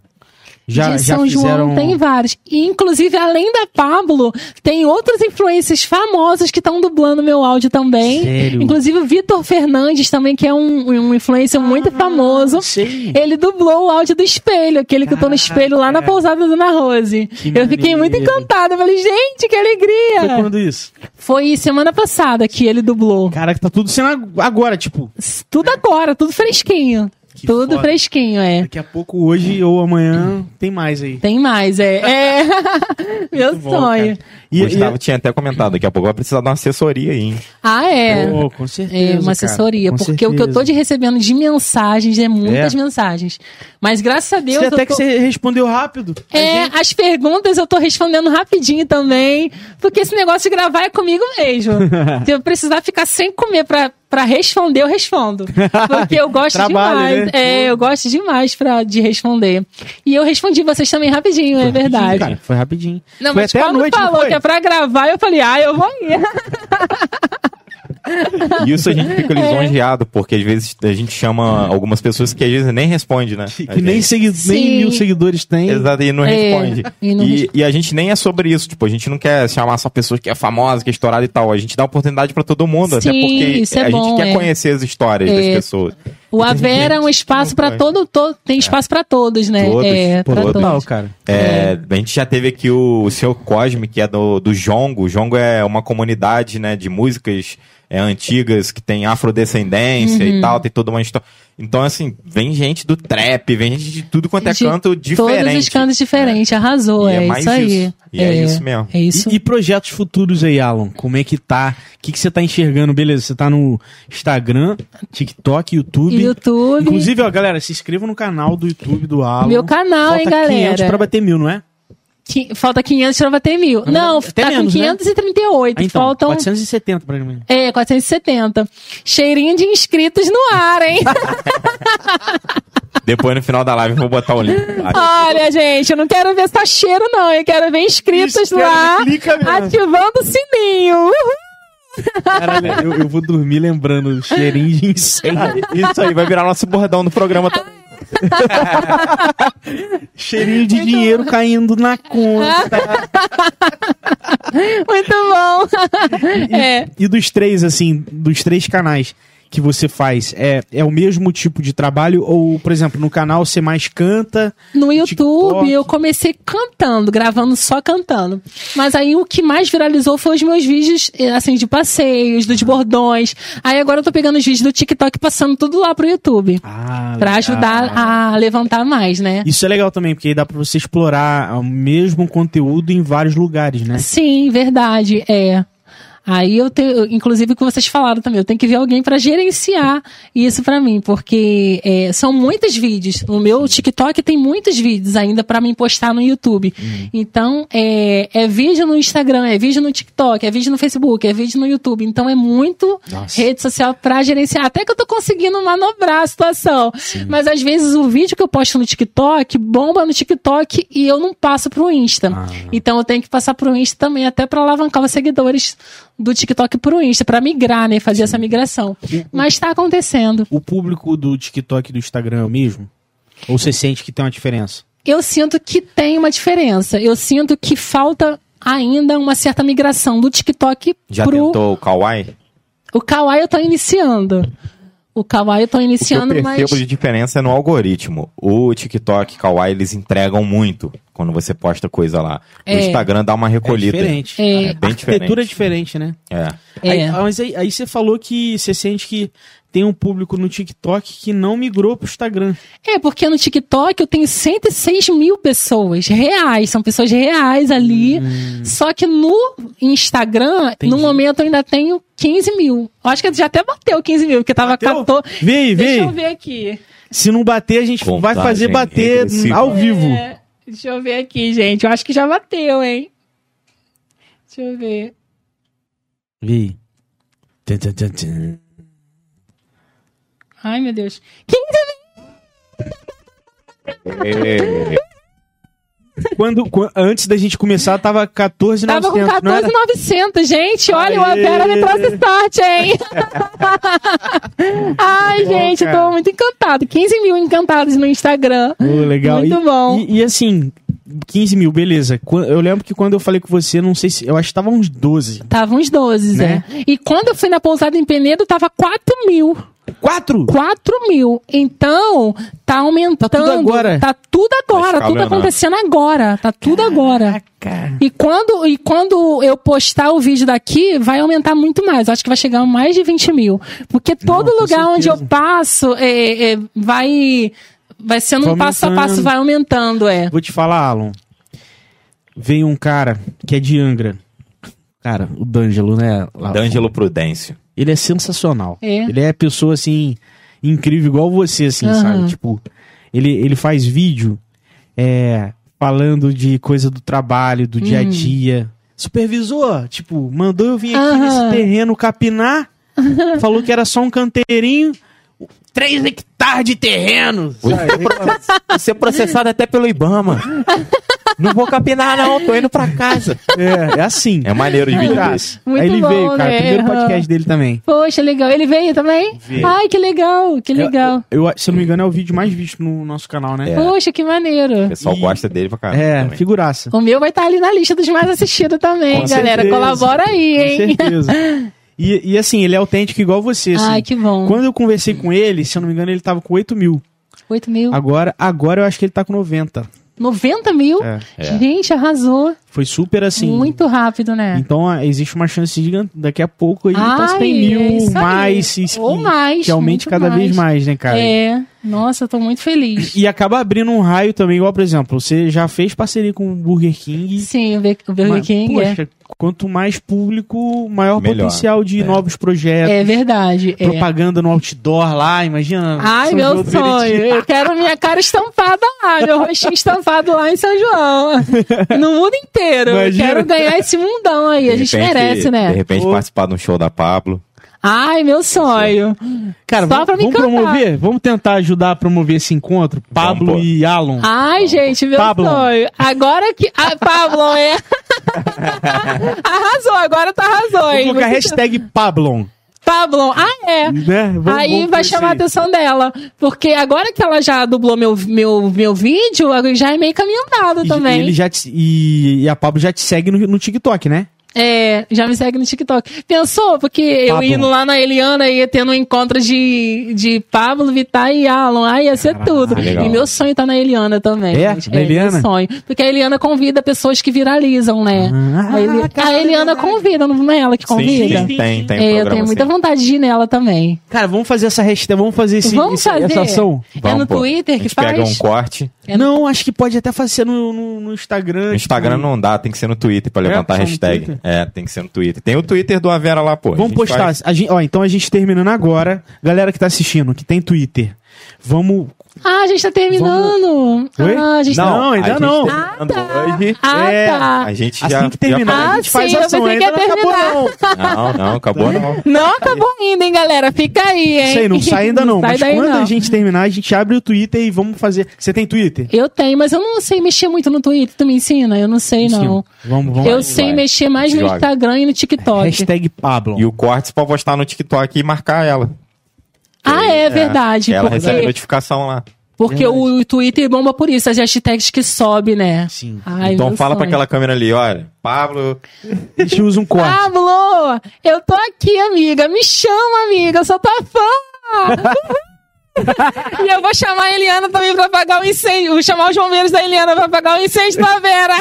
Já,
de
já
São
fizeram. um-
João tem vários. E, inclusive, além da Pablo, tem outros influencers famosos que estão dublando meu áudio também.
Sério?
Inclusive o Vitor Fernandes também, que é um, um influencer muito famoso.
Sei.
Ele dublou o áudio do espelho, aquele que eu tô no espelho lá na pousada da Dona Rose. eu fiquei muito
maneiro.
encantada. Eu falei, gente, que
Foi
alegria!
quando isso?
Foi semana passada que ele dublou.
Caraca, tá tudo sendo ag- agora, tipo.
Tudo agora, tudo fresquinho.
Que
tudo
foda.
fresquinho, é.
Daqui a pouco, hoje ou amanhã, tem mais aí.
Tem mais, é. É. Meu
Muito bom,
sonho.
cara. E,
Gustavo tinha até comentado, daqui a pouco vai precisar de uma assessoria aí, hein?
Ah,
e,
é.
Pô, com certeza.
É, uma
cara,
assessoria,
com
porque o que eu
certeza.
tô de recebendo de mensagens é muitas mensagens. Mas graças a Deus.
Você
eu
até que
tô-
você respondeu rápido.
É, as perguntas eu tô respondendo rapidinho também, porque esse negócio de gravar é comigo mesmo. Se eu precisar ficar sem comer pra, pra responder, eu respondo. Porque eu gosto
Trabalho, né?
demais. É, eu gosto demais pra, de responder. E eu respondi vocês também rapidinho, é verdade.
Cara, foi rapidinho.
Não,
foi
mas
até a
quando
noite, não
falou
foi?
que é pra gravar, eu falei, ah, eu vou ir.
E Isso a gente fica
É.
lisonjeado, porque às vezes a gente chama algumas pessoas que às vezes nem responde, né?
Que,
A
que nem,
gente-
segui- nem
Sim.
mil seguidores tem.
Exato, e não
É,
responde.
e não
e,
responde.
e a gente nem é sobre isso, tipo, a gente não quer chamar só pessoas que é famosa, que é estourada e tal. A gente dá oportunidade pra todo mundo, até
Sim,
porque
isso é
a
bom,
gente quer
é.
conhecer as histórias das
É.
pessoas.
O Avera é um espaço pra todo, todo- tem espaço pra todos, né?
Todos,
é,
Pô,
pra
todos.
total, cara.
É, A gente já teve aqui o, o seu Cosme, que é do, do Jongo. O Jongo é uma comunidade né, de músicas é, antigas que tem afrodescendência
Uhum.
e tal, tem toda uma história. Então, assim, vem gente do trap, vem gente de tudo quanto é
De
canto diferente.
Todos os cantos diferentes, arrasou,
E
é,
mais
isso aí.
E é, isso mesmo.
É isso.
E, e projetos futuros aí, Alan? Como é que tá? O que, que você tá enxergando? Beleza, você tá no Instagram, TikTok, YouTube.
E YouTube.
Inclusive, ó, galera, se inscrevam no canal do YouTube do Alan.
Meu canal,
Falta
hein,
500 pra
galera.
bater mil, não é?
qui- falta 500 para bater
Na
mil. Não,
verdade, até
tá
menos,
com
né?
538.
Ah, então,
faltam
470 pra mim.
É, 470. Cheirinho de inscritos no ar, hein?
Depois no final da live eu vou botar o link. Ah,
Olha, gente, eu não quero ver só cheiro, não. Eu quero ver inscritos
Isso, quero
lá,
ver, clica mesmo.
ativando o sininho. Uhul.
Caralho, eu, eu vou dormir lembrando do cheirinho de incêndio.
Isso aí vai virar nosso bordão do programa. também.
cheirinho
Então-
de dinheiro caindo na conta.
Muito bom. É,
E dos três, assim, dos três canais que você faz, é, é o mesmo tipo de trabalho? Ou, por exemplo, no canal você mais canta?
no
TikTok.
YouTube eu comecei cantando, gravando só cantando. Mas aí o que mais viralizou foi os meus vídeos, eh, assim, de passeios, dos bordões. Aí agora eu tô pegando os vídeos do TikTok e passando tudo lá pro YouTube.
Ah,
Pra ajudar a levantar mais, né?
Isso é legal também, porque aí dá pra você explorar o mesmo conteúdo em vários lugares, né?
Sim, verdade, é. Aí eu tenho, inclusive o que vocês falaram também, eu tenho que ver alguém para gerenciar isso para mim, porque é, são muitos vídeos. O meu TikTok tem muitos vídeos ainda para mim postar no YouTube. Então é, é vídeo no Instagram, é vídeo no TikTok, é vídeo no Facebook, é vídeo no YouTube. Então é muito
Nossa.
rede social para gerenciar. Até que eu tô conseguindo manobrar a situação, mas às vezes o vídeo que eu posto no TikTok bomba no TikTok e eu não passo pro Insta.
Ah.
Então eu tenho que passar pro Insta também, até para alavancar os seguidores do TikTok pro Insta, para migrar, né? Fazer essa migração. Mas tá acontecendo.
O público do TikTok e do Instagram é o mesmo? Ou você sente que tem uma diferença?
Eu sinto que tem uma diferença. Eu sinto que falta ainda uma certa migração do TikTok
Já
pro.
tentou o Kawaii?
O Kawaii eu tô iniciando. O Kawaii eu tô
O que eu
iniciando, mas.
percebo de diferença é no algoritmo. O TikTok, Kawaii, eles entregam muito quando você posta coisa lá. O
É.
Instagram dá uma recolhida.
É diferente.
É.
É bem
A arquitetura é diferente, né?
É.
Aí,
É.
ah, mas aí, aí você falou que você sente que tem um público no TikTok que não migrou pro Instagram.
É, porque no TikTok eu tenho 106 mil pessoas reais, são pessoas reais ali. Só que no Instagram,
Hum. Entendi.
no momento eu ainda tenho 15 mil. Eu Acho que já até bateu 15 mil, porque tava
Bateu?
14.
Vê aí, vê
Deixa eu
aí.
ver aqui.
Se não bater, a gente
Contagem
vai fazer bater
regressiva.
ao vivo.
É, deixa eu ver aqui, gente. Eu acho que já bateu, hein? Deixa eu ver.
Vê aí. Tum, tum, tum, tum.
Ai, meu Deus. 15
É.
Quando, quan- antes da gente começar, tava 14
Tava com 14,900, gente. Olha, o
Aê!
Vera me trouxe sorte, hein? Ai,
bom,
gente, eu
cara. Hum.
tô muito encantado. 15 mil encantados no Instagram.
legal.
Muito
E-
bom.
E, e assim, 15 mil, beleza. Quan- Eu lembro que quando eu falei com você, não sei se. Eu acho que tava uns 12.
Tava uns 12,
Né?
né? E quando eu fui na pousada em Penedo, tava 4 mil.
4?
4 mil. Então, tá aumentando.
Tá tudo agora.
Tá tudo agora,
Tá
tudo
escalonado.
acontecendo agora. Tá tudo agora. E quando, e quando eu postar o vídeo daqui, vai aumentar muito mais. Acho que vai chegar a mais de 20 mil. Porque todo
Não, com
lugar onde eu
certeza.
passo é, é, vai. Vai sendo
Vai
um passo a
aumentando.
passo, vai aumentando, é.
Vou te falar, Alan. Veio um cara que é de Angra. Cara, o D'Angelo, né? Lá-
D'Angelo Prudêncio.
Ele é sensacional.
É.
Ele é pessoa, assim, incrível, igual você, assim,
Aham.
sabe? Tipo, ele, ele faz vídeo é, falando de coisa do trabalho, do dia a
Uhum.
dia. Supervisor, tipo, mandou eu vir aqui
Aham.
nesse terreno capinar, falou que era só um canteirinho, 3 hectares de terreno.
Ser processado até pelo Ibama. não vou capinar, não. Tô indo pra casa.
É, é assim.
É maneiro de vídeo
Cara,
desse.
Tá. Muito
Aí ele
bom,
veio, cara,
né?
primeiro
Aham.
podcast dele também.
Poxa, legal. Ele veio também?
Veio. É,
Ai, que legal, que legal.
Eu, eu- se eu não me engano, é o vídeo mais visto no nosso canal, né?
Poxa, que
O
maneiro.
pessoal
E-
gosta dele pra caramba.
É,
também.
figuraça.
O meu vai estar ali na lista dos mais assistidos também,
Com
galera.
certeza.
Colabora aí,
Com
hein?
certeza. E, e assim, ele é autêntico igual você, assim.
Ai, que bom.
Quando eu conversei com ele, se eu não me engano, ele tava com 8 mil.
8 mil.
Agora, agora eu acho que ele tá com 90.
90 mil?
É.
É.
Gente, arrasou.
Foi super assim.
Uh. Muito rápido, né?
Então ah, existe uma chance gigante. Daqui a pouco ele tá
Ai,
100 mil,
é isso aí.
mais. se-
Ou mais,
Que aumente
muito
cada vez mais, né, cara?
É. Nossa, eu tô muito feliz.
E acaba abrindo um raio também, igual, por exemplo, você já fez parceria com o Burger King.
Sim, o Bur- o Burger
mas,
King é.
poxa, quanto mais público, maior
Melhor,
potencial de
é.
novos projetos.
É verdade. é.
Propaganda no outdoor lá, imagina.
Ai,
São
meu
João do Meriti.
sonho. Eu quero minha cara estampada lá, meu rostinho estampado lá em São João. No mundo inteiro.
Imagina.
Eu quero ganhar esse mundão aí.
De
a gente
repente-
merece, né?
De repente
Pô.
participar de um show da Pablo.
Ai, meu sonho.
Cara,
Só
vamos,
pra me
vamos
encantar.
promover? Vamos tentar ajudar a promover esse encontro? Pablo
pô.
e Alan.
Ai, gente, meu
Pablo.
sonho. Agora que. Ah, Pablo, é. arrasou, agora tá arrasou,
Vou
hein?
colocar
Você-
hashtag Pablon.
Pablo, ah, é.
Né? Vamos-
aí
vamos
vai
por
chamar a
isso aí.
atenção dela. Porque agora que ela já dublou meu, meu, meu vídeo, agora já é meio caminho andado
E-
também.
Ele já te- e, e a Pablo já te segue no, no TikTok, né?
É, já me segue no TikTok. Pensou? Porque
Pablo.
eu indo lá na Eliana e tendo um encontro de, de Pablo, Vittar e Alan. Ai, ia ser tudo.
legal.
E meu sonho tá na Eliana também.
Ah, É?
gente.
Na Eliana?
meu sonho. Porque a Eliana convida pessoas que viralizam, né?
Ah,
a, Eli- a Eliana convida, não é ela que convida?
tem, tem,
um
tem
é, eu
programa
tenho muita
assim.
vontade de ir nela também.
Cara, vamos fazer essa hashtag, vamos fazer, esse,
Vamos
esse-
fazer?
essa ação?
é
Vamos,
no
pô.
Twitter
A gente
que faz?
pega um corte.
É no-
Não, acho que pode até fazer no, no, no Instagram.
No Instagram
tipo,
não dá, tem que ser no Twitter pra
É,
levantar a
só no
hashtag.
Twitter?
É, tem que ser no Twitter. Tem o Twitter do Avera lá, pô. A
Vamos
gente
postar.
faz-
a gente- ó, então a gente terminando agora. Galera que tá assistindo, que tem Twitter. Vamos.
Ah, a gente tá terminando.
Oi?
Ah, a gente
assim? Não,
tá...
ainda
a gente
não.
terminando Hoje,
Ah,
É,
tá.
a gente
assim
já.
que terminar,
já
a
faz-
gente
Ah,
faz
sim, eu
ação.
pensei que
Ainda não
ia
acabou,
terminar.
Não,
não.
não, acabou
Né?
não.
Não acabou ainda, hein, galera? Fica aí, hein?
Isso aí, não sai ainda não.
sai
mas
daí,
quando
não.
a gente terminar, a gente abre o Twitter e vamos fazer. Você tem Twitter?
Eu tenho, mas eu não sei mexer muito no Twitter. Tu me ensina? Eu não sei, não.
Sim. Vamos, vamos.
eu
lá.
sei
vai.
mexer mais no
Joga.
Instagram e no TikTok.
Hashtag Pablo.
E o corte você pode postar no TikTok e marcar ela.
Ah, é,
Tipo,
verdade.
ela
é.
recebe
Porque,
notificação lá.
porque o Twitter bomba por isso, as hashtags que sobe, né?
Sim.
Ai,
então
meu
fala pra
sonho.
aquela câmera ali, olha. Pablo,
A gente usa um corte.
Ah, Pablo, eu tô aqui, amiga. Me chama, amiga. Eu sou tua fã. Uhul. e eu vou chamar a Eliana também pra apagar o incêndio. Vou chamar os bombeiros da Eliana pra apagar o incêndio da Vera.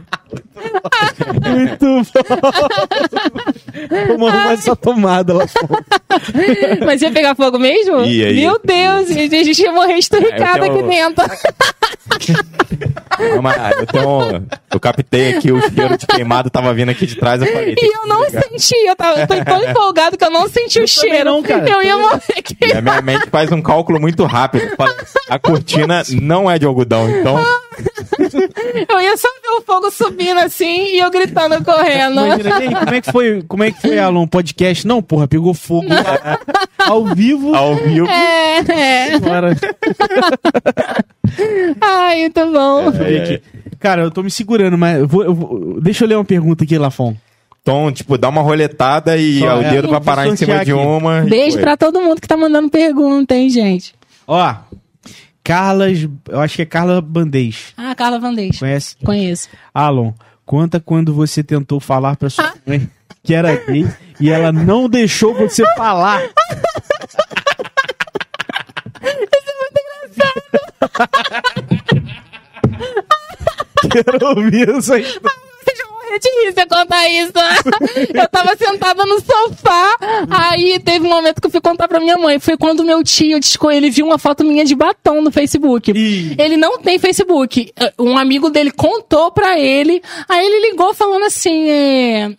Muito bom. Vamos arrumar essa tomada lá fora.
Mas ia pegar fogo mesmo?
Ia, ia.
Meu Deus, gente, a gente ia morrer esturricada
É, eu
aqui
tenho-
dentro.
vamos lá, eu, tenho- um, eu captei aqui o cheiro de queimado, tava vindo aqui de trás, eu falei. tem
E eu não senti, eu, tava, eu tô tão empolgado que eu não senti o cheiro.
não, cara.
Eu ia morrer aqui.
E a minha mente faz um cálculo muito rápido. Fala, A cortina não é de algodão, então
Eu ia só ver o fogo subindo assim e eu gritando, correndo.
Imagina, e aí, como é que foi, como é que foi Alan, um podcast? Não, porra, pegou fogo. Ao vivo.
ao vivo.
É, é.
Cara,
Ai, tá bom.
É, é.
cara, eu tô me segurando, mas eu vou, eu vou- deixa eu ler uma pergunta aqui, Lafon.
Então, tipo, dá uma roletada e
Só,
o
é.
dedo vai
Vou
parar em cima
sortear
de
aqui.
uma. e
Beijo
foi.
pra todo mundo que tá mandando pergunta, hein, gente.
Ó, Carlas, eu acho que é Carla Bandez.
Ah, Carla Vandez.
Conhece?
Conheço.
Alan, conta quando você tentou falar pra sua mãe que era gay e ela não deixou você falar. Quero ouvir isso aí.
Vocês vão morrer de rir se eu contar isso. Eu tava sentada no sofá, aí teve um momento que eu fui contar pra minha mãe. Foi quando meu tio, desco- ele viu uma foto minha de batom no Facebook.
Ih.
Ele não tem Facebook. Um amigo dele contou pra ele, aí ele ligou falando assim, é...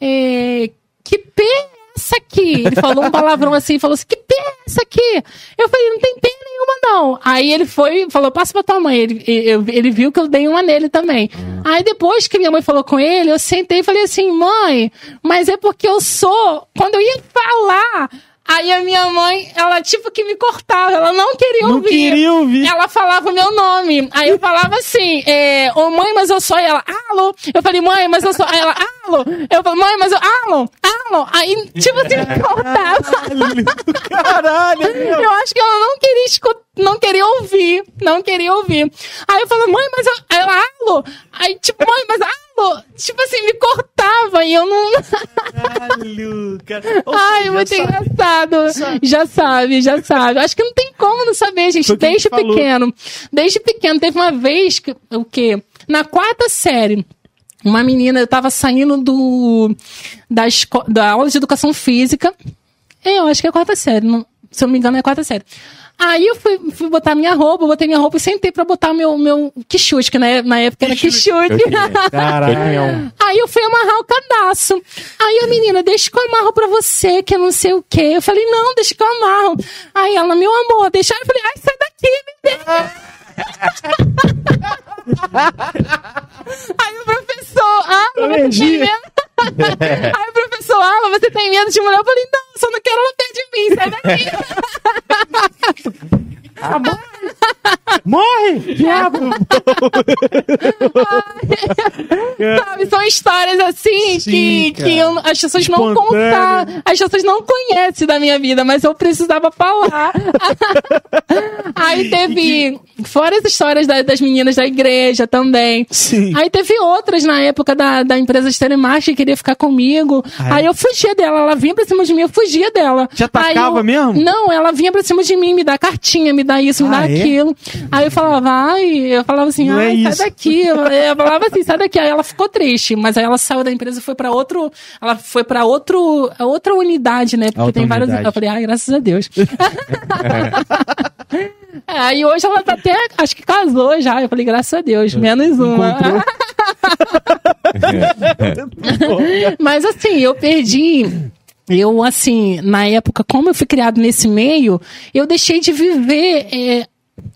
é que P é essa aqui? Ele falou um palavrão assim, falou assim, que P é essa aqui? Eu falei, não tem P nenhuma não. Aí ele foi e falou, passa pra tua mãe. Ele, eu- ele viu que eu dei uma nele também.
Ah.
Aí depois que minha mãe falou com ele, eu sentei e falei assim, mãe, mas é porque eu sou... Quando eu ia falar... Aí a minha mãe, ela tipo que me cortava, ela não queria
Não
ouvir.
queria ouvir.
Ela falava o meu nome. Aí eu falava assim, é, ô mãe, mas eu sou. E ela, alô. Eu falei, mãe, mas eu sou. Aí ela, alô. Eu falei, mãe, mas eu, alô, alô. Aí, tipo assim, me cortava.
Caralho, meu.
Eu acho que ela não queria escutar, não queria ouvir, não queria ouvir. Aí eu falei, mãe, mas eu, Aí ela, alô. Aí, tipo, mãe, mas alô. Tipo assim, me cortava e eu não...
Caralho, cara. Ou
Ai,
seja,
muito
essa-
engraçado. Já sabe, já sabe. Acho que não tem como não saber, gente.
Foi o que a
Desde
gente falou.
pequeno. Desde pequeno. Teve uma vez que, o quê? Na quarta série. Uma menina, eu tava saindo do, da, esco- da aula de educação física. Eu acho que é quarta série, não- se eu não me engano é quarta série. Aí eu fui, fui botar minha roupa, eu botei minha roupa e sentei pra botar meu, meu quichute, que na, na época era quichute.
Caralho.
Aí eu fui amarrar o cadastro. Aí a menina, deixa que eu amarro pra você, que eu não sei o quê. Eu falei, não, deixa que eu amarro. Aí ela, meu amor, deixa. Eu falei, ai, sai daqui, me deixa. Aí o professor, ah, você tem
Alergia.
medo? Aí o professor, ah, você tem medo de mulher? Eu falei, não, só não quero ela perto de mim, sai daqui.
Morre, diabo!
Sabe, são histórias assim
Sim,
que,
cara.
que eu- as pessoas vão
Espontânea.
contar. As pessoas não conhecem da minha vida, mas eu precisava falar. Aí teve. Fora as histórias da- das meninas da igreja também.
Sim.
Aí teve outras na época da, da empresa de telemarketing que queria ficar comigo.
Ah, é?
Aí eu fugia dela, ela vinha pra cima de mim, eu fugia dela.
Te
Aí
atacava
eu-
mesmo?
Não, ela vinha pra cima de mim, me dá cartinha, me dá isso, me
Ah,
dá
é?
aquilo. Aí eu falava, ai, eu falava assim,
Não é
ai, sai
isso.
daqui. Eu eu falava assim, sai daqui. Aí ela ficou triste, mas aí ela saiu da empresa e foi pra outro. Ela foi pra outro, outra unidade, né? Porque
outra
tem várias.
unidade.
Eu falei, ai, graças a Deus. É, Aí hoje ela tá até, acho que casou já. Eu falei, graças a Deus, menos uma.
Encontrou.
Mas assim, eu perdi. Eu, assim, na época, como eu fui criado nesse meio, eu deixei de viver, é,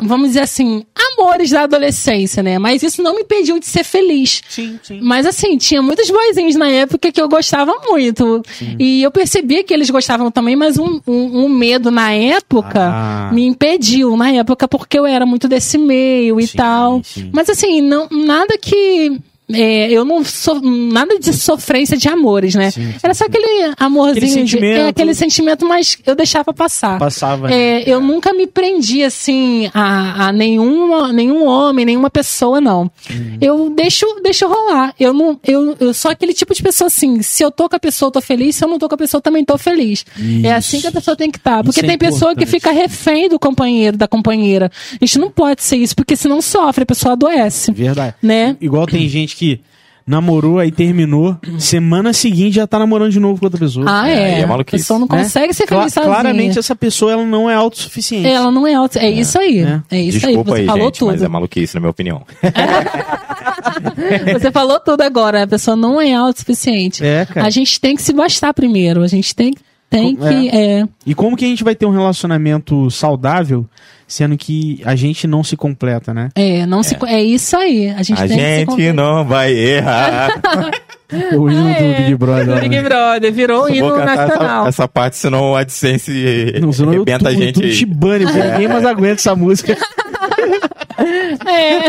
vamos dizer assim, amores da adolescência, né? Mas isso não me impediu de ser feliz.
Sim, sim.
Mas assim, tinha muitos boizinhos na época que eu gostava muito. E eu percebia que eles gostavam também, mas um, um- um medo na época
Ah.
me impediu, na época, porque eu era muito desse meio e
Sim,
tal.
sim.
Mas assim, não, nada que. é, eu não sou nada de sofrência de amores, né?
Sim, sim,
Era só aquele amorzinho,
Aquele
de-
sentimento.
é, aquele sentimento, mas eu deixava passar.
Passava. né?
É, eu nunca me prendi assim a, a nenhuma, nenhum homem, nenhuma pessoa, não.
Uhum.
Eu deixo, deixo rolar. Eu não, eu, eu sou aquele tipo de pessoa assim. Se eu tô com a pessoa, eu tô feliz. Se eu não tô com a pessoa, eu também tô feliz. É assim que a pessoa tem que estar. Porque
Isso é
tem pessoa que
importante.
fica refém do companheiro, da companheira. A gente não pode ser isso, porque senão sofre, a pessoa adoece.
Verdade.
Né?
Igual tem gente que namorou, aí terminou, semana seguinte já tá namorando de novo com outra pessoa.
Ah,
É, aí
é.
é
a
maluquice.
pessoa não
Né?
consegue ser
Cla-
feliz sozinha.
Claramente essa pessoa ela não é autossuficiente.
Ela não é auto. É, isso aí.
né?
É isso
Desculpa
aí. Você
aí,
falou
gente,
tudo.
mas é maluquice, na minha opinião.
Você falou tudo agora, a pessoa não é autossuficiente.
É, cara.
A gente tem que se bastar primeiro, a gente tem, tem
Com-
que. É.
E como que a gente vai ter um relacionamento saudável sendo que a gente não se completa, né?
É, não se, co- é isso aí. A gente
A
tem que se
gente não vai errar.
Hoje não do
Ah, é.
Big Brother. né?
Brother virou um
Não vou cantar essa, essa parte, senão o AdSense
Não, senão eu
arrebenta a
tu-
gente.
tu
aí.
te bane, porque ninguém mais aguenta essa música.
É,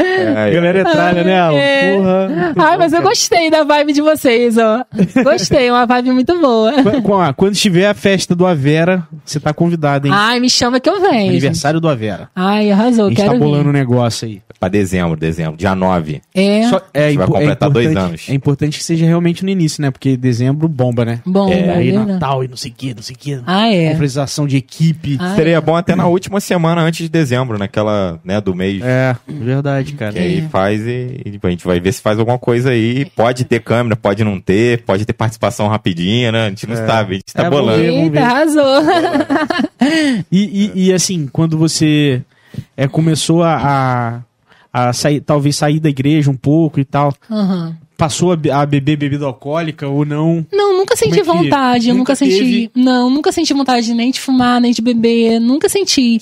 é.
Galera é tralha, né, Alan?
É.
Porra.
Ai, mas eu gostei da vibe de vocês, ó. Gostei, uma vibe muito boa.
Qu- qu- ah, Quando estiver a festa do Avera, você tá convidado, hein?
Ai, me chama que eu venho. É gente.
Aniversário do Avera.
Ai, arrasou,
a gente tá
quero
bolando um
vir.
negócio aí.
Pra dezembro, dezembro, dia 9.
É,
Só- é,
gente vai
impo- é
completar dois
importante-
anos.
É importante que seja realmente no início, né? Porque dezembro bomba, né?
bom,
É,
é,
aí
verdade.
Natal e não sei o que, não sei o que.
Ah, é.
Confraternização de equipe.
Ah,
Seria bom até na última semana antes de dezembro, naquela, né, do mês.
É, verdade, cara.
Que é
É.
aí faz e, e, tipo, a gente vai ver se faz alguma coisa aí. Pode ter câmera, pode não ter, pode ter participação rapidinha, né? A gente não sabe, a gente tá
É, vamos
bolando.
ver. vamos
Eita, arrasou.
E, e- e, assim, quando você é, começou a, a, a sair, talvez sair da igreja um pouco e tal,
Aham.
passou a, be- a beber bebida alcoólica ou não?
Não, nunca
Como
senti
é que-
vontade. eu
nunca
nunca senti.
teve?
Não, nunca senti vontade nem de fumar, nem de beber. Nunca senti.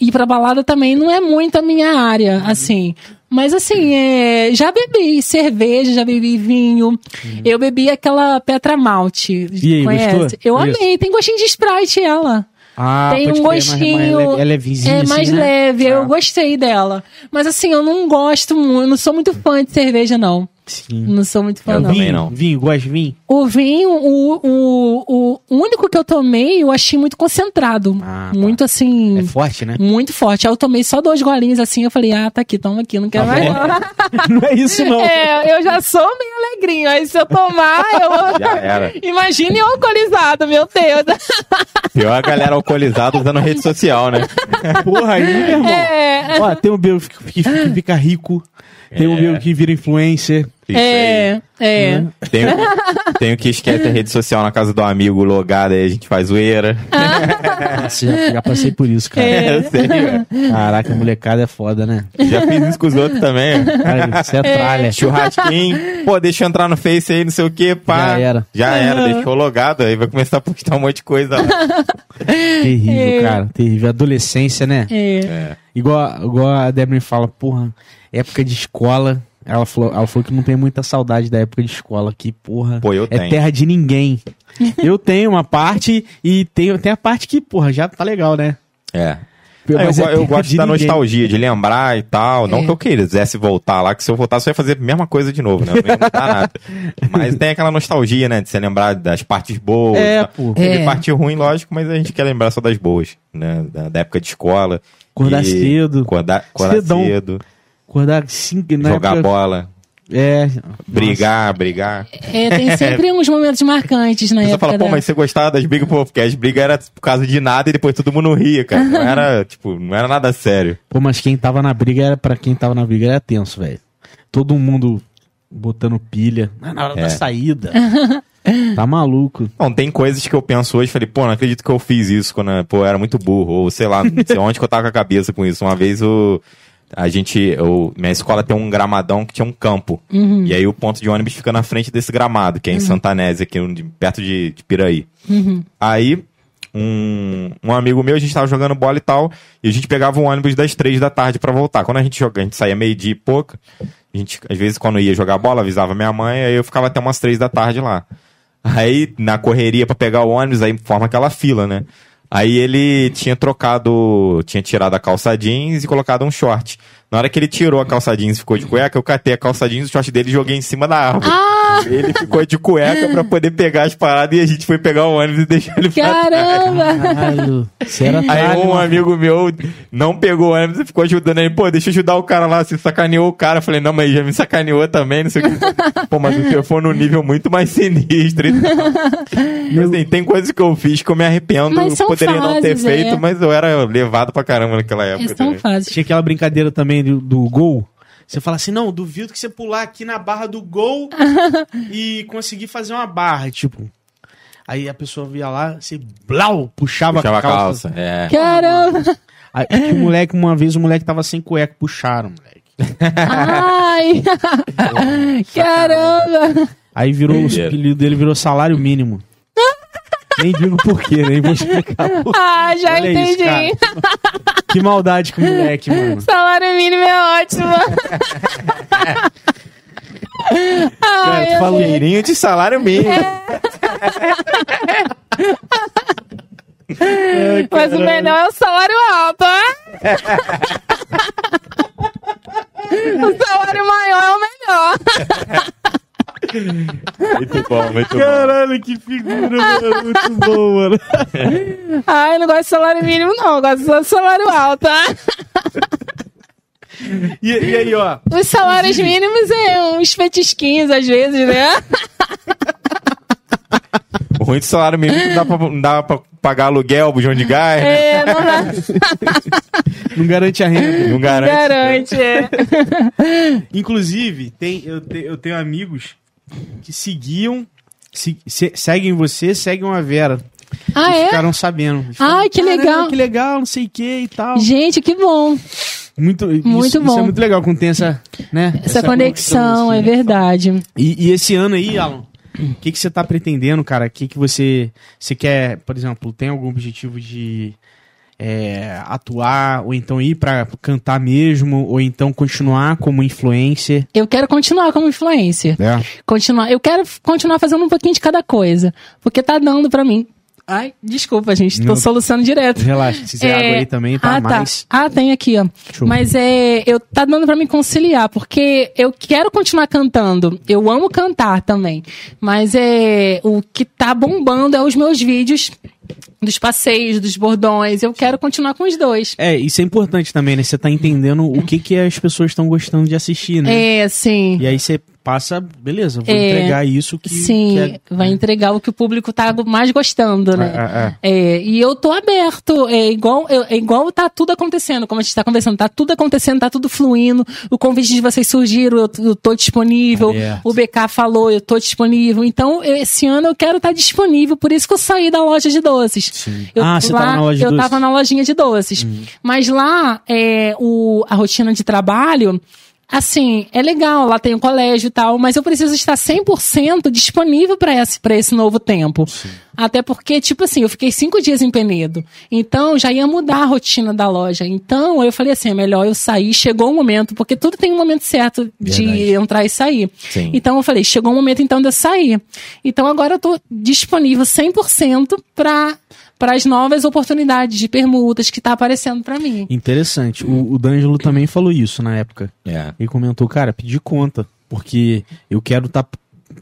Ir pra balada também não é muito a minha área,
Uhum.
assim. Mas assim, é, já bebi cerveja, já bebi vinho. Eu bebi aquela Petra Malte.
Uhum. E aí,
conhece?
gostou?
Eu
Isso.
amei. Tem gostinho de Sprite ela.
Ah,
Tem
pode
um
crer, mas- mas
gostinho,
ela é- ela é vizinha,
é mais
assim, né?
leve.
Ah,
Eu gostei dela. Mas assim, eu não gosto muito. Não sou muito fã de cerveja, não.
Sim.
Não sou muito fã,
Eu
não.
também não.
Vinho, gosta de vinho?
O vinho, o, o, o único que eu tomei, eu achei muito concentrado.
Ah, tá.
muito assim.
É forte, né?
Muito forte. Aí eu tomei só dois golinhos assim, eu falei, ah, tá aqui, toma aqui, não quero
Tá
mais
bom.
nada.
não é isso, não.
É, eu já sou meio alegrinho, aí se eu tomar, eu...
Já era.
Imagine eu alcoolizado, meu Deus.
Pior é a galera alcoolizada usando rede social, né?
É Porra, aí, meu irmão.
É.
É.
Ó, tem um bebo que, que- que fica rico, tem um bebo que vira influencer,
Isso aí.
É, é.
Tem, o- tem o que esquece a rede social na casa do amigo logado, aí a gente faz zoeira. Ah,
Já, já passei por isso, cara.
É.
Eu sei, velho.
Caraca, a molecada é foda, né?
né? Já fiz isso com os outros também.
Cara, isso é tralha.
Churrasquinho, pô, deixa eu entrar no Face aí, não sei o que, pá.
Já era.
Já era,
Aham.
deixou logado, aí vai começar a postar um monte de coisa lá.
é Terrível, cara. Terrível. Adolescência, né?
É.
Igual, igual a Debra fala, porra, época de escola. Ela falou, ela falou que não tem muita saudade da época de escola, que, porra,
Pô, eu
é
tenho.
terra de ninguém. Eu tenho uma parte e tenho, tem a parte que, porra, já tá legal, né?
É. É,
Mas
eu,
é
go- eu
terra
gosto
de
da
ninguém.
nostalgia, de lembrar e tal. Não
É.
que eu quisesse voltar lá, que se eu voltar, só ia fazer a mesma coisa de novo, né? Não ia mudar nada. Mas tem aquela nostalgia, né? De se lembrar das partes boas.
É,
tá?
pô.
Teve
É.
parte ruim, lógico, mas a gente quer lembrar só das boas, né? Da, da época de escola.
Acordar cedo.
Acordar, acordar
Cedão.
cedo.
Acordar cinco na
jogar
época-
bola.
É.
Brigar, brigar.
É, tem sempre uns momentos marcantes na
A pessoa
época.
fala, pô,
da-
mas você gostava das brigas? Pô, porque as brigas era por causa de nada e depois todo mundo ria, cara. Não era, tipo, não era nada sério.
Pô, mas quem tava na briga era para quem tava na briga era tenso, velho. Todo mundo botando pilha Ah, na hora
É.
da saída. tá maluco.
Não, tem coisas que eu penso hoje, falei, pô, não acredito que eu fiz isso quando, eu- pô, eu era muito burro, ou sei lá, não sei onde que eu tava com a cabeça com isso. Uma vez o a gente, eu, minha escola tem um gramadão que tinha um campo. E aí o ponto de ônibus fica na frente desse gramado, que é em Santanese, aqui onde- perto de, de Piraí. Aí um, um amigo meu, a gente tava jogando bola e tal, e a gente pegava um ônibus das três da tarde pra voltar. Quando a gente joga, a gente saía meio-dia e pouca. A gente, às vezes, quando ia jogar bola, avisava minha mãe, aí eu ficava até umas três da tarde lá. Aí, na correria pra pegar o ônibus, aí forma aquela fila, né? Aí ele tinha trocado, tinha tirado a calça jeans e colocado um short. Na hora que ele tirou a calça jeans e ficou de cueca, eu catei a calça jeans, o short dele e joguei em cima da árvore. Ele ficou de cueca pra poder pegar as paradas e a gente foi pegar o ônibus e deixou ele pra
Caramba!
Caralho. Você era
Aí
tralho,
um
mano.
amigo meu não pegou o ônibus e ficou ajudando ele. Pô, deixa eu ajudar o cara lá. Você sacaneou o cara. Eu falei, não, mas já me sacaneou também, não sei o que. Pô, mas o senhor foi num nível muito mais sinistro e tal. Mas, assim, tem coisas que eu fiz que eu me arrependo.
Mas são
Poderia não ter
fases,
feito,
é.
mas eu era levado pra caramba naquela época.
Essas são
também.
fases.
Tinha aquela brincadeira também do, do gol. Você fala assim, não, duvido que você pular aqui na barra do gol e conseguir fazer uma barra, tipo. Aí a pessoa via lá, você blau, puxava,
Puxava
a calça.
É.
Caramba!
Aí, é que moleque, uma vez o moleque tava sem cueca, puxaram, moleque.
Ai! Caramba!
Aí virou, o
Doideira.
apelido dele virou salário mínimo. nem digo por quê, nem vou explicar. por-
Ah, já
Olha isso,
entendi!
cara. que maldade com o moleque, mano.
Salário mínimo é ótimo! Ai,
Cara, tu fala, um
meu Deus.
Dinheirinho de salário mínimo.
Mas o melhor é o salário alto, é? o salário maior é o melhor.
Muito bom, muito bom.
Caralho, que figura,
Ah.
mano. Muito bom, mano.
Ai, não gosto de salário mínimo, não. Eu Gosto só de salário alto.
E, e aí, ó.
Os salários mínimos é uns petisquinhos, às vezes, né?
O ruim de salário mínimo é que não dá pra, não dá pra pagar aluguel, bujão de gás. né?
É, não dá-
Não garante a
É,
renda.
Não garante.
garante. é.
Inclusive, tem, eu, te- eu tenho amigos que seguiam. se- se- seguem você, seguem a Vera.
Ah, é?
Ficaram sabendo.
Ai, que
Caramba,
legal.
Que legal, não sei o que e tal.
Gente, que bom.
Muito,
Muito
isso, isso
bom.
é muito legal quando tem essa, né,
Essa, conexão, é
assim.
verdade.
E, e esse ano aí, Alan, o que, que você tá pretendendo, cara? O que, que você, você quer, por exemplo, tem algum objetivo de é, atuar, ou então ir pra cantar mesmo, ou então continuar como influencer?
Eu quero continuar como influencer.
É.
Continuar. Eu quero f- continuar fazendo um pouquinho de cada coisa. Porque tá dando pra mim. Ai, desculpa, gente. Tô
Não.
solucionando direto.
Relaxa, se quiser
É,
água aí também, tá
ah,
mais.
tá. Ah, tem aqui, ó.
Deixa eu-
Mas é, eu tá dando pra me conciliar, porque eu quero continuar cantando. Eu amo cantar também. Mas é, o que tá bombando é os meus vídeos dos passeios, dos bordões. Eu quero continuar com os dois.
É, isso é importante também, né? Você tá entendendo o que, que as pessoas estão gostando de assistir, né?
É, sim.
E aí você passa, beleza, vou
É.
entregar isso que.
Sim,
que é-
vai entregar o que o público tá mais gostando, né?
É,
É, e eu tô aberto, é igual, eu- é igual tá tudo acontecendo, como a gente tá conversando, tá tudo acontecendo, tá tudo fluindo, o convite de vocês surgiram, eu, eu tô disponível,
Aberto.
o BK falou, eu tô disponível, então eu- esse ano eu quero estar disponível, por isso que eu saí da loja de doces.
Sim.
Eu,
ah, você
lá,
tava na loja Hum. de
Eu
doces?
tava na lojinha de doces. Mas lá, é, o, a rotina de trabalho, assim, é legal, lá tem o colégio e tal, mas eu preciso estar 100% disponível para esse, pra esse novo tempo. Até porque, tipo assim, eu fiquei cinco dias em Penedo. Então, já ia mudar a rotina da loja. Então, eu falei assim, é melhor eu sair, chegou o momento, porque tudo tem um momento certo de
Verdade.
entrar e sair.
Sim.
Então eu falei, chegou o momento então de eu sair. Então agora eu tô disponível 100% para para as novas oportunidades de permutas que tá aparecendo para mim.
Interessante. O, o D'Angelo também falou isso na época.
É.
Ele comentou, cara, pedi conta, porque eu quero estar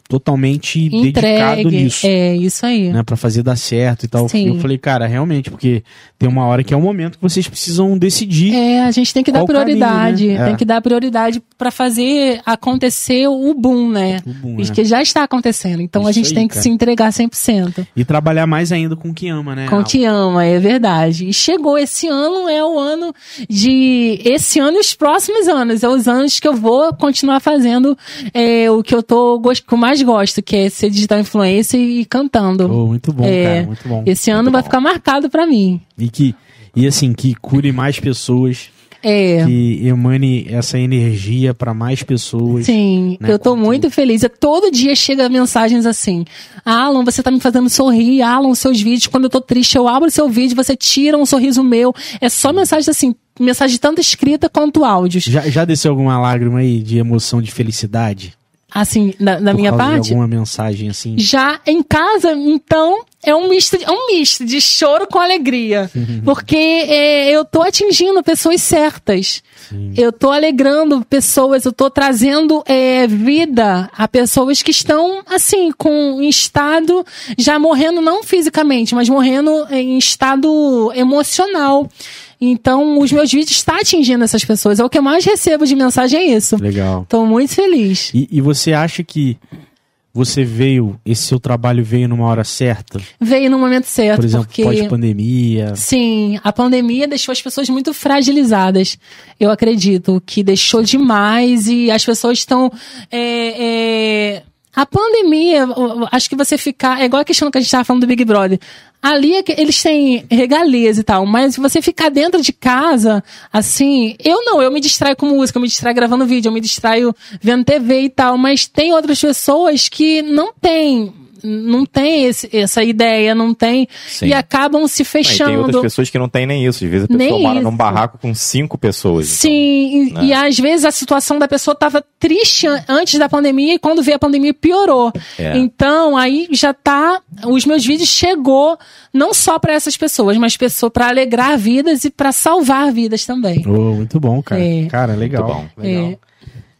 totalmente dedicado
Entregue.
nisso.
É isso aí.
Né, pra fazer dar certo e tal.
Sim.
Eu falei, cara, realmente, porque tem uma hora que é o momento que vocês precisam decidir.
É, a gente tem que dar
Qual o caminho,
prioridade,
né?
tem
É.
que dar prioridade para fazer acontecer o boom, né?
O boom,
Isso
né?
que já está acontecendo. Então a
Isso
gente
aí,
tem que
cara.
se entregar 100%.
E trabalhar mais ainda com o que ama, né?
Com o que ama, é verdade. E chegou esse ano, é o ano de. Esse ano e os próximos anos. É os anos que eu vou continuar fazendo é, o que eu tô gos- que eu mais gosto, que é ser digital influencer e cantando.
Oh, muito bom,
É.
cara, muito bom.
Esse ano
Muito
vai
bom.
ficar marcado pra mim.
E que e assim, que cure mais pessoas,
É.
que emane essa energia pra mais pessoas.
Sim,
né,
eu tô
conteúdo.
muito feliz. Eu- Todo dia chega mensagens assim: Alan, você tá me fazendo sorrir. Alan, seus vídeos. Quando eu tô triste, eu abro seu vídeo, você tira um sorriso meu. É só mensagem assim, mensagem tanto escrita quanto áudios.
Já, já desceu alguma lágrima aí de emoção, de felicidade?
Assim, da, da
Por
minha
causa de
parte?
alguma mensagem assim?
Já em casa, então, é um misto, de- é um misto de choro com alegria. Porque é, eu tô atingindo pessoas certas. Eu tô alegrando pessoas, eu tô trazendo é, vida a pessoas que estão, assim, com em estado, já morrendo não fisicamente, mas morrendo em estado emocional. Então, os meus vídeos estão atingindo essas pessoas. É o que eu mais recebo de mensagem, é isso.
Legal.
Tô muito feliz.
E, e você acha que você veio, esse seu trabalho veio numa hora certa?
Veio no momento certo,
Por exemplo,
É porque...
pós-pandemia?
Sim, a pandemia deixou as pessoas muito fragilizadas. Eu acredito que deixou demais e as pessoas estão. é, é, A pandemia, o- o- acho que você ficar. É igual a questão que a gente estava falando do Big Brother. Ali é que eles têm regalias e tal, mas se você ficar dentro de casa, assim, eu não, eu me distraio com música, eu me distraio gravando vídeo, eu me distraio vendo TV e tal, mas tem outras pessoas que não têm, não tem esse- essa ideia, não tem,
Sim.
e acabam se
Ah, e tem outras
fechando.
pessoas que não tem nem isso. Às vezes a pessoa
Nem
mora
isso.
num barraco com cinco pessoas. então-
Sim, e,
né?
e às vezes a situação da pessoa estava triste an- antes da pandemia e quando veio a pandemia piorou.
É.
Então, aí já tá, os meus vídeos chegou não só para essas pessoas, mas pessoa para alegrar vidas e para salvar vidas também.
Oh, muito bom, cara.
É.
Cara, legal.
Muito
É.
legal.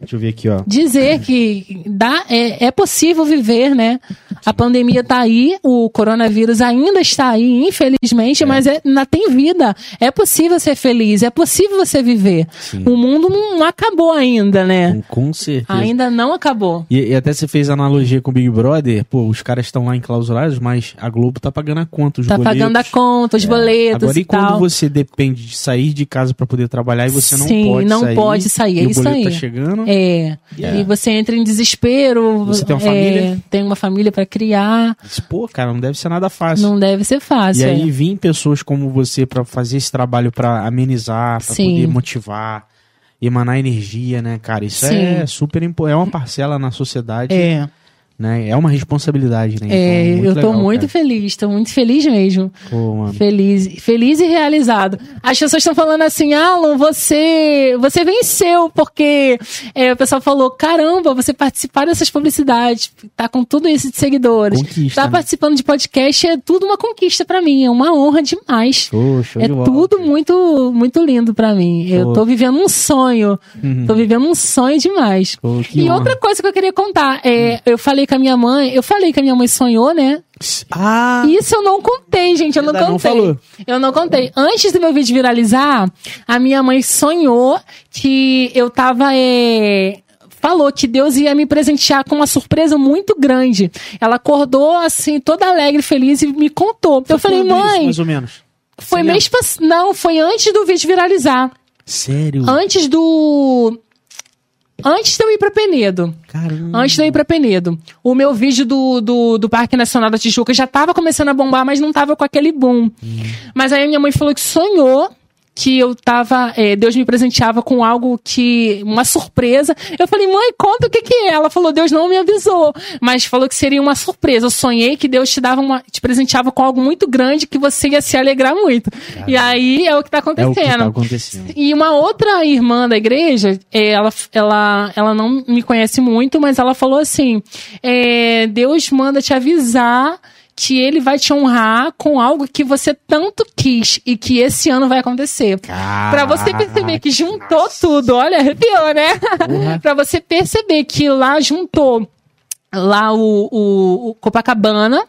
Deixa eu ver aqui, ó.
dizer que dá, é, é possível viver, né? A pandemia tá aí, o coronavírus ainda está aí, infelizmente, mas é, na, tem vida. É possível ser feliz, é possível você viver.
Sim.
O mundo não, não acabou ainda, né?
Com, com certeza.
Ainda não acabou.
E, e até você fez analogia com o Big Brother. Pô, os caras estão lá enclausurados, mas a Globo tá pagando a conta, os
Tá
boletos. É.
pagando a conta, os boletos
Agora, e,
e
quando
tal.
você depende de sair de casa pra poder trabalhar e você não
Sim,
pode
não
sair?
pode sair, é
e
isso
o boleto
aí.
tá chegando?
É. E você entra em desespero.
Você tem uma
é,
família?
tem uma família pra criar.
Isso, Pô, cara, não deve ser nada fácil.
Não deve ser fácil.
E
é.
aí vim pessoas como você pra fazer esse trabalho pra amenizar, pra
Sim.
poder motivar, emanar energia, né, cara? Isso
Sim.
é super impo- é uma parcela na sociedade,
É.
né? É uma responsabilidade, né?
É,
Então,
eu tô
legal,
muito
cara.
feliz, tô muito feliz mesmo.
Pô, mano.
Feliz, feliz e realizado. As pessoas estão falando assim, Alan, você, você venceu, porque é, o pessoal falou, caramba, você participar dessas publicidades, tá com tudo isso de seguidores,
Conquista,
tá
né?
participando de podcast, é tudo uma conquista pra mim, é uma honra demais.
Show, show
É
de bola.
tudo muito, muito lindo pra mim. Eu
Show.
tô vivendo um sonho,
Uhum.
tô vivendo um sonho demais.
Pô, que
E
honra.
outra coisa que eu queria contar, é, eu falei com a minha mãe, eu falei que a minha mãe sonhou, né?
Ah,
Isso eu não contei, gente. Eu não
Ainda
contei.
não falou.
Eu não contei. Antes do meu vídeo viralizar, a minha mãe sonhou que eu tava. eh, Falou que Deus ia me presentear com uma surpresa muito grande. Ela acordou, assim, toda alegre, feliz e me contou. eu falei,
quando isso,
mãe,
Mais ou menos.
foi
Você lembra?
mês passado. Não, foi antes do vídeo viralizar.
Sério?
Antes do. Antes de eu ir pra Penedo.
Caramba.
Antes de eu ir pra Penedo. O meu vídeo do, do, do Parque Nacional da Tijuca já tava começando a bombar, mas não tava com aquele boom. Mas aí minha mãe falou que sonhou que eu tava. é, Deus me presenteava com algo que. uma surpresa. Eu falei, mãe, conta o que que é. Ela falou, Deus não me avisou. Mas falou que seria uma surpresa. Eu sonhei que Deus te dava uma. te presenteava com algo muito grande que você ia se alegrar muito. E aí é o que
É
tá
o
acontecendo.
que tá acontecendo.
E uma outra irmã da igreja, é, ela, ela, ela não me conhece muito, mas ela falou assim: é, Deus manda te avisar que ele vai te honrar com algo que você tanto quis e que esse ano vai acontecer. Pra você perceber que juntou tudo, olha, arrepiou, né?
Porra.
Pra você perceber que lá juntou lá o, o- o Copacabana,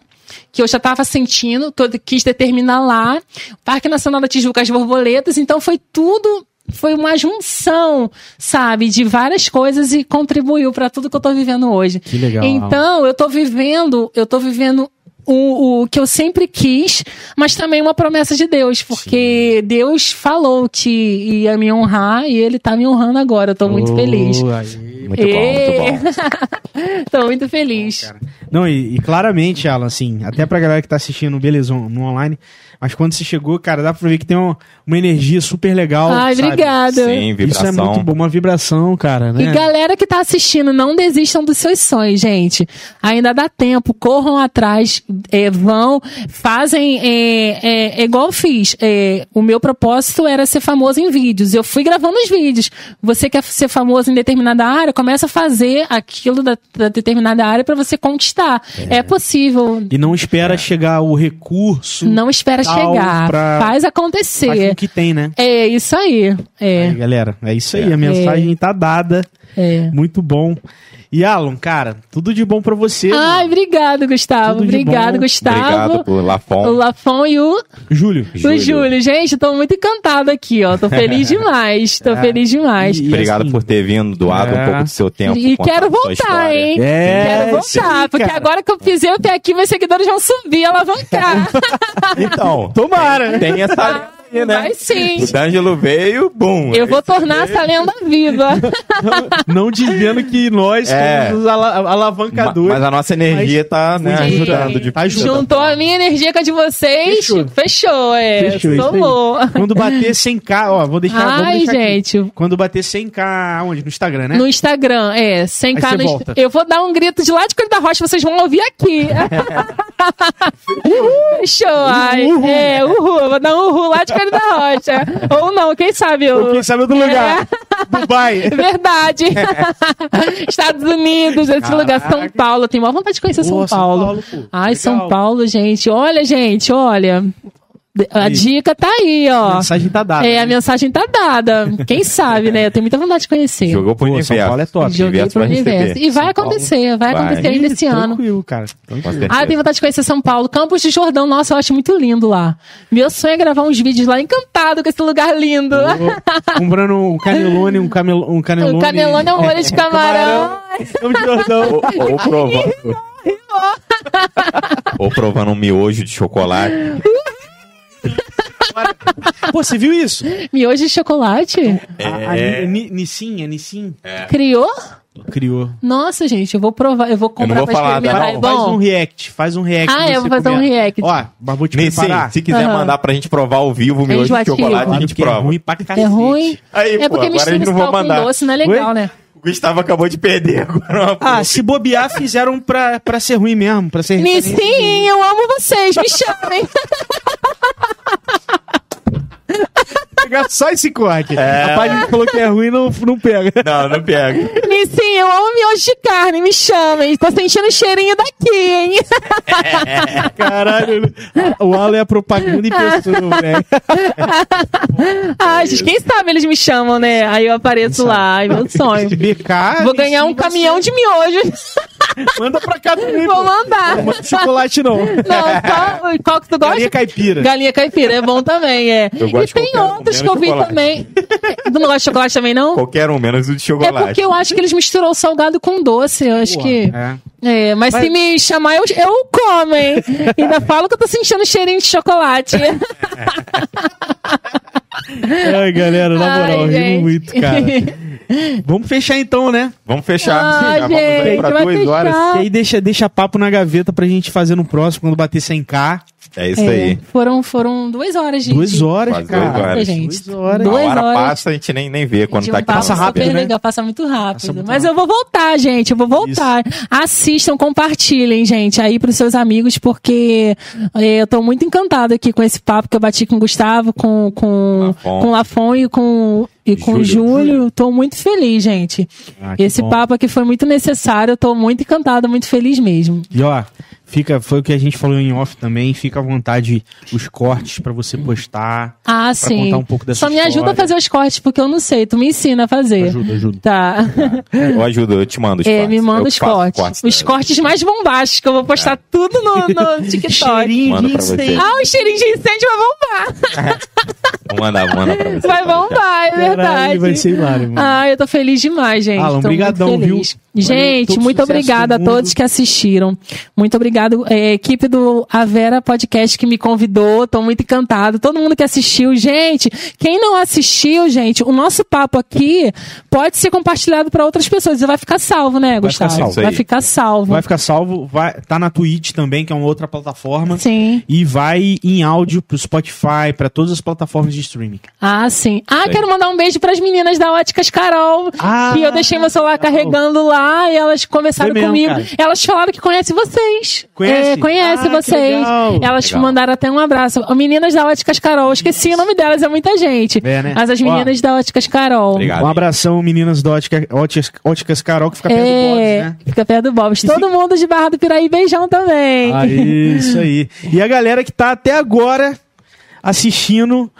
que eu já tava sentindo, todo, quis determinar lá, Parque Nacional da Tijuca, as borboletas, então foi tudo, foi uma junção, sabe, de várias coisas e contribuiu para tudo que eu tô vivendo hoje.
Que legal.
Então, eu tô vivendo, eu tô vivendo o, o que eu sempre quis, mas também uma promessa de Deus, porque Deus falou que ia me honrar e ele tá me honrando agora. Eu tô muito
Oh,
feliz.
aí.
Muito bom, muito bom.
tô muito feliz.
Não, e, e claramente, Alan, assim, até pra galera que tá assistindo, beleza, on- no online, mas quando você chegou, cara, dá pra ver que tem uma, uma energia super legal.
Ai,
sabe?
obrigada.
Sim,
Isso
vibração.
é muito bom, uma vibração, cara, né?
E galera que tá assistindo, não desistam dos seus sonhos, gente. Ainda dá tempo, corram atrás, é, vão, fazem. É, é, é igual eu fiz. é, o meu propósito era ser famoso em vídeos. Eu fui gravando os vídeos. Você quer ser famoso em determinada área, começa a fazer aquilo da, da determinada área pra você conquistar. É, possível.
E não espera chegar o recurso
Não espera
Tal
chegar.
pra- faz
Faz
com
acontecer.
que tem, né?
É isso aí.
Aí,
É,
galera, é isso aí, a mensagem tá dada,
é.
muito bom. E Alan, cara, tudo de bom pra você.
Ai,
mano.
obrigado, Gustavo.
Tudo de
Obrigado,
bom.
Obrigado
Gustavo.
por
O
Lafon.
Lafon e o,
Júlio.
o Júlio. Gente, tô muito encantada aqui, ó. Tô feliz demais. Tô
É.
feliz demais.
E- e
Obrigado
assim,
por ter vindo, doado
É.
um pouco do seu tempo.
E
contado
quero
sua
voltar,
história.
hein?
É,
quero voltar,
sim,
porque
cara.
agora que eu fizer o pé aqui, meus seguidores vão subir, alavancar.
Então,
Tomara!
tem essa aí, né?
Mas Ah, sim,
O D'Angelo veio, bum.
eu vou tornar essa lenda viva.
Não dizendo que nós
É.
somos os ala-
Ma-
alavancadores.
Mas a nossa energia tá né,
Sim.
ajudando. De...
Tá ajudando.
Juntou a minha energia com a de vocês.
Fechou.
Fechou, é.
Fechou, isso aí.
Somou.
Quando bater 100k, ó, vou deixar. vamos
Ai,
deixar aqui.
gente,
Quando bater 100k, onde? No Instagram, né?
No Instagram, é. Sem
Aí
cá
você
no Inst-
volta.
Eu vou dar um grito de lá de Coelho da Rocha, vocês vão ouvir aqui. Show, ai. É, uhul. Eu vou dar um uhul lá de Coelho da Rocha. Ou não, quem sabe
Ou
eu. É,
Quem sabe outro lugar. Dubai.
Verdade. Estados Unidos, esse lugar. São Paulo. Eu tenho maior vontade de conhecer
Pô,
São Paulo.
pô.
Ai,
Legal.
São Paulo, gente. Olha, gente, olha. A
Aí.
dica tá aí,
A
ó.
mensagem tá dada.
É, a mensagem tá dada. Quem sabe, né? Eu tenho muita vontade de conhecer.
Jogou pro
Pô, São
universo.
Paulo é top.
Jogo
Joguei
Universo
pro
vai receber.
universo. E vai
São Paulo.
acontecer, vai,
Vai.
acontecer ainda esse ano.
Tranquilo, cara.
Com
Tranquilo.
certeza.
Ah, eu tenho vontade de conhecer São Paulo. Campos de Jordão, nossa, eu acho muito lindo lá. Meu sonho é gravar uns vídeos lá, encantado com esse lugar lindo.
Ô, Comprando um canelone, um, camel, um canelone.
o canelone é um molho de camarão.
Campo de Jordão.
ou, ou provando. ou provando um miojo de chocolate.
Pô, você viu isso?
Miojo de chocolate?
A, a Ni- Ni- Nissin, é Nissin?
Criou?
Criou.
Nossa, gente, eu vou provar, eu vou comprar
não vou
pra
falar,
experimentar.
tá
É
bom?
Faz um
bom?
react, faz um react.
Ah,
você
eu vou fazer um
comendo.
react.
Ó, mas vou te
Nissim,
preparar.
se quiser
Aham.
mandar pra gente provar ao vivo o miojo de
enjoativo.
chocolate, a
Claro
gente
que é
prova.
ruim pra cacete.
É ruim?
um Aí,
é
pô,
porque
agora
mistura
eles não vão
sal com
mandar.
doce, não é legal, né?
O Gustavo acabou de perder agora. uma
Ah, se bobear, fizeram pra, pra ser ruim mesmo, pra ser
Sim, eu amo vocês, me chamem.
pegar só esse corte. A página que falou que é ruim não, não pega.
Não, não pega.
Nissim, eu amo miojo de carne, me chamem. Tô sentindo o cheirinho daqui, hein?
Caralho, o Alan é a propaganda em pessoa, velho.
Ah, gente, quem sabe eles me chamam, né? Aí eu apareço lá, é meu sonho.
BK.
Vou ganhar um
Nissin,
caminhão de miojo.
Manda pra cá também.
Vou
pô.
mandar.
Não manda chocolate, não.
Não, qual, qual que tu gosta?
Galinha caipira.
Galinha caipira, é bom também, é.
Eu gosto
e
de
tem
qualquer um,
outros que
menos
eu vi
chocolate.
também. Tu não gosta de chocolate também, não?
Qualquer um, menos o de
É
chocolate.
porque eu acho que eles misturam o salgado com doce, eu acho que...
É.
É, mas,
Mas-
se me chamar, eu, eu como, hein? Ainda falo que eu tô sentindo cheirinho de chocolate.
Ai, galera, na moral,
Ai,
eu
gente.
rimo muito, cara. Vamos fechar então, né?
Vamos fechar.
Ah,
Já vamos aí
gente,
pra
vai
duas
fechar.
horas.
E aí deixa, deixa papo na gaveta pra gente fazer no próximo, quando bater 100k.
É isso
É,
aí.
Foram, foram duas horas, gente.
Duas horas,
Quase
cara.
duas horas.
Duas horas.
Duas
a hora
horas.
passa, a gente nem, nem vê quando
De
tá
um
aqui. na
papo
Passa
nossa
rápido,
vida.
super
né?
legal, passa muito rápido.
Passa muito
Mas eu vou voltar, gente. Eu vou voltar. Assistam, compartilhem, gente, aí pros seus amigos, porque eh, eu tô muito encantada aqui com esse papo que eu bati com o Gustavo, com, com,
Lafon.
com o Lafon e com, e com o
Júlio.
Júlio. Tô muito feliz, gente.
Ah, que
esse
bom.
papo aqui foi muito necessário. Eu tô muito encantada, muito feliz mesmo.
E ó, fica, foi o que a gente falou em off também. Fica à vontade os cortes pra você postar.
Ah, sim.
contar um pouco dessa
Só me ajuda
história.
a fazer os cortes, porque eu não sei. Tu me ensina a fazer.
Ajuda, ajuda.
Tá.
Eu ajudo, eu te mando os
É,
cortes.
me manda
Eu
os
faço
cortes. Os
dela.
cortes mais bombásticos. Eu vou postar tudo no, no TikTok.
É. Cheirinho
Manda
de
pra você.
incêndio.
Ah, o cheirinho de incêndio vai bombar.
Vou mandar, vou mandar pra você.
Vai bombar, é
Caralho,
verdade.
Vai ser hilário, mano.
Ah, eu tô feliz demais, gente.
Alan,
Tô muito
brigadão,
feliz.
viu? Valeu,
Gente,
todo
muito
sucesso
obrigada a
do mundo.
todos que assistiram. Muito obrigado, é, equipe do A Vera Podcast que me convidou. Tô muito encantado. Todo mundo que assistiu, gente. Quem não assistiu, gente, o nosso papo aqui pode ser compartilhado para outras pessoas. E vai ficar salvo, né,
Vai ficar
Gustavo?
salvo. Isso aí.
Vai ficar salvo.
Vai ficar salvo, vai, tá na Twitch também, que é uma outra plataforma.
Sim.
E vai em áudio pro Spotify, pra todas as plataformas de streaming.
Ah, sim. Ah,
Sei.
quero mandar um beijo pras meninas da Óticas Carol.
Ah,
que eu deixei meu celular
Carol.
carregando lá e elas conversaram
Foi mesmo,
comigo.
cara.
Elas falaram que conhecem vocês.
Conhece?
É,
Ah,
conhece
que
vocês.
legal.
Elas
Legal.
mandaram até um abraço. Ó, Meninas da Óticas Carol. Eu Esqueci o nome delas, é muita gente.
É, né?
Mas as
Ó.
meninas da Óticas Carol.
Obrigado.
Um abração, meninas do Ótica- Óticas, Óticas Carol, que fica perto do Bob's,
É,
né?
fica perto do Bob. Todo mundo de Barra do Piraí, beijão
Aí,
também.
Ah, isso aí. E a galera que tá até agora assistindo,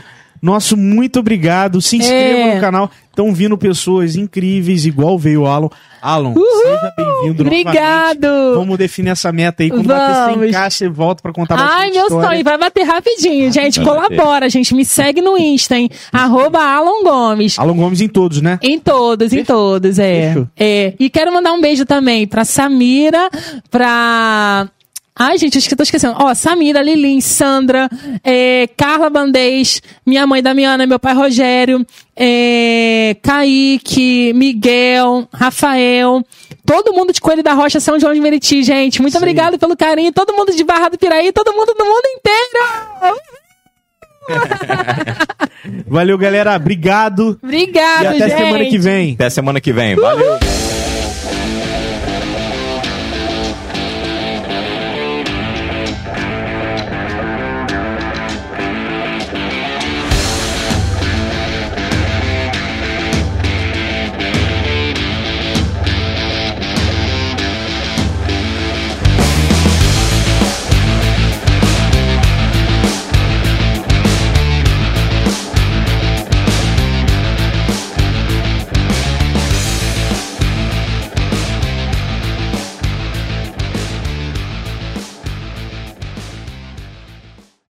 nosso muito obrigado. Se inscreva
É.
no canal. Estão vindo pessoas incríveis, igual veio o Alan. Alan, seja bem-vindo novamente.
Obrigado.
Vamos definir essa meta aí. Quando bater
Vamos.
100k, você volta pra
tá
contar bastante
Ai, meu
história.
sonho, vai bater rapidinho, gente.
Vai bater.
Colabora, gente. Me segue no Insta, hein? Arroba Alan Gomes.
Alan Gomes em todos, né?
Em todos, em todos, é.
Fechou.
é. E quero mandar um beijo também pra Samira, pra. Ai, gente, acho que eu tô esquecendo. Ó, Samira, Lilin, Sandra, é, Carla Bandez, minha mãe Damiana, meu pai Rogério, é, Kaique, Miguel, Rafael, todo mundo de Coelho da Rocha, São João de Meriti, gente. Muito obrigado pelo carinho, todo mundo de Barra do Piraí, todo mundo do mundo inteiro.
Valeu, galera. Obrigado.
Obrigado,
e até
gente.
semana que vem.
Até semana que vem. Valeu.